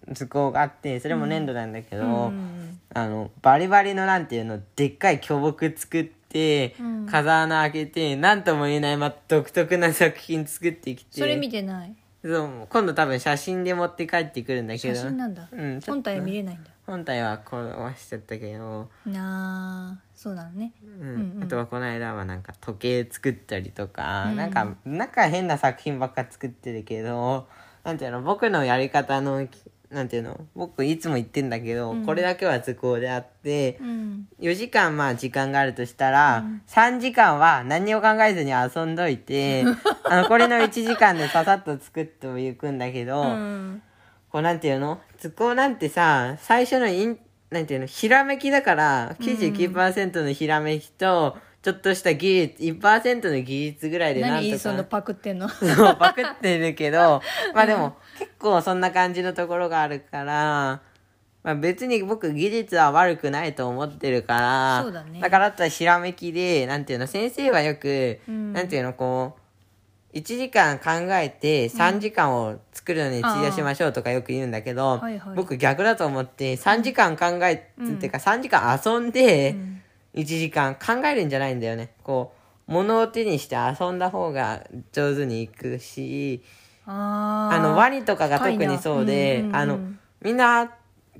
[SPEAKER 1] 図工があって、それも粘土なんだけど、
[SPEAKER 2] うん
[SPEAKER 1] あの、バリバリのなんていうの、でっかい巨木作って、
[SPEAKER 2] ん
[SPEAKER 1] 風穴開けて、なんとも言えない、まあ、独特な作品作ってきて。
[SPEAKER 2] それ見てない
[SPEAKER 1] そう今度多分写真で持って帰ってくるんだけ
[SPEAKER 2] 写
[SPEAKER 1] ど。
[SPEAKER 2] 真なんだ、
[SPEAKER 1] うんちょっと
[SPEAKER 2] 本体は見れないんだ
[SPEAKER 1] 本体は壊しちゃったけど、
[SPEAKER 2] なあそうなのね
[SPEAKER 1] うん
[SPEAKER 2] うんうん
[SPEAKER 1] あとはこの間はなんか時計作ったりとか、
[SPEAKER 2] うん
[SPEAKER 1] なんかなんか変な作品ばっか作ってるけどなんていうの僕のやり方のなんていうの僕いつも言ってんだけど、これだけは図工であって
[SPEAKER 2] う、ん
[SPEAKER 1] 4時間まあ時間があるとしたら、3時間は何を考えずに遊んどい てあのこれの1時間でささっと作ってもいくんだけど。
[SPEAKER 2] うん
[SPEAKER 1] こうなんていうの図工なんてさ、最初のイン、なんていうの、ひらめきだから、99%のひらめきと、ちょっとした技術、1%の技術ぐらいでなん
[SPEAKER 2] 何
[SPEAKER 1] と
[SPEAKER 2] その
[SPEAKER 1] か、
[SPEAKER 2] パクってんの
[SPEAKER 1] そう、 パクってるけど、まあでも、結構そんな感じのところがあるから、まあ別に僕技術は悪くないと思ってるから、
[SPEAKER 2] そうだね
[SPEAKER 1] からあとはひらめきで、なんていうの、先生はよく、なんていうの、こう、1時間考えて3時間を作るのに費やしましょうとかよく言うんだけど、
[SPEAKER 2] ーはいはい
[SPEAKER 1] 僕逆だと思って3時間考え、っていうか3時間遊んで1時間考えるんじゃないんだよね。こう、物を手にして遊んだ方が上手にいくし、
[SPEAKER 2] あー
[SPEAKER 1] あの、ワニとかが特
[SPEAKER 2] 深い
[SPEAKER 1] に
[SPEAKER 2] な
[SPEAKER 1] そうで、
[SPEAKER 2] うんうんうん
[SPEAKER 1] あの、みんな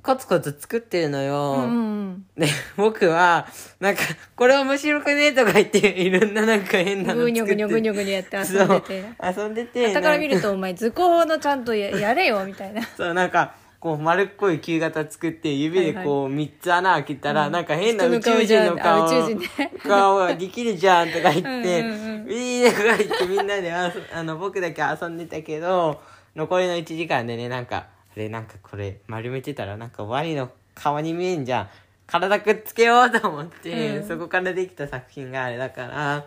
[SPEAKER 1] コツコツ作ってるのよ。
[SPEAKER 2] うんうん
[SPEAKER 1] で、僕は、なんか、これ面白くねとか言って、いろんななんか変
[SPEAKER 2] ぐ
[SPEAKER 1] なの作って。
[SPEAKER 2] にょぐにょぐにょぐにょやって遊んでて
[SPEAKER 1] そう遊んでて。
[SPEAKER 2] だから
[SPEAKER 1] なん
[SPEAKER 2] 見るとお前図工のちゃんとややれよみたいな
[SPEAKER 1] そう、なんか、こう丸っこい球形作って、指でこう三つ穴開けたら、なんか変な宇宙人の顔を、
[SPEAKER 2] 人の顔じゃんあ宇宙人ね
[SPEAKER 1] 顔ができるじゃんとか言って、
[SPEAKER 2] うんうんうん
[SPEAKER 1] ウィーとか言ってみんなであそ、あの、僕だけ遊んでたけど、残りの1時間でね、なんか、あれ、なんかこれ丸めてたら、なんかワニの顔に見えんじゃん。体くっつけようと思って、そこからできた作品があれだから、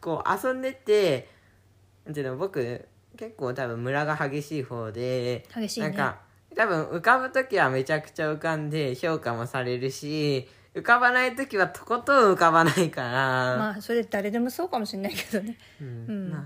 [SPEAKER 1] こう遊んでて、なんていうの僕結構多分ムラが激しい方で
[SPEAKER 2] 激しいね
[SPEAKER 1] なんか多分浮かぶ時はめちゃくちゃ浮かんで評価もされるし浮かばない時はとことん浮かばないから、まあ
[SPEAKER 2] まあそれ誰でもそうかもしれないけどね
[SPEAKER 1] うん
[SPEAKER 2] うん
[SPEAKER 1] まあ、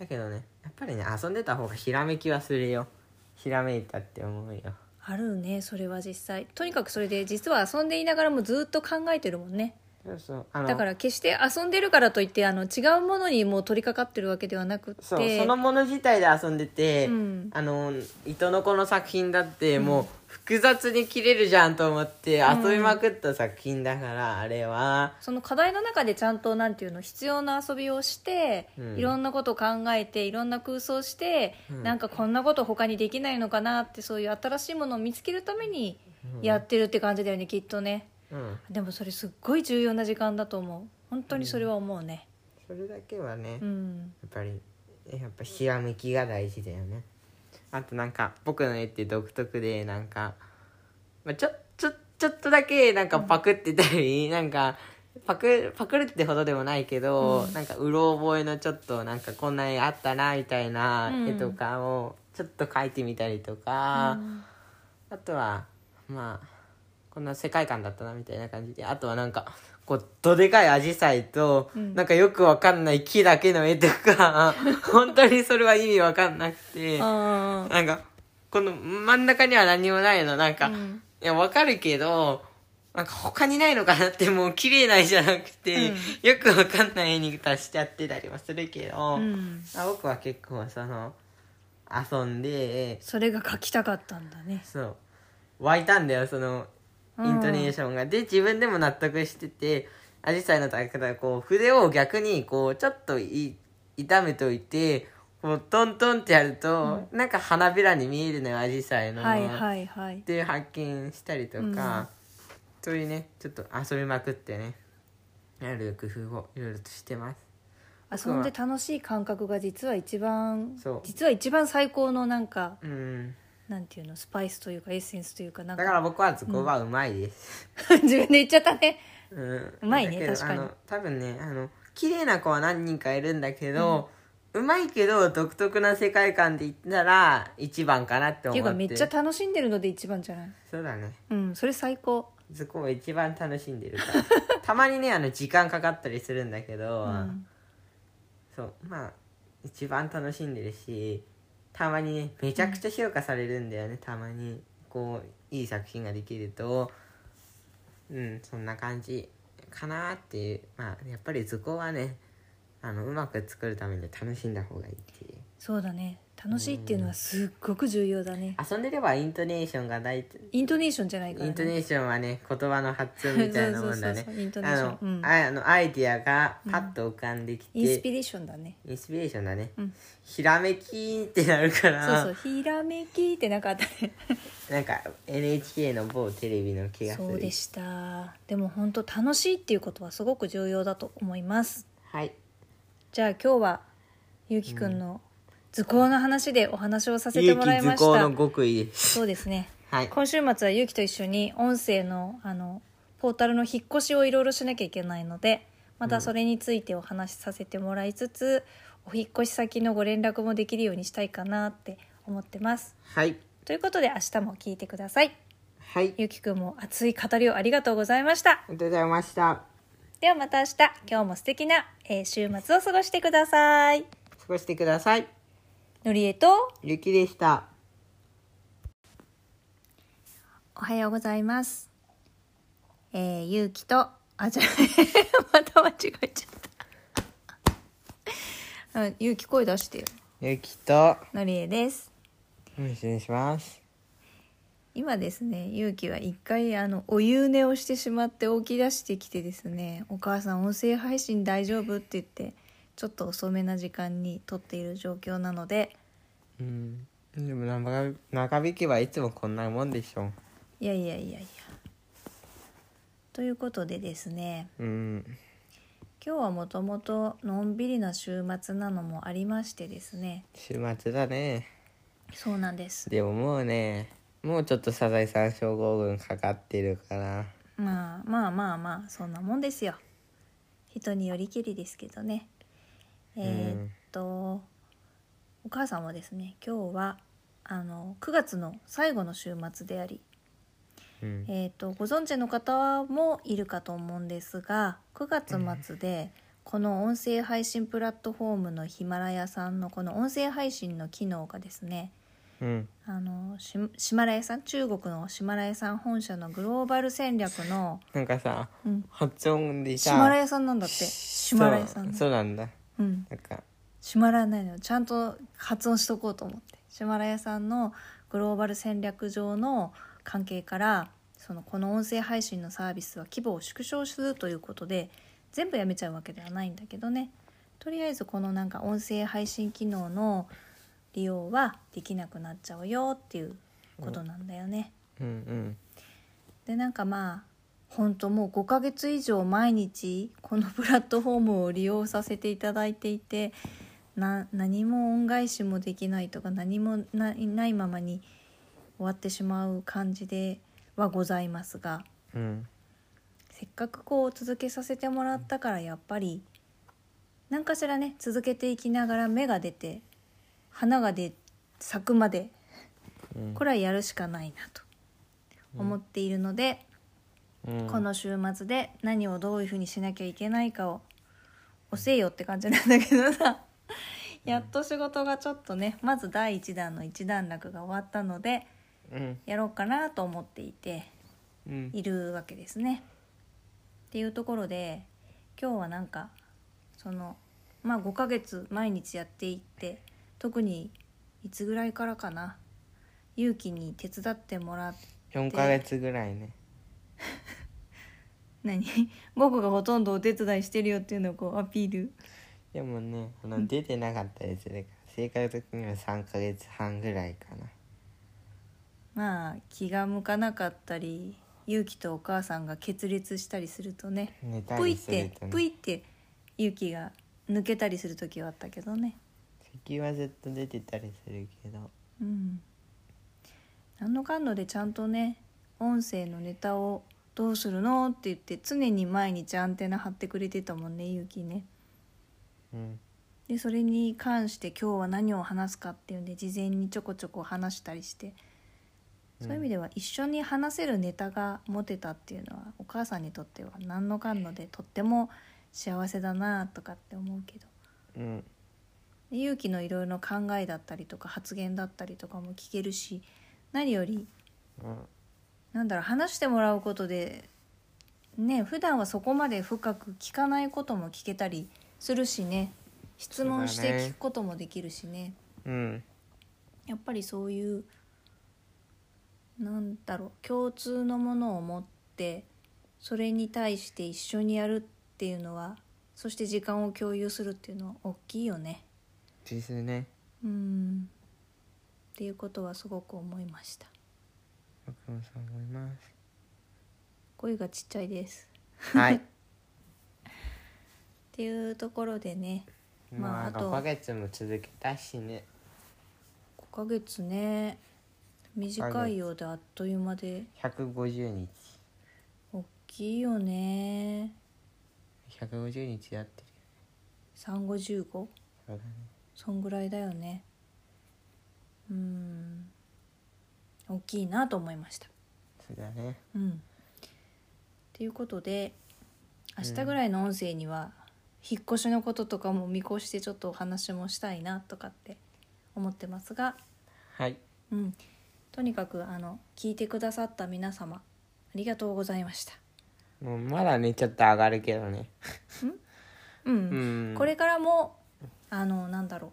[SPEAKER 1] だけどねやっぱりね遊んでた方がひらめきはするよひらめいたって思うよ
[SPEAKER 2] あるねそれは実際とにかくそれで実は遊んでいながらもずっと考えてるもんね
[SPEAKER 1] そうそうあの
[SPEAKER 2] だから決して遊んでるからといってあの違うものにもう取り掛かってるわけではなくって
[SPEAKER 1] そうそのもの自体で遊んでて、
[SPEAKER 2] うん
[SPEAKER 1] あの糸の子の作品だってもう複雑に切れるじゃんと思って遊びまくった作品だから、あれは
[SPEAKER 2] その課題の中でちゃんとなんていうの必要な遊びをして、
[SPEAKER 1] うん
[SPEAKER 2] いろんなことを考えていろんな空想して、なんかこんなこと他にできないのかなってそういう新しいものを見つけるためにやってるって感じだよね、きっとね
[SPEAKER 1] うん
[SPEAKER 2] でもそれすっごい重要な時間だと思う本当にそれは思うね
[SPEAKER 1] それだけはね、
[SPEAKER 2] う
[SPEAKER 1] やっ
[SPEAKER 2] ん、
[SPEAKER 1] ぱりやっぱひらめきが大事だよねあとなんか僕の絵って独特でなんかまあ、ちょ、ちょ、ちょっとだけなんかパクってたり、 なんか、パク、パクるってほどでもないけど、なんかうろ覚えのちょっとなんかこんな絵あったな、みたいな
[SPEAKER 2] うん
[SPEAKER 1] 絵とかをちょっと描いてみたりとか、あとは、まあ、こんな世界観だったな、みたいな感じで、あとはなんか、こう、どでかいアジサイと、なんかよくわかんない木だけの絵とか、本当にそれは意味わかんなくて、
[SPEAKER 2] あ
[SPEAKER 1] なんか、この真ん中には何もないの、なんか、いや、わかるけど、なんか他にないのかなって、もう綺麗な絵じゃなくて、よくわかんない絵に足しちゃってたりもするけど、
[SPEAKER 2] ん
[SPEAKER 1] あ僕は結構その、遊んで、
[SPEAKER 2] それが書きたかったんだね
[SPEAKER 1] そう、湧いたんだよ、その、イントネーションが。で、自分でも納得してて、アジサイの炊き方はこう、筆を逆にこう、ちょっとい痛めといて、こう、トントンってやると、なんか花びらに見えるのよ、アジサイの。
[SPEAKER 2] はいはいはい
[SPEAKER 1] って発見したりとか、そういうねちょっと遊びまくってねやる工夫をいろいろとしてます
[SPEAKER 2] 遊んで楽しい感覚が実は一番
[SPEAKER 1] そう
[SPEAKER 2] 実は一番最高のなんか
[SPEAKER 1] うん
[SPEAKER 2] なんていうのスパイスというかエッセンスというかなん
[SPEAKER 1] だ
[SPEAKER 2] か
[SPEAKER 1] から僕はそこはうまいです、
[SPEAKER 2] 自分で言っちゃったね
[SPEAKER 1] うん
[SPEAKER 2] うまいね
[SPEAKER 1] だけど
[SPEAKER 2] 確かに
[SPEAKER 1] あの多分ねあの綺麗な子は何人かいるんだけど、うまいけど独特な世界観で言ったら一番かなって
[SPEAKER 2] っ
[SPEAKER 1] 思っ
[SPEAKER 2] てい
[SPEAKER 1] て
[SPEAKER 2] うかめっちゃ楽しんでるので一番じゃない
[SPEAKER 1] そうだね
[SPEAKER 2] うんそれ最高
[SPEAKER 1] そこを一番楽しんでるから たまにねあの時間かかったりするんだけど、そうまあ一番楽しんでるしたまにねめちゃくちゃ評価されるんだよね、たまにこういい作品ができるとうんそんな感じかなっていうまあやっぱり図工はねあのうまく作るためには楽しんだ方がいいっていう
[SPEAKER 2] そうだね楽しいっていうのはすっごく重要だね
[SPEAKER 1] 遊んでればイントネーションが大体
[SPEAKER 2] イントネーションじゃないから、
[SPEAKER 1] イ
[SPEAKER 2] ね、
[SPEAKER 1] ントネーションはね言葉の発音みたいなもんだ
[SPEAKER 2] そうそう
[SPEAKER 1] ね
[SPEAKER 2] そうそうイントネー
[SPEAKER 1] あ
[SPEAKER 2] ショ
[SPEAKER 1] の
[SPEAKER 2] ン,、うん
[SPEAKER 1] ああのアイディアがパッと浮かんできて、
[SPEAKER 2] インスピ
[SPEAKER 1] イ
[SPEAKER 2] レーションだね
[SPEAKER 1] ンスピレーションだね、
[SPEAKER 2] ん
[SPEAKER 1] ひらめきってなるから
[SPEAKER 2] そうそうひらめきってなかったね
[SPEAKER 1] なんか NHK の某テレビの気がする
[SPEAKER 2] そうでしたでも本当楽しいっていうことはすごく重要だと思います
[SPEAKER 1] はい
[SPEAKER 2] じゃあ今日はゆうきくんの図工の話でお話をさせて
[SPEAKER 1] 勇
[SPEAKER 2] もら
[SPEAKER 1] 気
[SPEAKER 2] いま
[SPEAKER 1] 図
[SPEAKER 2] し
[SPEAKER 1] 工
[SPEAKER 2] た
[SPEAKER 1] の極意です
[SPEAKER 2] そうですね
[SPEAKER 1] はい
[SPEAKER 2] 今週末はゆうきと一緒に音声のあのポータルの引っ越しをいろいろしなきゃいけないのでまたそれについてお話しさせてもらいつつ、お引っ越し先のご連絡もできるようにしたいかなって思ってます。
[SPEAKER 1] はい
[SPEAKER 2] ということで明日も聞いてください。
[SPEAKER 1] はいあり
[SPEAKER 2] ゆうきくんも熱い語りをありがとうございました。
[SPEAKER 1] がとうございました
[SPEAKER 2] ではまた明日、今日も素敵な、えー週末を過ごしてください。
[SPEAKER 1] 過ごしてください
[SPEAKER 2] のりえと
[SPEAKER 1] ゆきでした
[SPEAKER 2] おはようございます。えー、ゆうきと、あ、 じゃ、また間違えちゃった。あゆうき声出してよ。
[SPEAKER 1] ゆきと
[SPEAKER 2] のりえです。
[SPEAKER 1] 失礼します
[SPEAKER 2] 今ですね、ゆうきは一回、あの、お湯寝をしてしまって起き出してきてですね、お母さん音声配信大丈夫って言って、ちょっと遅めな時間に撮っている状況なので、
[SPEAKER 1] うんでも長引長引けばいつもこんなもんでしょ
[SPEAKER 2] いやいやいやいや。ということでですね、
[SPEAKER 1] ううん
[SPEAKER 2] 今日はもともとのんびりな週末なのもありましてですね
[SPEAKER 1] 週末だね
[SPEAKER 2] そうなんです
[SPEAKER 1] でももうねもうちょっとサザエさん症候群かかってるから
[SPEAKER 2] まあまあまあまあそんなもんですよ人によりきりですけどねえーっとお母さんはですね今日はあの9月の最後の週末であり
[SPEAKER 1] うん
[SPEAKER 2] えー、とご存知の方もいるかと思うんですが9月末でこの音声配信プラットフォームのヒマラヤさんのこの音声配信の機能がですね
[SPEAKER 1] うん
[SPEAKER 2] あのしシマラヤさん中国のシマラヤさん本社のグローバル戦略の、
[SPEAKER 1] なんかさ
[SPEAKER 2] うん、
[SPEAKER 1] 発音で
[SPEAKER 2] シ
[SPEAKER 1] さ
[SPEAKER 2] マラヤさんなんだってシマラヤ
[SPEAKER 1] そ
[SPEAKER 2] さん
[SPEAKER 1] う
[SPEAKER 2] の
[SPEAKER 1] そうなんだ
[SPEAKER 2] うん
[SPEAKER 1] なんか
[SPEAKER 2] シマラヤないのよちゃんと発音しとこうと思ってシマラヤさんのグローバル戦略上の関係からそのこの音声配信のサービスは規模を縮小するということで全部やめちゃうわけではないんだけどねとりあえずこのなんか音声配信機能の利用はできなくなっちゃうよっていうことなんだよね。
[SPEAKER 1] うん
[SPEAKER 2] でなんかまあ本当もう5ヶ月以上毎日このプラットフォームを利用させていただいていてな何も恩返しもできないとか何もないないままに終わってしまう感じではございますが
[SPEAKER 1] うん
[SPEAKER 2] せっかくこう続けさせてもらったからやっぱり何かしらね続けていきながら芽が出て花が出咲くまで
[SPEAKER 1] うん
[SPEAKER 2] これはやるしかないなと思っているので、
[SPEAKER 1] うん
[SPEAKER 2] この週末で何をどういうふうにしなきゃいけないかを教えよって感じなんだけどさやっと仕事がちょっとねまず第1弾の一段落が終わったので
[SPEAKER 1] うん
[SPEAKER 2] やろうかなと思っていて
[SPEAKER 1] うん
[SPEAKER 2] いるわけですね。っていうところで今日はなんかそのまあ5ヶ月毎日やっていって特にいつぐらいからかな勇気に手伝ってもらっ
[SPEAKER 1] 4ヶ月ぐらいね
[SPEAKER 2] 何 僕がほとんどお手伝いしてるよっていうのをこうアピール
[SPEAKER 1] でもねあの出てなかったりするから正確には3ヶ月半ぐらいかな
[SPEAKER 2] まあ気が向かなかったり勇気とお母さんが決裂したりするとね
[SPEAKER 1] 寝た
[SPEAKER 2] ぷい
[SPEAKER 1] り
[SPEAKER 2] っ
[SPEAKER 1] する
[SPEAKER 2] て
[SPEAKER 1] と
[SPEAKER 2] ぷい
[SPEAKER 1] ね
[SPEAKER 2] って勇気が抜けたりする時はあったけどね
[SPEAKER 1] 咳はずっと出てたりするけど
[SPEAKER 2] うん何のかんのでちゃんとね音声のネタをどうするのって言って常に毎日アンテナ張ってくれてたもんね勇気ね
[SPEAKER 1] うん
[SPEAKER 2] でそれに関して今日は何を話すかっていうんで事前にちょこちょこ話したりしてそういう意味では一緒に話せるネタが持てたっていうのはお母さんにとっては何のかんのでとっても幸せだなとかって思うけど
[SPEAKER 1] うん
[SPEAKER 2] で勇気のいろいろ考えだったりとか発言だったりとかも聞けるし何より
[SPEAKER 1] うん
[SPEAKER 2] なんだろう話してもらうことでね普段はそこまで深く聞かないことも聞けたりするしね質問し
[SPEAKER 1] そうだ
[SPEAKER 2] て
[SPEAKER 1] ね
[SPEAKER 2] 聞くこともできるしね。
[SPEAKER 1] うん
[SPEAKER 2] やっぱりそういうなんだろう共通のものを持ってそれに対して一緒にやるっていうのはそして時間を共有するっていうのは大きいよね。
[SPEAKER 1] ですね
[SPEAKER 2] うんっていうことはすごく思いました。
[SPEAKER 1] 僕もそう思いま
[SPEAKER 2] 声がちっちゃいです。
[SPEAKER 1] すはい
[SPEAKER 2] っていうところでねま
[SPEAKER 1] ま
[SPEAKER 2] あ
[SPEAKER 1] あ
[SPEAKER 2] あと
[SPEAKER 1] 5ヶ月も続けたしね
[SPEAKER 2] 5ヶ月ね短いようであっという間で
[SPEAKER 1] 150日
[SPEAKER 2] 大きいよね
[SPEAKER 1] 150日やってる
[SPEAKER 2] 35
[SPEAKER 1] そうだね
[SPEAKER 2] そんぐらいだよねうん大きいなと思いました
[SPEAKER 1] そうだね
[SPEAKER 2] うんということで明日ぐらいの音声には、引っ越しのこととかも見越してちょっとお話もしたいなとかって思ってますが、
[SPEAKER 1] はい
[SPEAKER 2] うん、とにかくあの聞いてくださった皆様ありがとうございました
[SPEAKER 1] もうまだねちょっと上がるけどね
[SPEAKER 2] うん
[SPEAKER 1] うん
[SPEAKER 2] これからもあのなんだろ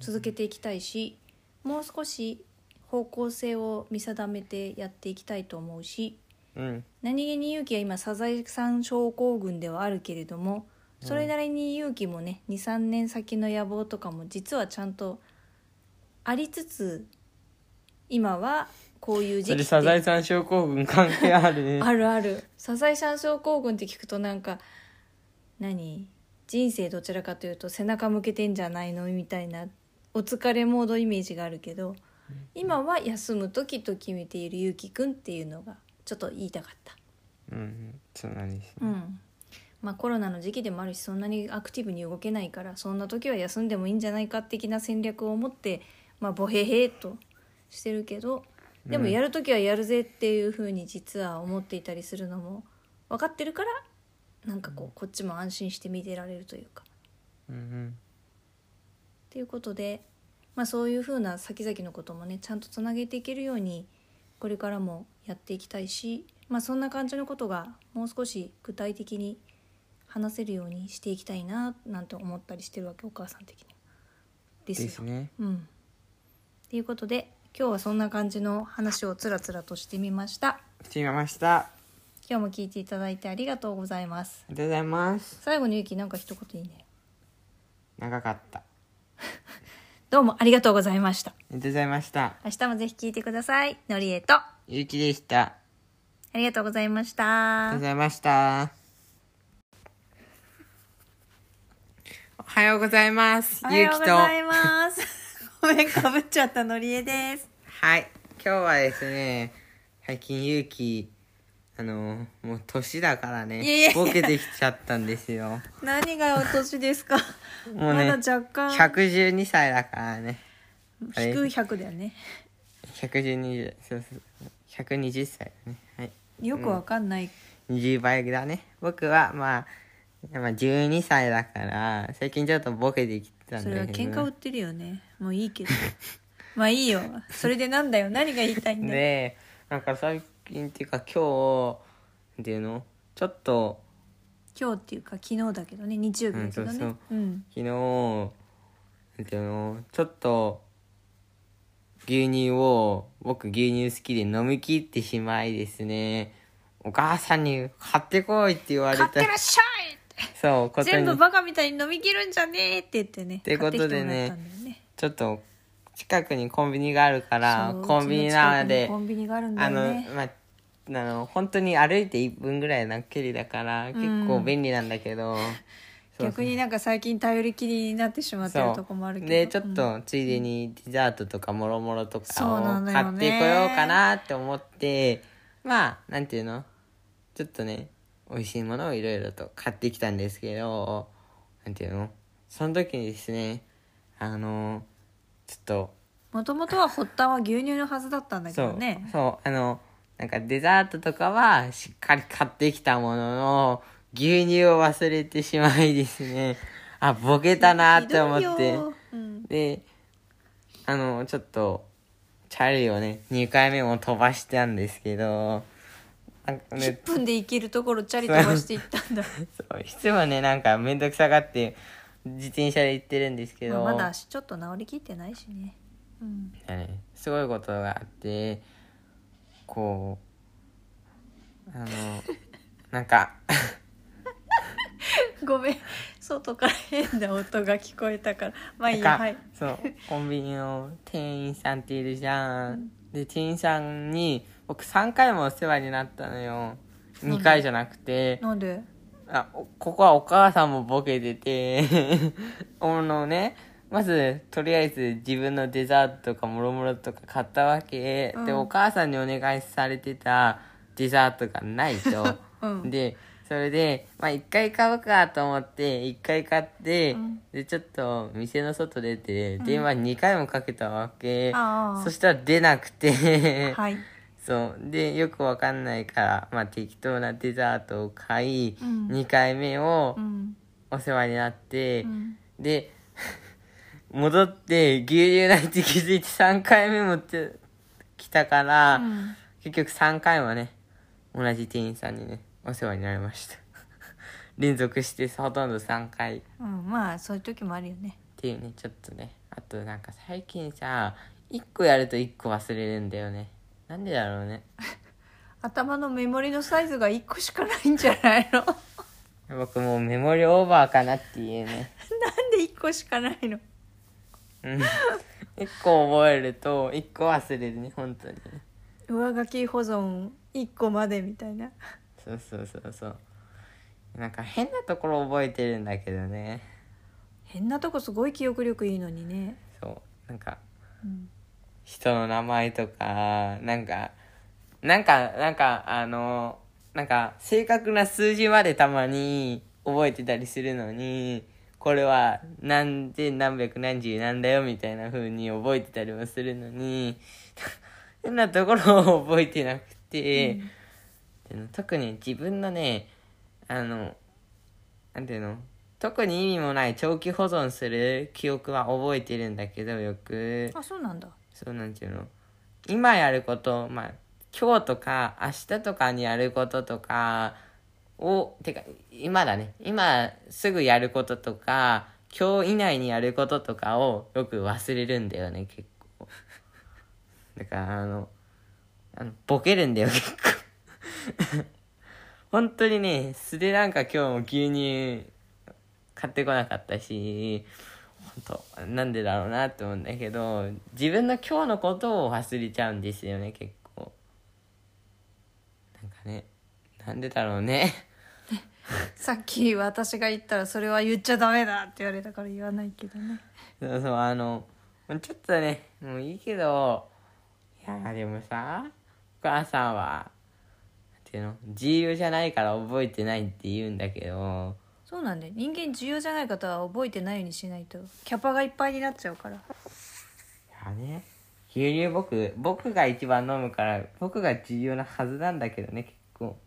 [SPEAKER 2] う続けていきたいしもう少し方向性を見定めてやっていきたいと思うし
[SPEAKER 1] うん
[SPEAKER 2] 何気に勇気は今サザエさん症候群ではあるけれどもそれなりに勇気もね23年先の野望とかも実はちゃんとありつつ今はこういう時
[SPEAKER 1] そ
[SPEAKER 2] 期
[SPEAKER 1] れ
[SPEAKER 2] って
[SPEAKER 1] サザエさん症候群関係あるね
[SPEAKER 2] あるあるサザエさん症候群って聞くとなんか何人生どちらかというと背中向けてんじゃないのみたいなお疲れモードイメージがあるけど今は休む時と決めているゆうきくんっていうのがちょっと言いたかった
[SPEAKER 1] うんそうなんです
[SPEAKER 2] う
[SPEAKER 1] ね
[SPEAKER 2] んまあコロナの時期でもあるしそんなにアクティブに動けないからそんな時は休んでもいいんじゃないか的な戦略を持ってまあボヘヘーとしてるけどでも
[SPEAKER 1] うん
[SPEAKER 2] やる時はやるぜっていうふうに実は思っていたりするのも分かってるからなんかこうこっちも安心して見てられるというか。
[SPEAKER 1] うん
[SPEAKER 2] ということで、まあ、そういうふうな先々のこともねちゃんとつなげていけるようにこれからもやっていきたいし、まあ、そんな感じのことがもう少し具体的に話せるようにしていきたいななんて思ったりしてるわけお母さん的には。で
[SPEAKER 1] です
[SPEAKER 2] よ。
[SPEAKER 1] すね
[SPEAKER 2] うん、ということで今日はそんな感じの話をつらつらとしてみました。
[SPEAKER 1] してみましたあ
[SPEAKER 2] 今日も聞いていただいてありがとうございます。
[SPEAKER 1] りがとうございます
[SPEAKER 2] 最後にゆきなんか一言いいね。
[SPEAKER 1] 長かったあ
[SPEAKER 2] どうもありがとうございました。
[SPEAKER 1] りがとうございました
[SPEAKER 2] 明日もぜひ聞いてください。のりえと。
[SPEAKER 1] ゆうきでした
[SPEAKER 2] ありがとうございまし
[SPEAKER 1] ありがとうご。
[SPEAKER 2] た
[SPEAKER 1] ざいましたおはようございます
[SPEAKER 2] おは
[SPEAKER 1] ゆう
[SPEAKER 2] よ
[SPEAKER 1] き
[SPEAKER 2] うご
[SPEAKER 1] と
[SPEAKER 2] ざいます。ごめん、かぶっちゃったのりえです。
[SPEAKER 1] はい今日はですね最近勇気あのもう年だから
[SPEAKER 2] いえいえ
[SPEAKER 1] ねボケてきちゃったんですよ
[SPEAKER 2] 何がお年ですか
[SPEAKER 1] もうね
[SPEAKER 2] まだ若干
[SPEAKER 1] 112歳だからねあれ
[SPEAKER 2] 低い100だよね
[SPEAKER 1] 112そうそう120歳だねはい
[SPEAKER 2] よくわかんない、
[SPEAKER 1] 20倍だね僕はまあまあ12歳だから最近ちょっとボケてきたんだけ
[SPEAKER 2] そ
[SPEAKER 1] ど
[SPEAKER 2] れは喧嘩売ってるよねもういいけどまあいいよそれでなんだよ何が言いたいんだよ
[SPEAKER 1] でなんか最近っていうか今日っていうのちょっと
[SPEAKER 2] 今日っていうか昨日だけどね日曜日だけどね
[SPEAKER 1] うんそうそう
[SPEAKER 2] うん
[SPEAKER 1] 昨日なんていうのちょっと牛乳を僕牛乳好きで飲み切ってしまいですねお母さんに買ってこいって言われた
[SPEAKER 2] 買ってらっしゃい
[SPEAKER 1] そうこと
[SPEAKER 2] 全部
[SPEAKER 1] に
[SPEAKER 2] バカみたいに飲み切るんじゃねえって言ってね
[SPEAKER 1] てことでね
[SPEAKER 2] 買ってきてもらったんだよね
[SPEAKER 1] ちょっと近くにコンビニがあるから
[SPEAKER 2] そう
[SPEAKER 1] コンビニなの
[SPEAKER 2] う
[SPEAKER 1] で
[SPEAKER 2] ちの近くにコンビニがあるんだ
[SPEAKER 1] あ
[SPEAKER 2] よ
[SPEAKER 1] の
[SPEAKER 2] ね
[SPEAKER 1] まああの本当に歩いて1分ぐらいの距離だから結構便利なんだけど、そう
[SPEAKER 2] 逆になんか最近頼りきりになってしまってるとこもあるけど
[SPEAKER 1] でちょっ
[SPEAKER 2] うん
[SPEAKER 1] とついでにデザートとかもろもろとか
[SPEAKER 2] そうな
[SPEAKER 1] を
[SPEAKER 2] の
[SPEAKER 1] 買
[SPEAKER 2] よ
[SPEAKER 1] っ
[SPEAKER 2] ね
[SPEAKER 1] てこようかなって思ってまあなんていうのちょっとね美味しいものをいろいろと買ってきたんですけどなんていうのその時にですねあのちょっと
[SPEAKER 2] もともとは発端は牛乳のはずだったんだけ
[SPEAKER 1] そ
[SPEAKER 2] ど
[SPEAKER 1] う
[SPEAKER 2] ね
[SPEAKER 1] そうあのなんかデザートとかはしっかり買ってきたものの牛乳を忘れてしまいですねあボケたなって思っ
[SPEAKER 2] ひどい
[SPEAKER 1] て
[SPEAKER 2] ようん
[SPEAKER 1] であのちょっとチャリをね2回目も飛ばしたんですけどなんかね
[SPEAKER 2] 10分で行けるところチャリ飛ばしていったんだ
[SPEAKER 1] そういつもねなんか面倒くさがって自転車で行ってるんですけど、
[SPEAKER 2] まあまだ足ちょっと治りきってないしね うん
[SPEAKER 1] ねすごいことがあってこうあの なんか
[SPEAKER 2] ごめん外から変な音が聞こえたからまあいい
[SPEAKER 1] な
[SPEAKER 2] や
[SPEAKER 1] んか
[SPEAKER 2] はい
[SPEAKER 1] そうコンビニの店員さんっているじゃん、で店員さんに僕3回もお世話になったのよ2回じゃなくて
[SPEAKER 2] なんで
[SPEAKER 1] あおここはお母さんもボケてて あのねまずとりあえず自分のデザートとかもろもろとか買ったわけ、
[SPEAKER 2] うん
[SPEAKER 1] でお母さんにお願いされてたデザートがないと、
[SPEAKER 2] うん
[SPEAKER 1] でそれでまあ一回買うかと思って一回買って、
[SPEAKER 2] ん
[SPEAKER 1] でちょっと店の外出て電話2回もかけたわけ、
[SPEAKER 2] ああ
[SPEAKER 1] そしたら出なくて、
[SPEAKER 2] はい
[SPEAKER 1] そうでよくわかんないから、まあ、適当なデザートを買い、
[SPEAKER 2] ん
[SPEAKER 1] 2回目を
[SPEAKER 2] うん
[SPEAKER 1] お世話になって、
[SPEAKER 2] ん
[SPEAKER 1] で 戻って牛乳ないって気づいて3回目もって来たから、
[SPEAKER 2] うん
[SPEAKER 1] 結局3回もね同じ店員さんにねお世話になりました 連続してほとんど3回っ
[SPEAKER 2] うんまあそういう時もあるよね
[SPEAKER 1] ていうねちょっとねあとなんか最近さ1個やると1個忘れるんだよねなんでだろうね
[SPEAKER 2] 頭のメモリのサイズが1個しかないんじゃないの なん
[SPEAKER 1] 僕もうメモリオーバーかなっていうね、
[SPEAKER 2] で1個しかないの
[SPEAKER 1] うん、1個覚えると1個忘れるね本当に
[SPEAKER 2] 上書き保存1個までみたいな
[SPEAKER 1] そうそうそうそうなんか変なところ覚えてるんだけどね
[SPEAKER 2] 変なとこすごい記憶力いいのにね
[SPEAKER 1] そうなんか
[SPEAKER 2] うん
[SPEAKER 1] 人の名前とかなんかなんかなんかあのなんか正確な数字までたまに覚えてたりするのにこれは何千何百何十なんだよみたいな風に覚えてたりもするのに 変なところを覚えてなくて、っていうの特に自分のねあのなんていうの特に意味もない長期保存する記憶は覚えてるんだけどよく
[SPEAKER 2] あそうなんだ
[SPEAKER 1] そうなんていうの今やることまあ今日とか明日とかにやることとかをてか今だね今すぐやることとか今日以内にやることとかをよく忘れるんだよね結構 だからあのあのボケるんだよ結構 本当にね素でなんか今日も牛乳買ってこなかったし本当なんでだろうなって思うんだけど自分の今日のことを忘れちゃうんですよね結構なんかねなんでだろうね
[SPEAKER 2] さっき私が言ったらそれは言っちゃダメだって言われたから言わないけどね
[SPEAKER 1] そうそうあのちょっとねもういいけどいやーでもさ母さんはっていうの自由じゃないから覚えてないって言うんだけど
[SPEAKER 2] そうなんで人間自由じゃない方は覚えてないようにしないとキャパがいっぱいになっちゃうから
[SPEAKER 1] いやね牛乳僕僕が一番飲むから僕が自由なはずなんだけどね結構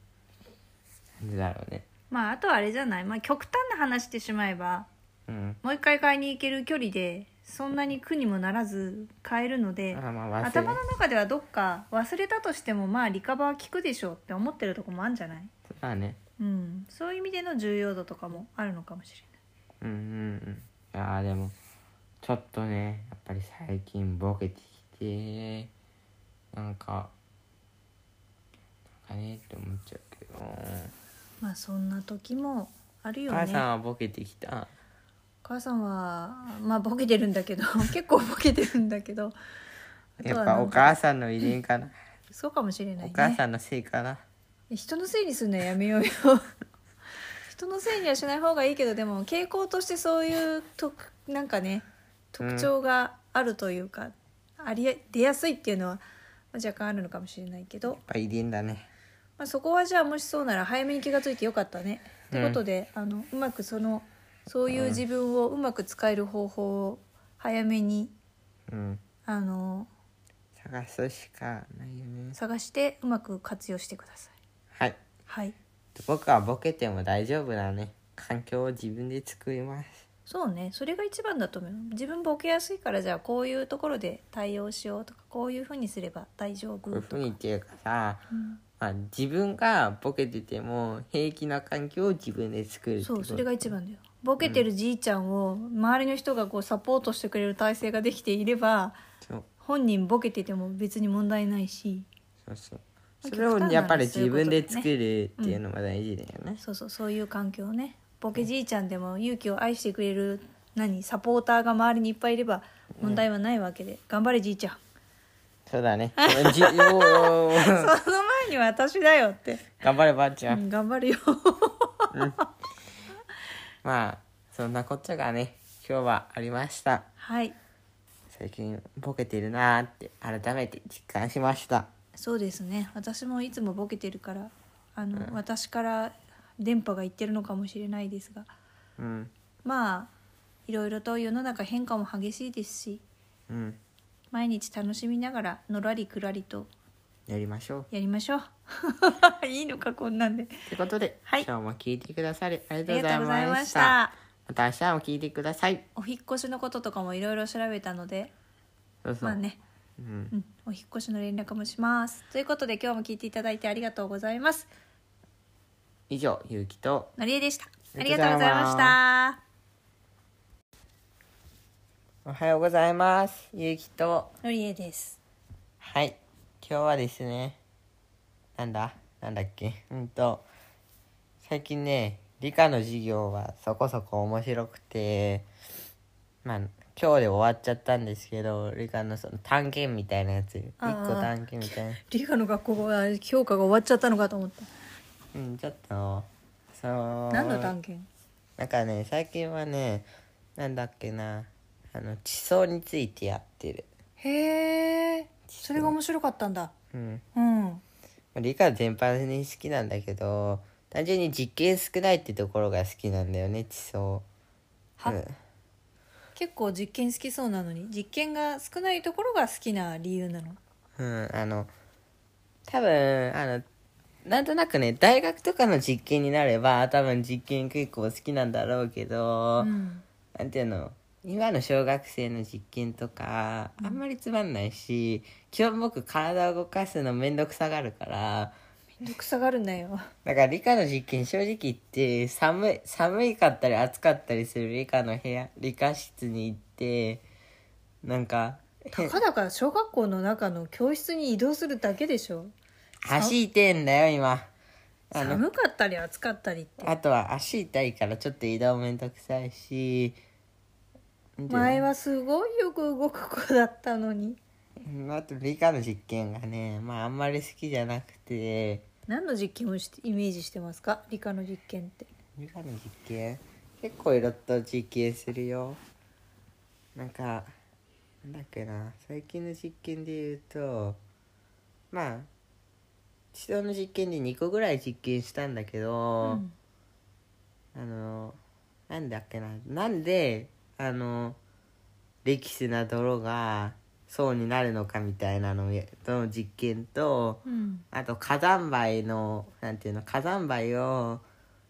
[SPEAKER 1] なんでだろうね
[SPEAKER 2] まああとはあれじゃないまあ極端な話してしまえば
[SPEAKER 1] うん
[SPEAKER 2] もう一回買いに行ける距離でそんなに苦にもならず買えるので
[SPEAKER 1] あまあ忘れ
[SPEAKER 2] 頭の中ではどっか忘れたとしてもまあリカバー効くでしょうって思ってるとこもあるんじゃない
[SPEAKER 1] そうだね
[SPEAKER 2] うんそういう意味での重要度とかもあるのかもしれない
[SPEAKER 1] うんうんうんあーでもちょっとねやっぱり最近ボケてきてなんかなんかねって思っちゃうけど、
[SPEAKER 2] まあそんな時もあるよね
[SPEAKER 1] 母さんはボケてきた
[SPEAKER 2] 母さんはまあボケてるんだ けど結構ボケてるんだけどあと
[SPEAKER 1] や
[SPEAKER 2] は
[SPEAKER 1] っぱ
[SPEAKER 2] なん
[SPEAKER 1] お
[SPEAKER 2] か
[SPEAKER 1] 母さんの遺伝かな、
[SPEAKER 2] そうかもしれない
[SPEAKER 1] お
[SPEAKER 2] ね
[SPEAKER 1] 母さんのせいかな
[SPEAKER 2] 人のせいにするのはやめよ うよ人のせいにはしない方がいいけどでも傾向としてそういう特なんかね特徴があるというか、あり出やすいっていうのはまあ若干あるのかもしれないけど
[SPEAKER 1] やっ、ぱ遺伝だね
[SPEAKER 2] まあ、そこはじゃあもしそうなら早めに気がついてよかったね。と、いうことであのうまくそのそういう自分をうまく使える方法を早めに
[SPEAKER 1] うん
[SPEAKER 2] あの
[SPEAKER 1] 探すしかないよね
[SPEAKER 2] 探してうまく活用してください。
[SPEAKER 1] はい
[SPEAKER 2] はい
[SPEAKER 1] 僕はボケても大丈夫なね環境を自分で作ります
[SPEAKER 2] そうねそれが一番だと思う自分ボケやすいからじゃあこういうところで対応しようとかこういうふうにすれば大丈
[SPEAKER 1] こうい
[SPEAKER 2] 夫
[SPEAKER 1] うふ
[SPEAKER 2] と
[SPEAKER 1] う
[SPEAKER 2] か
[SPEAKER 1] にっていうかさ、
[SPEAKER 2] ん
[SPEAKER 1] まあ、自分がボケてても平気な環境を自分で作るって
[SPEAKER 2] そ
[SPEAKER 1] こと
[SPEAKER 2] うそれが一番だよボケてるじいちゃんを周りの人がこうサポートしてくれる体制ができていれば
[SPEAKER 1] そう
[SPEAKER 2] 本人ボケてても別に問題ないし
[SPEAKER 1] そうそう
[SPEAKER 2] まあ
[SPEAKER 1] それを
[SPEAKER 2] 極端な
[SPEAKER 1] やっぱり
[SPEAKER 2] そうい
[SPEAKER 1] 自
[SPEAKER 2] うこ
[SPEAKER 1] 分
[SPEAKER 2] とだね
[SPEAKER 1] で作るっていうのが大事だよね
[SPEAKER 2] そうそうそういう環境ねボケじいちゃんでも勇気を愛してくれる何サポーターが周りにいっぱいいれば問題はないわけで、頑張れじいちゃん
[SPEAKER 1] そうだ ねじおーお
[SPEAKER 2] そ
[SPEAKER 1] ー
[SPEAKER 2] の前に私だよって、
[SPEAKER 1] 頑張ればあちゃ、
[SPEAKER 2] うんん、頑張るよ
[SPEAKER 1] まあそんなこっちゃがね今日はありました
[SPEAKER 2] はい
[SPEAKER 1] 最近ボケてるなーって改めて実感しました
[SPEAKER 2] そうですね私もいつもボケてるからあの、私から電波がいってるのかもしれないですが
[SPEAKER 1] うん
[SPEAKER 2] まあいろいろと世の中変化も激しいですし
[SPEAKER 1] うん
[SPEAKER 2] 毎日楽しみながらのらりくらりと
[SPEAKER 1] やりましょう
[SPEAKER 2] やりましょう いいのかこんなんで
[SPEAKER 1] ということで、
[SPEAKER 2] はい
[SPEAKER 1] 今日も聞いてくださりあり
[SPEAKER 2] あ
[SPEAKER 1] がと
[SPEAKER 2] り
[SPEAKER 1] うご
[SPEAKER 2] が
[SPEAKER 1] ざい
[SPEAKER 2] とうござい
[SPEAKER 1] ま
[SPEAKER 2] ま
[SPEAKER 1] し
[SPEAKER 2] したた
[SPEAKER 1] また明日も聞いてください
[SPEAKER 2] お引っ越しのこととかもいろいろ調べたので
[SPEAKER 1] そうそう、
[SPEAKER 2] まあね、
[SPEAKER 1] うん
[SPEAKER 2] うん、お引っ越しの連絡もしますということで今日も聞いていただいてありがとうございます
[SPEAKER 1] 以上ゆうきと
[SPEAKER 2] のりえでした
[SPEAKER 1] あ
[SPEAKER 2] あ
[SPEAKER 1] りが
[SPEAKER 2] りが
[SPEAKER 1] と
[SPEAKER 2] と
[SPEAKER 1] うご
[SPEAKER 2] うご
[SPEAKER 1] ざ
[SPEAKER 2] ざ
[SPEAKER 1] い
[SPEAKER 2] い
[SPEAKER 1] ま
[SPEAKER 2] ますした
[SPEAKER 1] おはようございますゆうきと
[SPEAKER 2] のりえです
[SPEAKER 1] はい今日はですねなんだなんだっけうんと最近ね理科の授業はそこそこ面白くてまあ今日で終わっちゃったんですけど理科のその探検みたいなやつ一個
[SPEAKER 2] あー
[SPEAKER 1] 探検みたいな
[SPEAKER 2] 理科の学校は評価が終わっちゃったのかと思った
[SPEAKER 1] うんちょっとその
[SPEAKER 2] 何の探検
[SPEAKER 1] なんかね最近はねなんだっけなあの地層についてやってる
[SPEAKER 2] へえそれが面白かったんだ
[SPEAKER 1] うん
[SPEAKER 2] うん
[SPEAKER 1] 理科全般に好きなんだけど単純に実験少ないってところが好きなんだよね地層
[SPEAKER 2] は
[SPEAKER 1] うん
[SPEAKER 2] 結構実験好きそうなのに実験が少ないところが好きな理由なの
[SPEAKER 1] うん、あの多分あのなんとなくね大学とかの実験になれば多分実験結構好きなんだろうけど、
[SPEAKER 2] うん
[SPEAKER 1] なんていうの今の小学生の実験とかあんまりつまんないし、基本僕体を動かすのめんどくさがるから
[SPEAKER 2] めんどくさがるなよ
[SPEAKER 1] だから理科の実験正直言って寒い寒いかったり暑かったりする理科の部屋理科室に行ってなんか
[SPEAKER 2] たかだか小学校の中の教室に移動するだけでしょ
[SPEAKER 1] 走ってんだよ今あの
[SPEAKER 2] 寒かったり暑かったりって
[SPEAKER 1] あとは足痛いからちょっと移動めんどくさいしなんていうの
[SPEAKER 2] 前はすごいよく動く子だったのに
[SPEAKER 1] うんあと理科の実験がねまああんまり好きじゃなくて
[SPEAKER 2] 何の実験をしてイメージしてますか理科の実験って
[SPEAKER 1] 理科の実験結構いろっと実験するよなんかなんだっけな最近の実験で言うとまあ人の実験で2個ぐらい実験したんだけど、
[SPEAKER 2] うん
[SPEAKER 1] あのなんだっけななんであの歴史な泥が層になるのかみたいなのをやの実験と
[SPEAKER 2] うん
[SPEAKER 1] あと火山灰のなんていうの火山灰を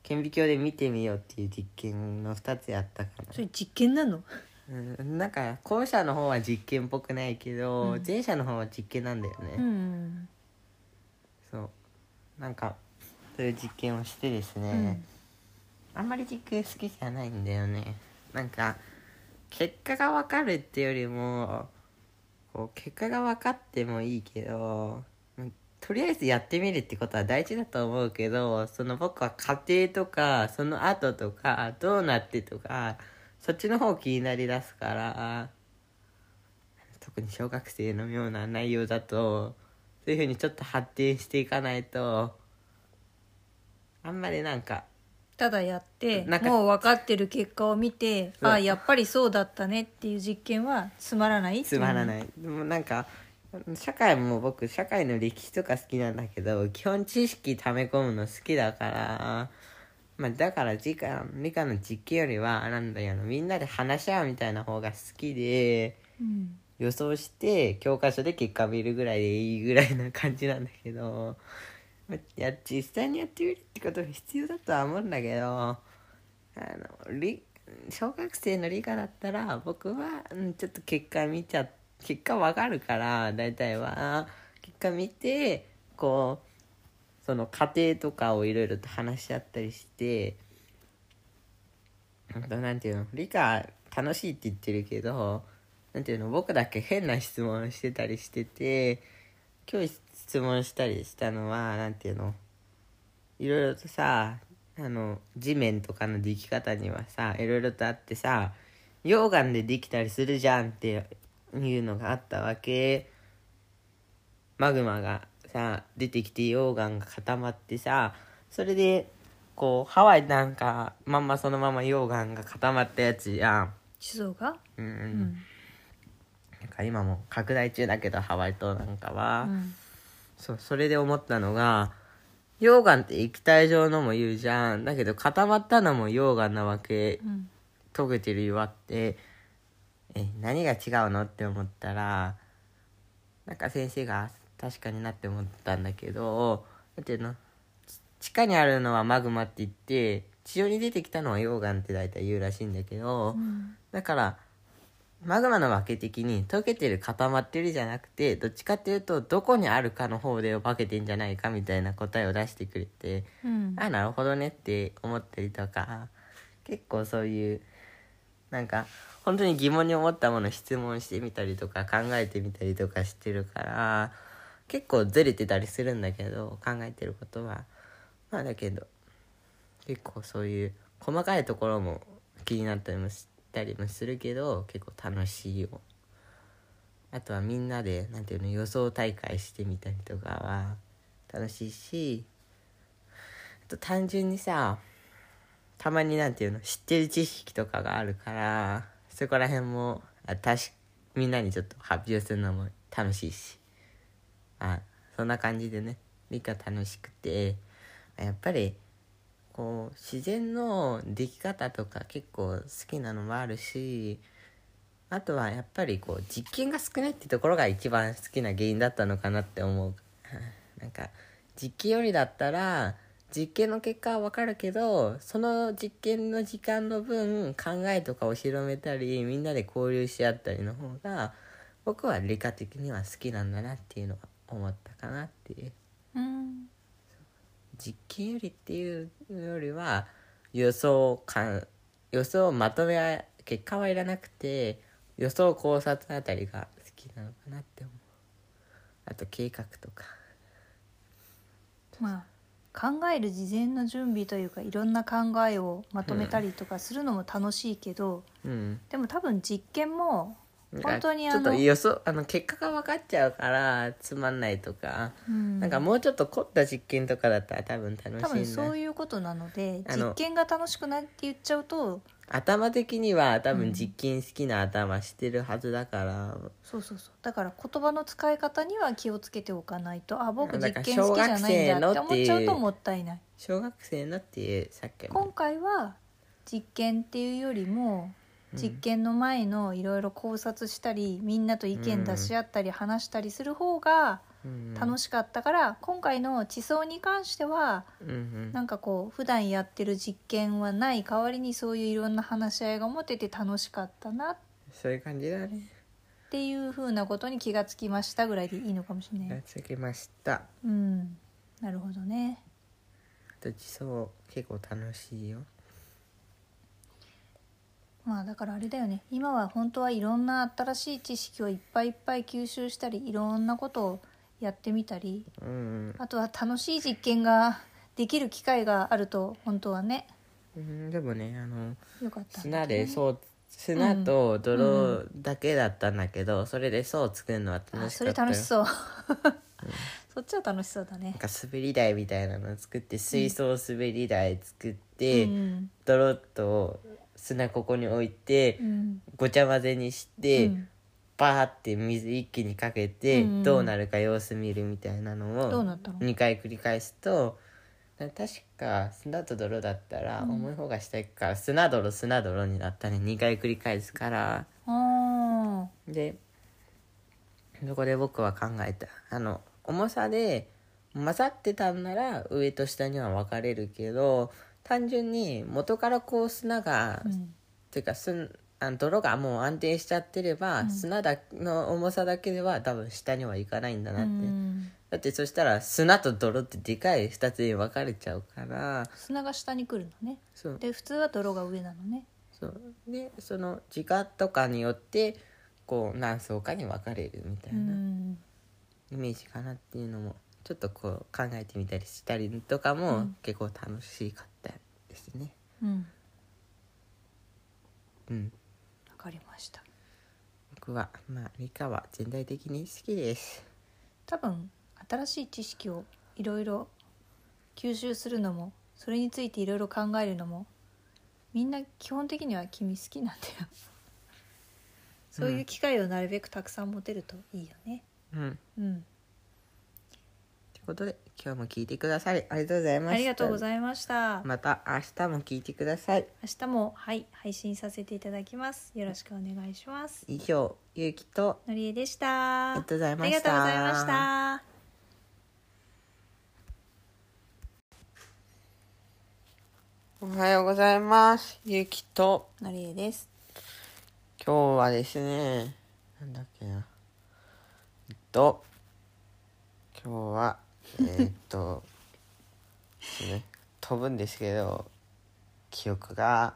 [SPEAKER 1] 顕微鏡で見てみようっていう実験の2つやったか
[SPEAKER 3] それ実験なの
[SPEAKER 1] な、うん、なんか後者の方は実験っぽくないけど、前者の方は実験なんだよね、
[SPEAKER 2] うん
[SPEAKER 1] そうなんかそういう実験をしてですね、あんまり実験好きじゃないんだよねなんか結果が分かるってよりもこう結果が分かってもいいけどうんとりあえずやってみるってことは大事だと思うけどその僕は過程とかその後とかどうなってとかそっちの方気になりだすから特に小学生のような内容だとそういうふうにちょっと発展していかないとあんまりなんか
[SPEAKER 2] ただやって
[SPEAKER 1] なんか
[SPEAKER 2] もう分かってる結果を見て
[SPEAKER 1] そう
[SPEAKER 2] あやっぱりそうだったねっていう実験はつまらない
[SPEAKER 1] つまら
[SPEAKER 2] い
[SPEAKER 1] ない、でもなんか社会も僕社会の歴史とか好きなんだけど基本知識溜め込むの好きだから、まあ、だから理科理科の実験よりはなんだよみんなで話し合うみたいな方が好きで
[SPEAKER 2] うん
[SPEAKER 1] 予想して教科書で結果見るぐらいでいいぐらいな感じなんだけどまあいや実際にやってみるってことが必要だとは思うんだけどあの理小学生の理科だったら僕は、うん、ちょっと結果見ちゃ結果わかるから大体は結果見てこうその過程とかをいろいろと話し合ったりしてあとなんていうの理科楽しいって言ってるけどなんていうの僕だけ変な質問をしてたりしてて今日質問したりしたのはなんていうのいろいろとさあの地面とかのでき方にはさいろいろとあってさ溶岩でできたりするじゃんっていうのがあったわけマグマがさ出てきて溶岩が固まってさそれでこうハワイなんかまんまそのまま溶岩が固まったやつやん。
[SPEAKER 2] 静岡
[SPEAKER 1] うんうん
[SPEAKER 2] うん
[SPEAKER 1] なんか今も拡大中だけどハワイ島なんかは、
[SPEAKER 2] うん
[SPEAKER 1] そうそれで思ったのが溶岩って液体状のも言うじゃんだけど固まったのも溶岩なわけ
[SPEAKER 2] うん
[SPEAKER 1] 溶けてる岩ってえ何が違うのって思ったらなんか先生が確かになって思ったんだけどなんていうのち地下にあるのはマグマって言って地上に出てきたのは溶岩って大体言うらしいんだけど、
[SPEAKER 2] うん
[SPEAKER 1] だからマグマの分け的に溶けてる固まってるじゃなくてどっちかっていうとどこにあるかの方で分けてんじゃないかみたいな答えを出してくれて
[SPEAKER 2] うん
[SPEAKER 1] あなるほどねって思ったりとか結構そういうなんか本当に疑問に思ったものを質問してみたりとか考えてみたりとかしてるから結構ずれてたりするんだけど考えてることはまあだけど結構そういう細かいところも気になったりもしたりもするけど結構楽しいよあとはみんなでなんていうの予想大会してみたりとかは楽しいしあと単純にさたまになんていうの知ってる知識とかがあるからそこら辺もあたしみんなにちょっと発表するのも楽しいしあそんな感じでね理科楽しくてやっぱりこう自然の出来方とか結構好きなのもあるしあとはやっぱりこう実験が少ないってところが一番好きな原因だったのかなって思う なんか実験よりだったら実験の結果はわかるけどその実験の時間の分考えとかを広めたりみんなで交流し合ったりの方が僕は理科的には好きなんだなっていうのは思ったかなっていう
[SPEAKER 2] うん
[SPEAKER 1] 実験よりっていうよりは予想感予想をまとめあ結果はいらなくて予想考察あたりが好きなのかなって思うあと計画とか
[SPEAKER 2] まあ考える事前の準備というかいろんな考えをまとめたりとかするのも楽しいけど、
[SPEAKER 1] うん
[SPEAKER 2] でも多分実験も本当にあ
[SPEAKER 1] ちょっと
[SPEAKER 2] の、
[SPEAKER 1] 予想あの結果が分かっちゃうからつまんないとか、
[SPEAKER 2] うん
[SPEAKER 1] なんかもうちょっと凝った実験とかだったら多分楽しいんだ
[SPEAKER 2] 多分そういうことなので
[SPEAKER 1] あの
[SPEAKER 2] 実験が楽しくないって言っちゃうと
[SPEAKER 1] 頭的には多分実験好きな頭してるはずだから、
[SPEAKER 2] そうそうそうだから言葉の使い方には気をつけておかないとあ僕
[SPEAKER 1] な
[SPEAKER 2] 実
[SPEAKER 1] んか
[SPEAKER 2] 験好きじゃないんだって
[SPEAKER 1] 小学生のって
[SPEAKER 2] 思
[SPEAKER 1] い
[SPEAKER 2] っ
[SPEAKER 1] う
[SPEAKER 2] ちゃうともったいない
[SPEAKER 1] 小学生のっていうさっき
[SPEAKER 2] 今
[SPEAKER 1] も
[SPEAKER 2] 回は実験っていうよりも
[SPEAKER 1] うん
[SPEAKER 2] 実験の前のいろいろ考察したりみんなと意見出し合ったり話したりする方が楽
[SPEAKER 1] し
[SPEAKER 2] しかったから、今回の地層に関しては
[SPEAKER 1] うんうん
[SPEAKER 2] なんかこう普段やってる実験はない代わりにそういういろんな話し合いが持てて楽しかったなっ
[SPEAKER 1] そういう感じだね
[SPEAKER 2] ていうふうなことに気がつきましたぐらいでいいのかもしれ
[SPEAKER 1] や
[SPEAKER 2] な
[SPEAKER 1] っ
[SPEAKER 2] い。
[SPEAKER 1] つけました
[SPEAKER 2] うん、なるほどね。
[SPEAKER 1] あと地層結構楽しいよ
[SPEAKER 2] まあだからあれだよね今は本当はいろんな新しい知識をいっぱいいっぱい吸収したりいろんなことをやってみたり
[SPEAKER 1] うんうん
[SPEAKER 2] あとは楽しい実験ができる機会があると本当はね
[SPEAKER 1] うんでもねあの
[SPEAKER 2] よかったん
[SPEAKER 1] 砂
[SPEAKER 2] だけどね
[SPEAKER 1] でそう砂と泥だけだったんだけど、それで層作るのは楽
[SPEAKER 2] あ
[SPEAKER 1] しか
[SPEAKER 2] そ
[SPEAKER 1] った
[SPEAKER 2] れ
[SPEAKER 1] よ
[SPEAKER 2] 楽しそうそっちは楽しそうだね
[SPEAKER 1] なんか滑り台みたいなの作って水槽滑り台作って、
[SPEAKER 2] うん
[SPEAKER 1] 泥と砂ここに置いて、
[SPEAKER 2] うん
[SPEAKER 1] ごちゃ混ぜにし
[SPEAKER 2] う
[SPEAKER 1] て、
[SPEAKER 2] ん
[SPEAKER 1] バーって水一気にかけて、
[SPEAKER 2] うん
[SPEAKER 1] どうなるか様子見るみたいなの
[SPEAKER 2] どう
[SPEAKER 1] を
[SPEAKER 2] なったの
[SPEAKER 1] 2回繰り返すと確か砂と泥だったら
[SPEAKER 2] うん
[SPEAKER 1] 重い方が下行くから、砂泥砂泥になったね2回繰り返すから
[SPEAKER 2] あ
[SPEAKER 1] でそこで僕は考えたあの重さで混ざってたんなら上と下には分かれるけど単純に元からこう砂が
[SPEAKER 2] あ、うん
[SPEAKER 1] っていうかすんあの泥がもう安定しちゃってれば、
[SPEAKER 2] うん
[SPEAKER 1] 砂だの重さだけでは多分下にはいかないんだなって、
[SPEAKER 2] うん
[SPEAKER 1] だってそしたら砂と泥ってでかい2つに分かれちゃうから
[SPEAKER 2] 砂が下に来るのね
[SPEAKER 1] そう
[SPEAKER 2] で普通は泥が上なのね
[SPEAKER 1] そうでその時間とかによってこう何層かに分かれるみたいうなんイメージかなっていうのもちょっとこう考えてみたりしたりとか
[SPEAKER 2] う
[SPEAKER 1] も
[SPEAKER 2] ん
[SPEAKER 1] 結構楽しかったですね。
[SPEAKER 2] うん
[SPEAKER 1] うん、
[SPEAKER 2] わかりました
[SPEAKER 1] 僕はまあ理科は全体的に好きです。
[SPEAKER 2] 多分新しい知識をいろいろ吸収するのもそれについていろいろ考えるのもみんな基本的には君好きなんだよそういう機会をなるべくたくさん持てるといいよね
[SPEAKER 1] うん
[SPEAKER 2] うん、
[SPEAKER 1] ということで今日も聞いてくださりありがとうございました
[SPEAKER 2] ありがとうご
[SPEAKER 1] い
[SPEAKER 2] ざいました
[SPEAKER 1] また明日も聞いてください
[SPEAKER 2] 明日もはい配信させていただきますよろしくお願いします
[SPEAKER 1] 以上ゆうきと
[SPEAKER 2] のりえでし
[SPEAKER 1] あ
[SPEAKER 2] た
[SPEAKER 1] りがとうございました
[SPEAKER 2] ありがとうございました
[SPEAKER 1] おはようございますゆうきと
[SPEAKER 2] のりえです
[SPEAKER 1] 今日はですねなんだっけなえっと今日 はえーっと、ね、飛ぶんですけど記憶が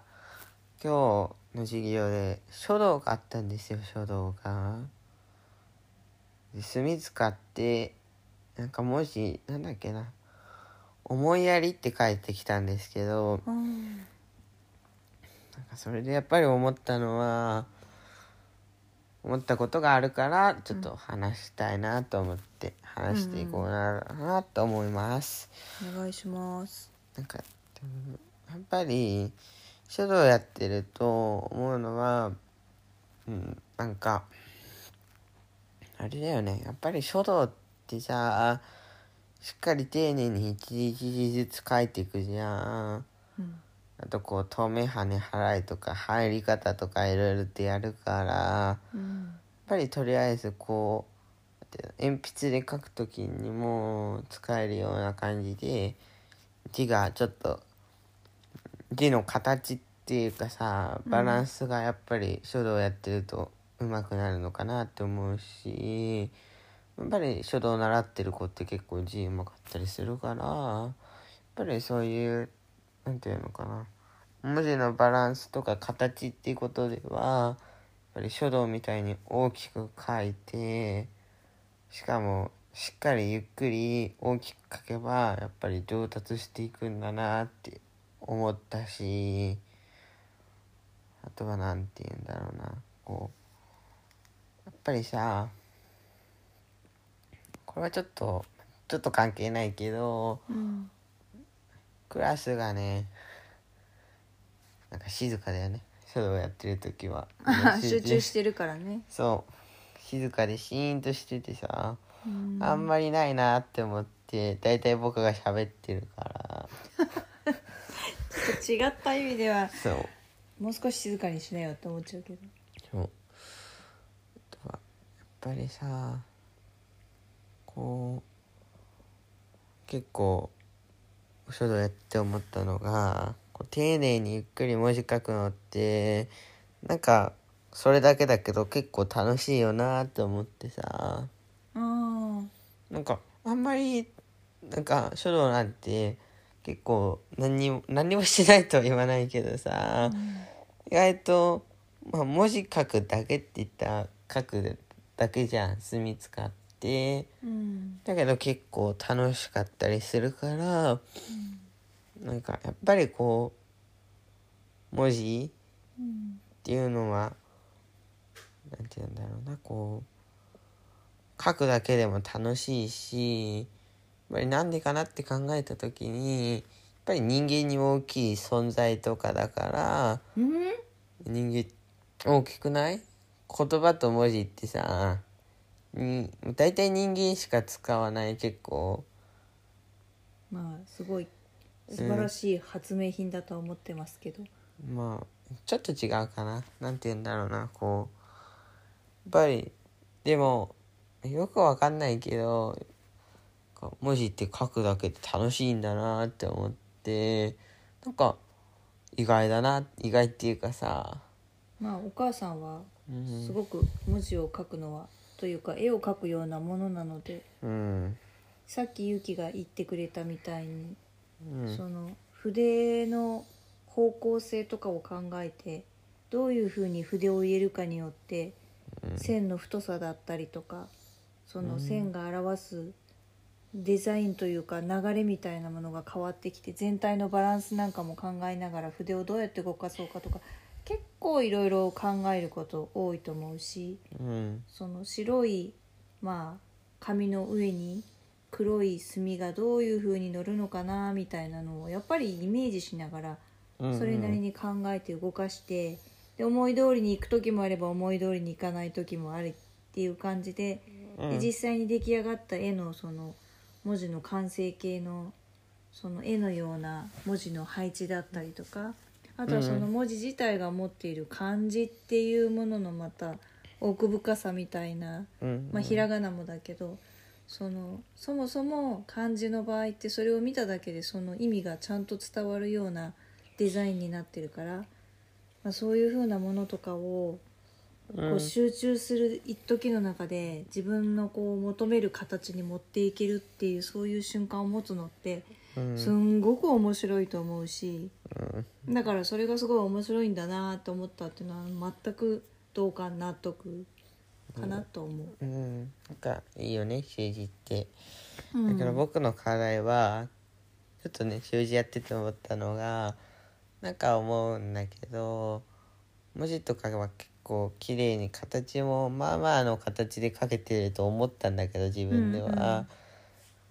[SPEAKER 1] 今日の授業で書道があったんですよ書道が。で墨使ってなんか文字なんだっけな「思いやり」って書いてきたんですけどなんかそれでやっぱり思ったのは思ったことがあるからちょっと話したいなと思って話していこうな,、なと思います。
[SPEAKER 2] お願いします
[SPEAKER 1] なんかでもやっぱり書道やってると思うのは、うん、なんかあれだよねやっぱり書道ってさしっかり丁寧に一字一字ずつ書いていくじゃん。
[SPEAKER 2] うん
[SPEAKER 1] あとこう透明跳ね払いとか入り方とかいろいろってやるからやっ
[SPEAKER 2] うん
[SPEAKER 1] ぱりとりあえずこうなんていうの鉛筆で書く時にも使えるような感じで字がちょっと字の形っていうかさバランスがやっぱり書道やってると上手くなるのかなって思うしやっぱり書道習ってる子って結構字上手かったりするからやっぱりそういうなんていうのかな文字のバランスとか形っていうことではやっぱり書道みたいに大きく書いてしかもしっかりゆっくり大きく書けばやっぱり上達していくんだなって思ったしあとは何て言うんだろうなこうやっぱりさこれはちょっとちょっと関係ないけど
[SPEAKER 2] うん
[SPEAKER 1] クラスがねなんか静かだよね書道をやってる時は
[SPEAKER 2] 集中してるからね
[SPEAKER 1] そう静かでシーンとしててさあんまりないなって思って大体僕が喋ってるから
[SPEAKER 2] 違った意味では
[SPEAKER 1] そう
[SPEAKER 2] もう少し静かにしなよって思っちゃうけど
[SPEAKER 1] そうあとはやっぱりさこう結構書道やって思ったのがこう丁寧にゆっくり文字書くのってなんかそれだけだけど結構楽しいよなって思ってさ
[SPEAKER 2] あ
[SPEAKER 1] なんかあんまりなんか書道なんて結構何にも何にもしないとは言わないけどさ、意外と、まあ、文字書くだけって言ったら書くだけじゃん墨使って
[SPEAKER 2] うん
[SPEAKER 1] だけど結構楽しかったりするから、なんかやっぱりこう文字っていうのはなんて言うんだろうなこう書くだけでも楽しいしやっぱりなんでかなって考えた時にやっぱり人間に大きい存在とかだから
[SPEAKER 2] うん
[SPEAKER 1] 人間大きくない言葉と文字ってさに大体人間しか使わない結構
[SPEAKER 2] まあすごい素晴らしい発明品だとは思ってますけど、
[SPEAKER 1] まあちょっと違うかななんて言うんだろうなこうやっぱりでもよくわかんないけどこう文字って書くだけで楽しいんだなって思ってなんか意外だな意外っていうかさ
[SPEAKER 2] まあお母さんは
[SPEAKER 1] うん
[SPEAKER 2] すごく文字を書くのはというか絵を描くようなものなので
[SPEAKER 1] うん
[SPEAKER 2] さっきゆきが言ってくれたみたいに、
[SPEAKER 1] うん
[SPEAKER 2] その筆の方向性とかを考えてどういうふうに筆を入れるかによって線の太さだったりとかその線が表すデザインというか流れみたいなものが変わってきて全体のバランスなんかも考えながら筆をどうやって動かそうかとか結構いろいろ考えること多いと思うし。
[SPEAKER 1] うん
[SPEAKER 2] その白い、まあ、紙の上に黒い墨がどういう風に乗るのかなみたいなのをやっぱりイメージしながら
[SPEAKER 1] うん
[SPEAKER 2] それなりに考えて動かして、で思い通りに行く時もあれば思い通りに行かない時もあるっていう感じで,、
[SPEAKER 1] う
[SPEAKER 2] で
[SPEAKER 1] ん
[SPEAKER 2] 実際に出来上がった絵のその文字の完成形のその絵のような文字の配置だったりとかあとはその文字自体が持っている漢字っていうもののまた奥深さみたいな
[SPEAKER 1] うん
[SPEAKER 2] まあ、ひらがなもだけどそのそもそも漢字の場合ってそれを見ただけでその意味がちゃんと伝わるようなデザインになってるから、まあ、そういうふうなものとかをこう集中する一時の中で自分のこう求める形に持っていけるっていうそういう瞬間を持つのって
[SPEAKER 1] うん
[SPEAKER 2] すんごく面白いと思うし、だからそれがすごい面白いんだなと思ったっていうのは全く同感納得かなと思
[SPEAKER 1] う
[SPEAKER 2] う。
[SPEAKER 1] んなんかいいよね習字って。
[SPEAKER 2] う
[SPEAKER 1] だ
[SPEAKER 2] ん
[SPEAKER 1] から僕の課題はちょっとね習字やってて思ったのがなんか思うんだけど文字とかは結構綺麗に形もまあまあの形で書けてると思ったんだけど自分では、
[SPEAKER 2] うんうん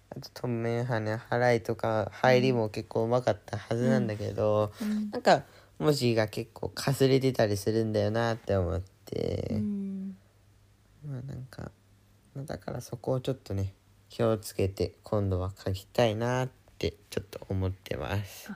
[SPEAKER 1] あと透明派ね払いとか入りも結構うまかったはずなんだけど、なんか文字が結構かすれてたりするんだよなって思って。
[SPEAKER 2] うん
[SPEAKER 1] まあなんかまあだからそこをちょっとね気をつけて今度は書きたいなってちょっと思ってます。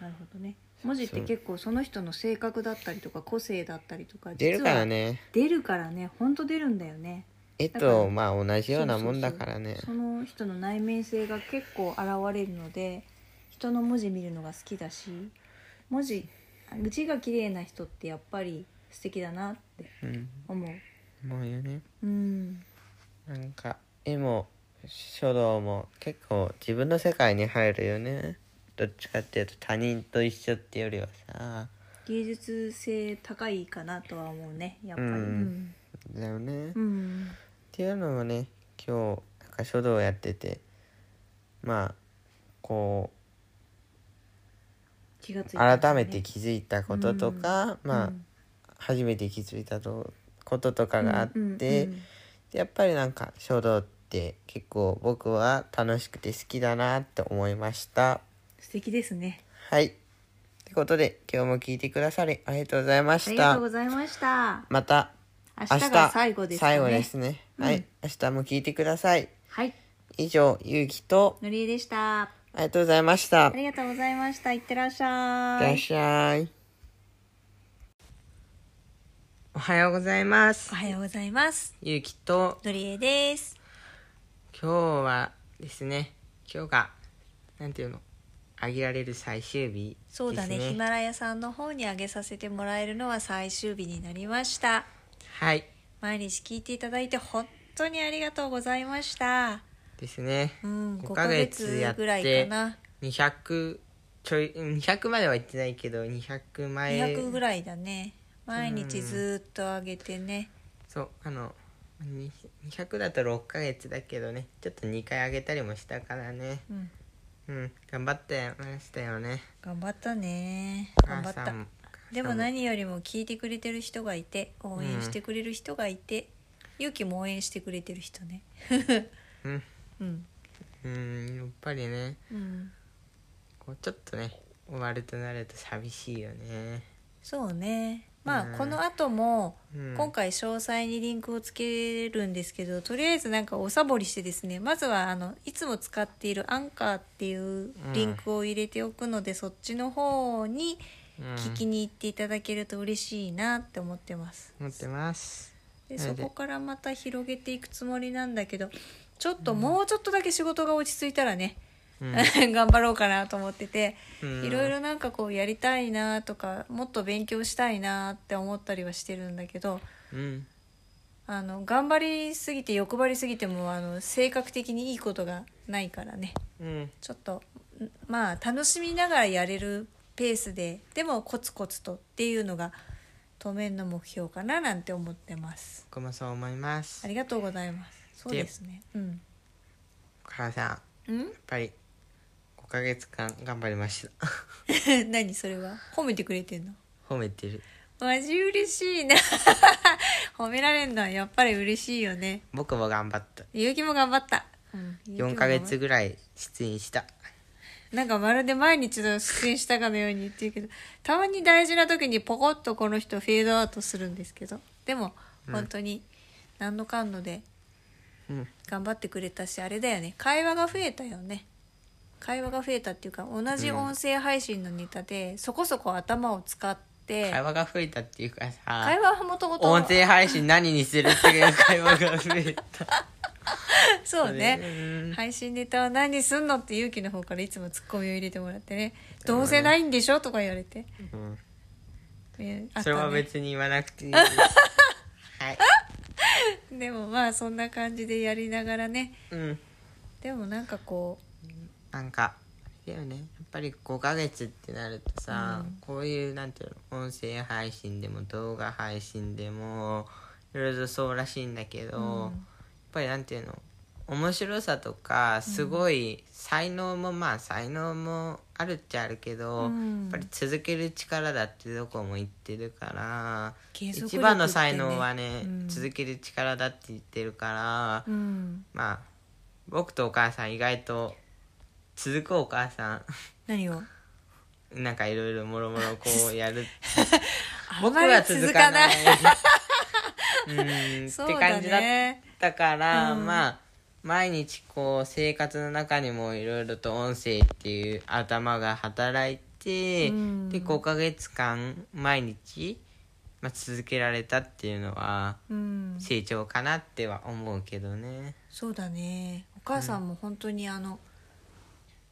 [SPEAKER 2] なるほどね文字って結構その人の性格だったりとか個性だったりとか
[SPEAKER 1] 出るから
[SPEAKER 2] 実は
[SPEAKER 1] ね
[SPEAKER 2] 出るからねほんと出るんだよね
[SPEAKER 1] 絵
[SPEAKER 2] だから
[SPEAKER 1] とまあ同じようなもんだからね。
[SPEAKER 2] その人の内面性が結構現れるので人の文字見るのが好きだし文字字が綺麗な人ってやっぱり素敵だなって
[SPEAKER 1] うん
[SPEAKER 2] 思う
[SPEAKER 1] もうよね
[SPEAKER 2] うん
[SPEAKER 1] なんか絵も書道も結構自分の世界に入るよね。どっちかっていうと他人と一緒っていうよりはさ
[SPEAKER 2] 芸術性高いかなとは思うねやっぱり
[SPEAKER 1] うんだよね。
[SPEAKER 2] うんうん
[SPEAKER 1] っていうのもね今日なんか書道をやっててまあこう
[SPEAKER 2] 気がついたん
[SPEAKER 1] 改
[SPEAKER 2] だね
[SPEAKER 1] めて気づいたこととか、まあ、
[SPEAKER 2] うん
[SPEAKER 1] 初めて気づいたとこととかがあって、
[SPEAKER 2] うんうん
[SPEAKER 1] やっぱりなんか書道って結構僕は楽しくて好きだなって思いました
[SPEAKER 2] 素敵ですね
[SPEAKER 1] はいということで、今日も聞いてくださりありがとうございま
[SPEAKER 6] あ
[SPEAKER 1] し
[SPEAKER 6] りが
[SPEAKER 1] た
[SPEAKER 6] とう。ございました
[SPEAKER 1] また
[SPEAKER 6] 明
[SPEAKER 1] 明
[SPEAKER 6] 日
[SPEAKER 1] 日
[SPEAKER 6] が最後ですかね
[SPEAKER 1] 最後ですね。はい、明日も聞いてください。
[SPEAKER 6] はい
[SPEAKER 1] 以上、ゆうきと、
[SPEAKER 6] のりえでしたあ
[SPEAKER 1] ありがとうございました。いっ
[SPEAKER 6] りがとうございましたいってらっしゃ
[SPEAKER 1] てらっしゃい。おはようございます
[SPEAKER 2] お。はようございます
[SPEAKER 1] ゆうきと、
[SPEAKER 2] のりえです
[SPEAKER 1] 今日はですね、今日が、なんていうの、あげられる最終日ですね。
[SPEAKER 2] そうだねヒマラヤさんの方にあげさせてもらえるのは最終日になりました
[SPEAKER 1] はい、
[SPEAKER 2] 毎日聞いていただいて本当にありがとうございました
[SPEAKER 1] ですね。
[SPEAKER 2] うん
[SPEAKER 1] 5
[SPEAKER 2] 5
[SPEAKER 1] ヶ
[SPEAKER 2] ヶ
[SPEAKER 1] 月やっ
[SPEAKER 2] 月
[SPEAKER 1] て
[SPEAKER 2] ぐらいかな
[SPEAKER 1] 200ちょいうん200までは行ってないけど200前
[SPEAKER 2] 200ぐらいだね毎日ずっと上げてね
[SPEAKER 1] そうあのに200だと6ヶ月だけどねちょっと2回上げたりもしたからね
[SPEAKER 2] うん
[SPEAKER 1] うん頑張ってましたよね
[SPEAKER 2] 頑張ったね頑張
[SPEAKER 1] 母
[SPEAKER 2] っ
[SPEAKER 1] さ
[SPEAKER 2] た
[SPEAKER 1] んも
[SPEAKER 2] でも何よりも聞いてくれてる人がいて応援してくれる人がいて、勇気も応援してくれてる人ね
[SPEAKER 1] うん
[SPEAKER 2] うん
[SPEAKER 1] うんやっぱりね
[SPEAKER 2] うん
[SPEAKER 1] こうちょっとね終わるとなると寂しいよね
[SPEAKER 2] そうねま
[SPEAKER 1] う
[SPEAKER 2] あ
[SPEAKER 1] ん
[SPEAKER 2] この後も
[SPEAKER 1] うん
[SPEAKER 2] 今回詳細にリンクをつけるんですけどとりあえずなんかおさぼりしてですねまずはあのいつも使っているアンカーっていうリンクを入れておくので、そっちの方に
[SPEAKER 1] うん
[SPEAKER 2] 聞きに行っていただけると嬉しいなって思ってます。
[SPEAKER 1] 思ってます
[SPEAKER 2] で
[SPEAKER 1] なの
[SPEAKER 2] そ
[SPEAKER 1] で
[SPEAKER 2] こからまた広げていくつもりなんだけどちょっともうちょっとだけ仕事が落ち着いたらね、
[SPEAKER 1] うん
[SPEAKER 2] 頑張ろうかなと思ってて、
[SPEAKER 1] うん
[SPEAKER 2] いろいろなんかこうやりたいなとかもっと勉強したいなって思ったりはしてるんだけど
[SPEAKER 1] うん
[SPEAKER 2] あの頑張りすぎて欲張りすぎてもあの性格的にいいことがないからね
[SPEAKER 1] うん
[SPEAKER 2] ちょっとんまあ楽しみながらやれるペースででもコツコツとっていうのが当面の目標かななんて思ってます。
[SPEAKER 1] 僕もそう思います
[SPEAKER 2] ありがとうございます。そうですね。うん。
[SPEAKER 1] 母さんやっぱり5ヶ月間頑張りました
[SPEAKER 2] うん。 何それは褒めてくれてんの
[SPEAKER 1] 褒めてる
[SPEAKER 2] マジ嬉しいな。 褒められるのはやっぱり嬉しいよね。
[SPEAKER 1] 僕も頑張った
[SPEAKER 2] ゆうきも頑張った。うん。ゆうき
[SPEAKER 1] 4
[SPEAKER 2] も
[SPEAKER 1] ヶ
[SPEAKER 2] 頑張っ
[SPEAKER 1] 月ぐらい出演した
[SPEAKER 2] なんかまるで毎日の出演したかのように言ってるけど、たまに大事な時にポコッとこの人フェードアウトするんですけど、でも本当に何のかんので
[SPEAKER 1] うん
[SPEAKER 2] 頑張ってくれたしあれだよね会話が増えたよね会話が増えたっていうか同じ音声配信のネタで、そこそこ頭を使って
[SPEAKER 1] 会話が増えたっていうか
[SPEAKER 2] 会
[SPEAKER 1] さ
[SPEAKER 2] 話はもともと
[SPEAKER 1] 音声配信何にするっていう 会話が増えた
[SPEAKER 2] そ
[SPEAKER 1] う
[SPEAKER 2] うね
[SPEAKER 1] ん
[SPEAKER 2] 配信ネタは何すんのって勇気の方からいつもツッコミを入れてもらってね「どうせないんでしょ?」とか言われて、
[SPEAKER 1] うん
[SPEAKER 2] えあった ね
[SPEAKER 1] それは別に言わなくていいです はい
[SPEAKER 2] でもまあそんな感じでやりながらね
[SPEAKER 1] うん
[SPEAKER 2] でもなんかこ
[SPEAKER 1] なんかあれだよねやっぱり5ヶ月ってなるとさ、こういうなんていうの音声配信でも動画配信でもいろいろとそうらしいんだけど、やっぱりなんていうの面白さとかすごい才能もまあ才能もあるっちゃあるけど、やっぱり続ける力だってどこも言ってるから、
[SPEAKER 2] 継続力って
[SPEAKER 1] 一
[SPEAKER 2] ね
[SPEAKER 1] 番の才能はね、
[SPEAKER 2] うん
[SPEAKER 1] 続ける力だって言ってるから、
[SPEAKER 2] ううん
[SPEAKER 1] まあ僕とお母さん意外と続くお母さ
[SPEAKER 2] 何を
[SPEAKER 1] ん なんかいろいろもろもろこ うやる
[SPEAKER 2] あん
[SPEAKER 1] 僕
[SPEAKER 2] まり
[SPEAKER 1] は続かない うんって
[SPEAKER 2] そうだね
[SPEAKER 1] 感じだったから、まあ毎日こう生活の中にもいろいろと音声っていう頭が働いて、
[SPEAKER 2] うん
[SPEAKER 1] で5ヶ月間毎日、まあ、続けられたっていうのは
[SPEAKER 2] うん
[SPEAKER 1] 成長かなっては思うけどね。
[SPEAKER 2] そうだねお母さんも本当にあの、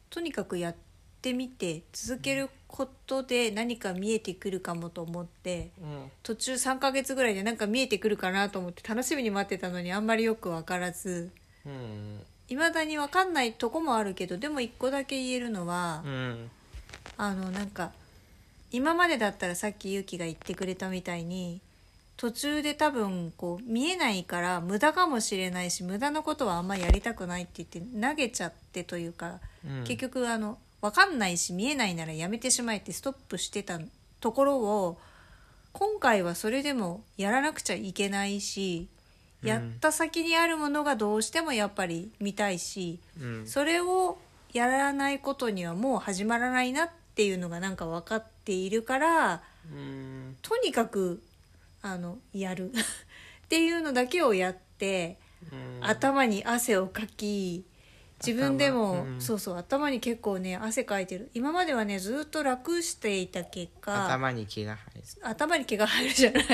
[SPEAKER 2] とにかくやってみて続けることで何か見えてくるかもと思って
[SPEAKER 1] うん
[SPEAKER 2] 途中3ヶ月ぐらいで何か見えてくるかなと思って楽しみに待ってたのにあんまりよく分からず
[SPEAKER 1] うん
[SPEAKER 2] いまだに分かんないとこもあるけどでも一個だけ言えるのは、
[SPEAKER 1] うん
[SPEAKER 2] あのなんか今までだったらさっきゆうきが言ってくれたみたいに途中で多分こう見えないから無駄かもしれないし無駄なことはあんまやりたくないって言って投げちゃってというか、
[SPEAKER 1] うん
[SPEAKER 2] 結局あの分かんないし見えないならやめてしまえってストップしてたところを今回はそれでもやらなくちゃいけないしやった先にあるものがどうしてもやっぱり見たいし。
[SPEAKER 1] うん
[SPEAKER 2] それをやらないことにはもう始まらないなっっていうのがなんか分かっているから
[SPEAKER 1] うん
[SPEAKER 2] とにかくあのやる っていうのだけをやって、
[SPEAKER 1] うん
[SPEAKER 2] 頭に汗をかき自分でも、
[SPEAKER 1] 頭うん
[SPEAKER 2] そうそう頭に結構ね汗かいてる今まではねずっと楽していた結果
[SPEAKER 1] 頭に気が入る
[SPEAKER 2] 頭に毛が入るじゃない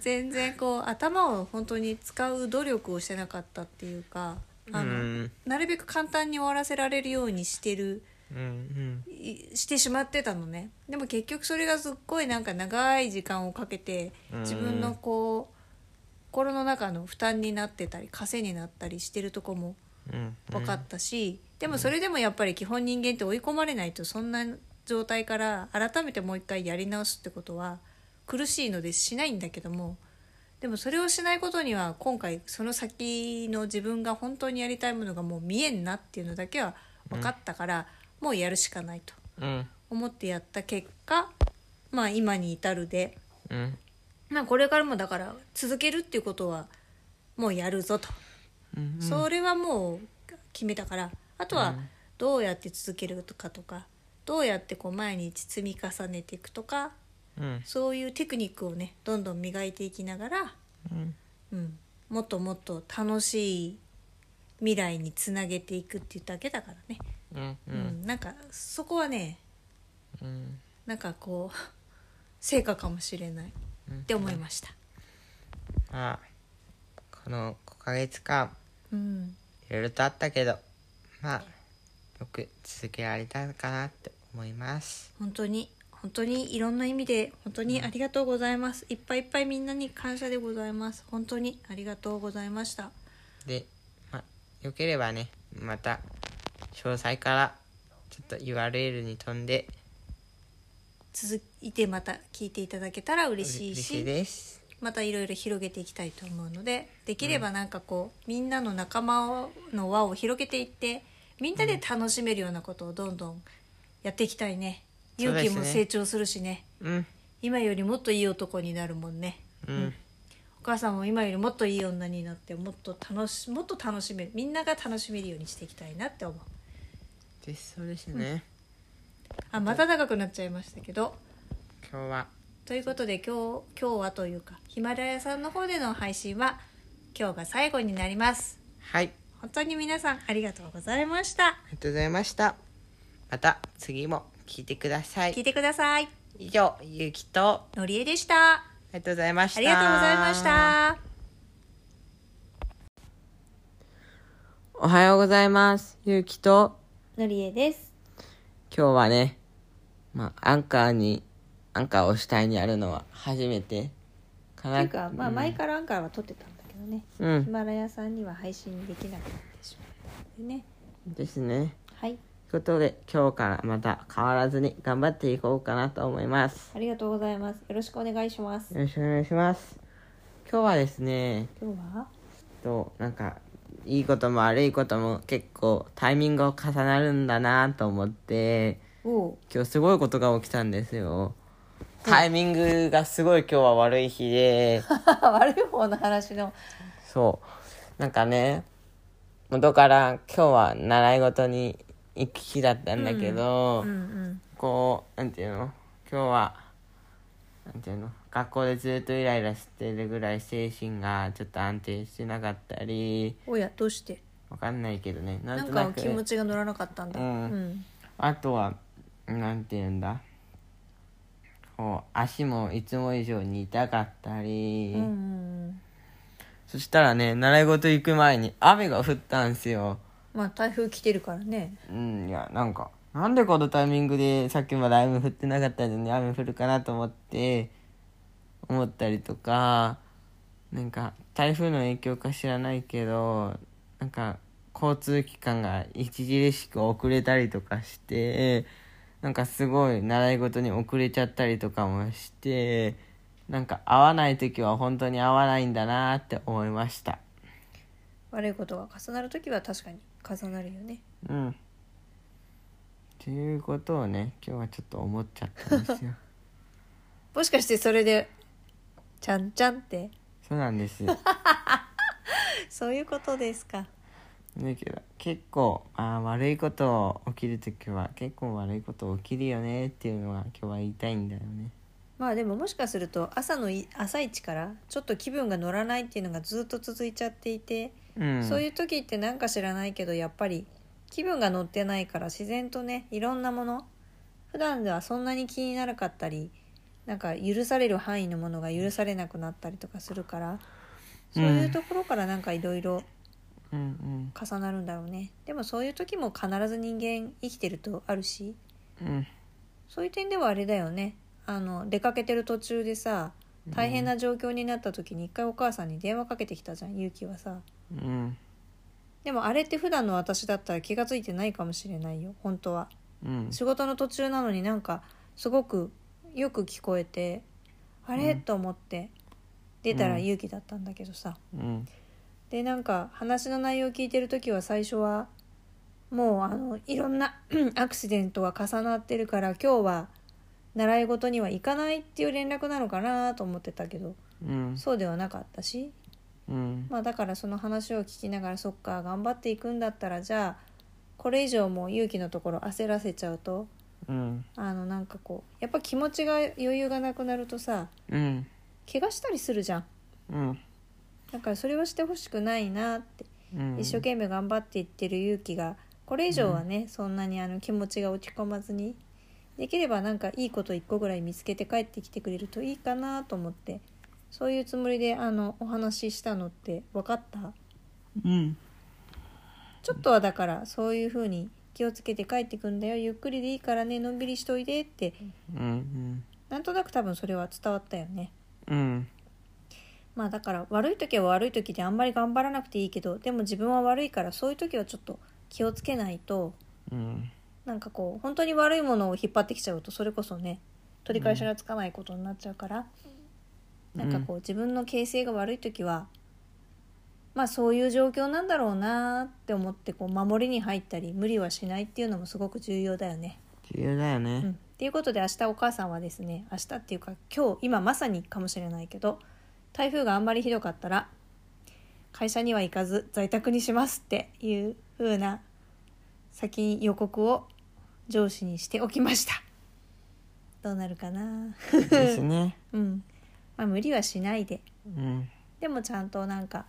[SPEAKER 2] 全然こう頭を本当に使う努力をしてなかったっていうかあ
[SPEAKER 1] う
[SPEAKER 2] の、
[SPEAKER 1] ん
[SPEAKER 2] なるべく簡単に終わらせられるようにしてる
[SPEAKER 1] うんうん
[SPEAKER 2] いしてしまってたのねでも結局それがすっごいなんか長い時間をかけて
[SPEAKER 1] うん
[SPEAKER 2] 自分のこう心の中の負担になってたり枷になったりしてるとこも
[SPEAKER 1] うん
[SPEAKER 2] 分かったし、でもそれでもやっぱり基本人間って追い込まれないとそんな状態から改めてもう一回やり直すってことは苦しいのでしないんだけどもでもそれをしないことには今回その先の自分が本当にやりたいものがもう見えんなっていうのだけは分かったから、もうやるしかないと
[SPEAKER 1] うん
[SPEAKER 2] 思ってやった結果まあ今に至るで
[SPEAKER 1] うん
[SPEAKER 2] まあこれからもだから続けるっていうことはもうやるぞと。
[SPEAKER 1] うん
[SPEAKER 2] それはもう決めたからあとはどうやって続けるかとかどうやってこう毎日積み重ねていくとか
[SPEAKER 1] うん
[SPEAKER 2] そういうテクニックをねどんどん磨いていきながら、
[SPEAKER 1] うん
[SPEAKER 2] うん、もっともっと楽しい未来につなげていくっていうだけだからね、
[SPEAKER 1] うんう
[SPEAKER 2] うん
[SPEAKER 1] ん
[SPEAKER 2] なんかそこはね
[SPEAKER 1] うん
[SPEAKER 2] なんかこう 成果かもしれないって思いました。
[SPEAKER 1] まあこの5ヶ月間
[SPEAKER 2] うん、
[SPEAKER 1] いろいろとあったけどまあよく続けられたかなって思います
[SPEAKER 2] 本当に本当にいろんな意味で本当にありがとうございます、いっぱいいっぱいみんなに感謝でございます本当にありがとうございました
[SPEAKER 1] で、まあ、よければねまた詳細からちょっと URL に飛んで
[SPEAKER 2] 続いてまた聞いていただけたら嬉しい
[SPEAKER 1] 嬉
[SPEAKER 2] し
[SPEAKER 1] しいです
[SPEAKER 2] またいろいろ広げていきたいと思うのでできればなんかこう、みんなの仲間の輪を広げていってみんなで楽しめるようなことをどんどんやっていきたいね、
[SPEAKER 1] そうです
[SPEAKER 2] 勇
[SPEAKER 1] ね
[SPEAKER 2] 気も成長するしね
[SPEAKER 1] うん
[SPEAKER 2] 今よりもっといい男になるもんね
[SPEAKER 1] うん
[SPEAKER 2] お母さんも今よりもっといい女になってもっと楽しもっと楽しめるみんなが楽しめるようにしていきたいなって思う
[SPEAKER 1] ですそうですね、
[SPEAKER 2] あまた長くなっちゃいましたけど
[SPEAKER 1] 今日は
[SPEAKER 2] ということで今日今日はというかヒマラヤさんの方での配信は今日が最後になります
[SPEAKER 1] はい
[SPEAKER 2] 本当に皆さんありがとうございました
[SPEAKER 1] ありがとうございましたまた次も聞いてくださ
[SPEAKER 2] 聞い
[SPEAKER 1] い
[SPEAKER 2] てください
[SPEAKER 1] 以上ゆうきとあ
[SPEAKER 2] のりえでしたあ
[SPEAKER 1] りがとうございました
[SPEAKER 2] りがとうございました
[SPEAKER 1] おはようございますゆうきと
[SPEAKER 7] のりえです
[SPEAKER 1] 今日はね、まあ、アンカーに、アンカーを主体にやるのは初めてか
[SPEAKER 7] と
[SPEAKER 1] な。
[SPEAKER 7] いうかまあ
[SPEAKER 1] うん
[SPEAKER 7] 前からアンカーは撮ってたんだけどね
[SPEAKER 1] う
[SPEAKER 7] ヒ
[SPEAKER 1] ん。
[SPEAKER 7] マラヤさんには配信できなくなってしまったのでね
[SPEAKER 1] ですね。
[SPEAKER 7] はい
[SPEAKER 1] ということで、今日からまた変わらずに頑張っていこうかなと思います。
[SPEAKER 7] ありがとうございますよろしくお願いします
[SPEAKER 1] よろしくお願いします。今日はですね、
[SPEAKER 7] 今日は
[SPEAKER 1] と、なんか、いいことも悪いことも結構タイミングを重なるんだなと思って、
[SPEAKER 7] おう
[SPEAKER 1] 今日すごいことが起きたんですよ。タイミングがすごい今日は悪い日で、
[SPEAKER 7] 悪い方の話の
[SPEAKER 1] そう。なんかね、元から今日は習い事に行く日だったんだけど、こう、なんていうの今日は、なんていうの学校でずっとイライラしてるぐらい精神がちょっと安定してなかったり、
[SPEAKER 2] おやどうして
[SPEAKER 1] わかんないけどね、な
[SPEAKER 2] なんん
[SPEAKER 1] と
[SPEAKER 2] か
[SPEAKER 1] なく。
[SPEAKER 2] 気持ちが乗らなかったんだ
[SPEAKER 1] うんあとは、なんていうんだこう、足もいつも以上に痛かったり、
[SPEAKER 2] うんうん
[SPEAKER 1] そしたらね、習い事行く前に雨が降ったんですよ。
[SPEAKER 2] まあ台風来てるからね
[SPEAKER 1] うんいやなんかなんでこのタイミングでさっきまで雨降ってなかったのに雨降るかなと思って思ったりとかなんか台風の影響か知らないけどなんか交通機関が著しく遅れたりとかしてなんかすごい習い事に遅れちゃったりとかもしてなんか合わない時は本当に合わないんだなって思いました
[SPEAKER 2] 悪いことが重なる時は確かに重なるよね
[SPEAKER 1] うん。っていうことをね今日はちょっと思っちゃったん ですよ。
[SPEAKER 2] もしかしてそれで「ちゃんちゃん」って
[SPEAKER 1] そうなんです。
[SPEAKER 2] そういうことですか
[SPEAKER 1] だけど結構あー悪いこと起きる時は結構悪いこと起きるよねっていうのは今日は言いたいんだよね
[SPEAKER 2] まあでももしかすると朝のい朝一からちょっと気分が乗らないっていうのがずっと続いちゃっていて、
[SPEAKER 1] うん
[SPEAKER 2] そういう時ってなんか知らないけどやっぱり気分が乗ってないから自然とねいろんなもの普段ではそんなに気にならなかったりなんか許される範囲のものが許されなくなったりとかするからそういうところからなんかいろいろ
[SPEAKER 1] うんうん
[SPEAKER 2] 重なるんだろうねでもそういう時も必ず人間生きてるとあるし
[SPEAKER 1] うん
[SPEAKER 2] そういう点ではあれだよねあの出かけてる途中でさ大変な状況になった時に一回お母さんに電話かけてきたじゃんゆうきはさ
[SPEAKER 1] うん
[SPEAKER 2] でもあれって普段の私だったら気が付いてないかもしれないよ本当は
[SPEAKER 1] うん
[SPEAKER 2] 仕事の途中なのになんかすごくよく聞こえてあれ、
[SPEAKER 1] うん
[SPEAKER 2] と思って出たら
[SPEAKER 1] うん
[SPEAKER 2] ゆうきだったんだけどさ、
[SPEAKER 1] うん
[SPEAKER 2] でなんか話の内容を聞いてる時は最初はもうあのいろんな アクシデントが重なってるから今日は習い事には行かないっていう連絡なのかなと思ってたけど
[SPEAKER 1] うん
[SPEAKER 2] そうではなかったし、
[SPEAKER 1] うん
[SPEAKER 2] まあ、だからその話を聞きながらそっか頑張っていくんだったらじゃあこれ以上もう勇気のところ焦らせちゃうと
[SPEAKER 1] うん
[SPEAKER 2] あのなんかこうやっぱ気持ちが余裕がなくなるとさ
[SPEAKER 1] うん
[SPEAKER 2] 怪我したりするじゃん
[SPEAKER 1] うん
[SPEAKER 2] だからそれはしてほしくないなって
[SPEAKER 1] うん
[SPEAKER 2] 一生懸命頑張っていってる勇気がこれ以上はね、そんなにあの気持ちが落ち込まずにできればなんかいいこと1個ぐらい見つけて帰ってきてくれるといいかなと思ってそういうつもりであのお話ししたのって分かった
[SPEAKER 1] うん
[SPEAKER 2] ちょっとはだからそういう風に気をつけて帰ってくんだよゆっくりでいいからねのんびりしといでって
[SPEAKER 1] うん
[SPEAKER 2] なんとなく多分それは伝わったよね。
[SPEAKER 1] うんうん
[SPEAKER 2] まあだから悪い時は悪い時であんまり頑張らなくていいけどでも自分は悪いからそういう時はちょっと気をつけないと
[SPEAKER 1] うん
[SPEAKER 2] なんかこう本当に悪いものを引っ張ってきちゃうとそれこそね取り返しがつかないことになっちゃうから、なんかこう自分の形勢が悪い時はまあそういう状況なんだろうなって思ってこう守りに入ったり無理はしないっていうのもすごく重要だよね。
[SPEAKER 1] 重要だよ
[SPEAKER 2] うん、っ
[SPEAKER 1] ね
[SPEAKER 2] ていうことで明日お母さんはですね明日っていうか今日今まさにかもしれないけど台風があんまりひどかったら会社には行かず在宅にしますっていう風な先に予告を上司にしておきましたどうなるかな
[SPEAKER 1] ですね
[SPEAKER 2] うんまあ無理はしないで
[SPEAKER 1] うん
[SPEAKER 2] でもちゃんとなんか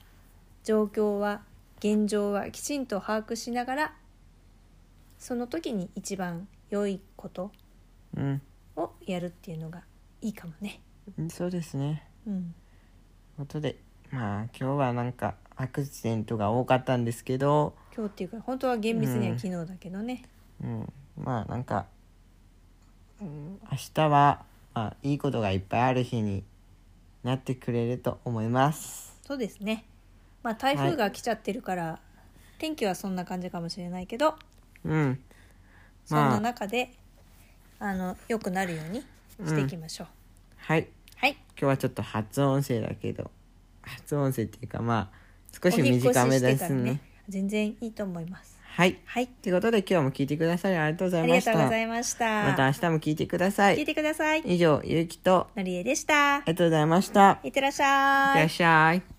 [SPEAKER 2] 状況は現状はきちんと把握しながらその時に一番良いこと
[SPEAKER 1] うん
[SPEAKER 2] をやるっていうのがいいかもね。
[SPEAKER 1] そうですね
[SPEAKER 2] うん、
[SPEAKER 1] ということでまあ今日はなんかアクシデントが多かったんですけど
[SPEAKER 2] 今日っていうか本当は厳密には昨日だけどね。
[SPEAKER 1] うん、まあなんか、うん、明日は、まあ、いいことがいっぱいある日になってくれると思います。
[SPEAKER 2] そうですね。まあ台風が来ちゃってるから、天気はそんな感じかもしれないけど、
[SPEAKER 1] うん、
[SPEAKER 2] そん
[SPEAKER 1] まあ
[SPEAKER 2] な中で、あ、の良くなるようにしていきましょう。
[SPEAKER 1] はい
[SPEAKER 2] はい。
[SPEAKER 1] 今日はちょっと初音声だけど初音声っていうかまあ少し
[SPEAKER 2] お引っ越
[SPEAKER 1] 短めで
[SPEAKER 2] しして
[SPEAKER 1] す
[SPEAKER 2] から
[SPEAKER 1] ね。
[SPEAKER 2] 全然いいと思います。
[SPEAKER 1] はい
[SPEAKER 2] はい。
[SPEAKER 1] ということで今日も聞いてくださりありがとうござ
[SPEAKER 2] あ
[SPEAKER 1] い
[SPEAKER 2] り
[SPEAKER 1] ま
[SPEAKER 2] が
[SPEAKER 1] した。
[SPEAKER 2] とうございました。
[SPEAKER 1] また明日も聞いてくださ
[SPEAKER 2] 聞い
[SPEAKER 1] い。
[SPEAKER 2] てください。
[SPEAKER 1] 以上ゆうきとあ
[SPEAKER 2] のりえでした。い
[SPEAKER 1] りがとうございました。い
[SPEAKER 2] ってらっしゃ
[SPEAKER 1] ってらっしゃい。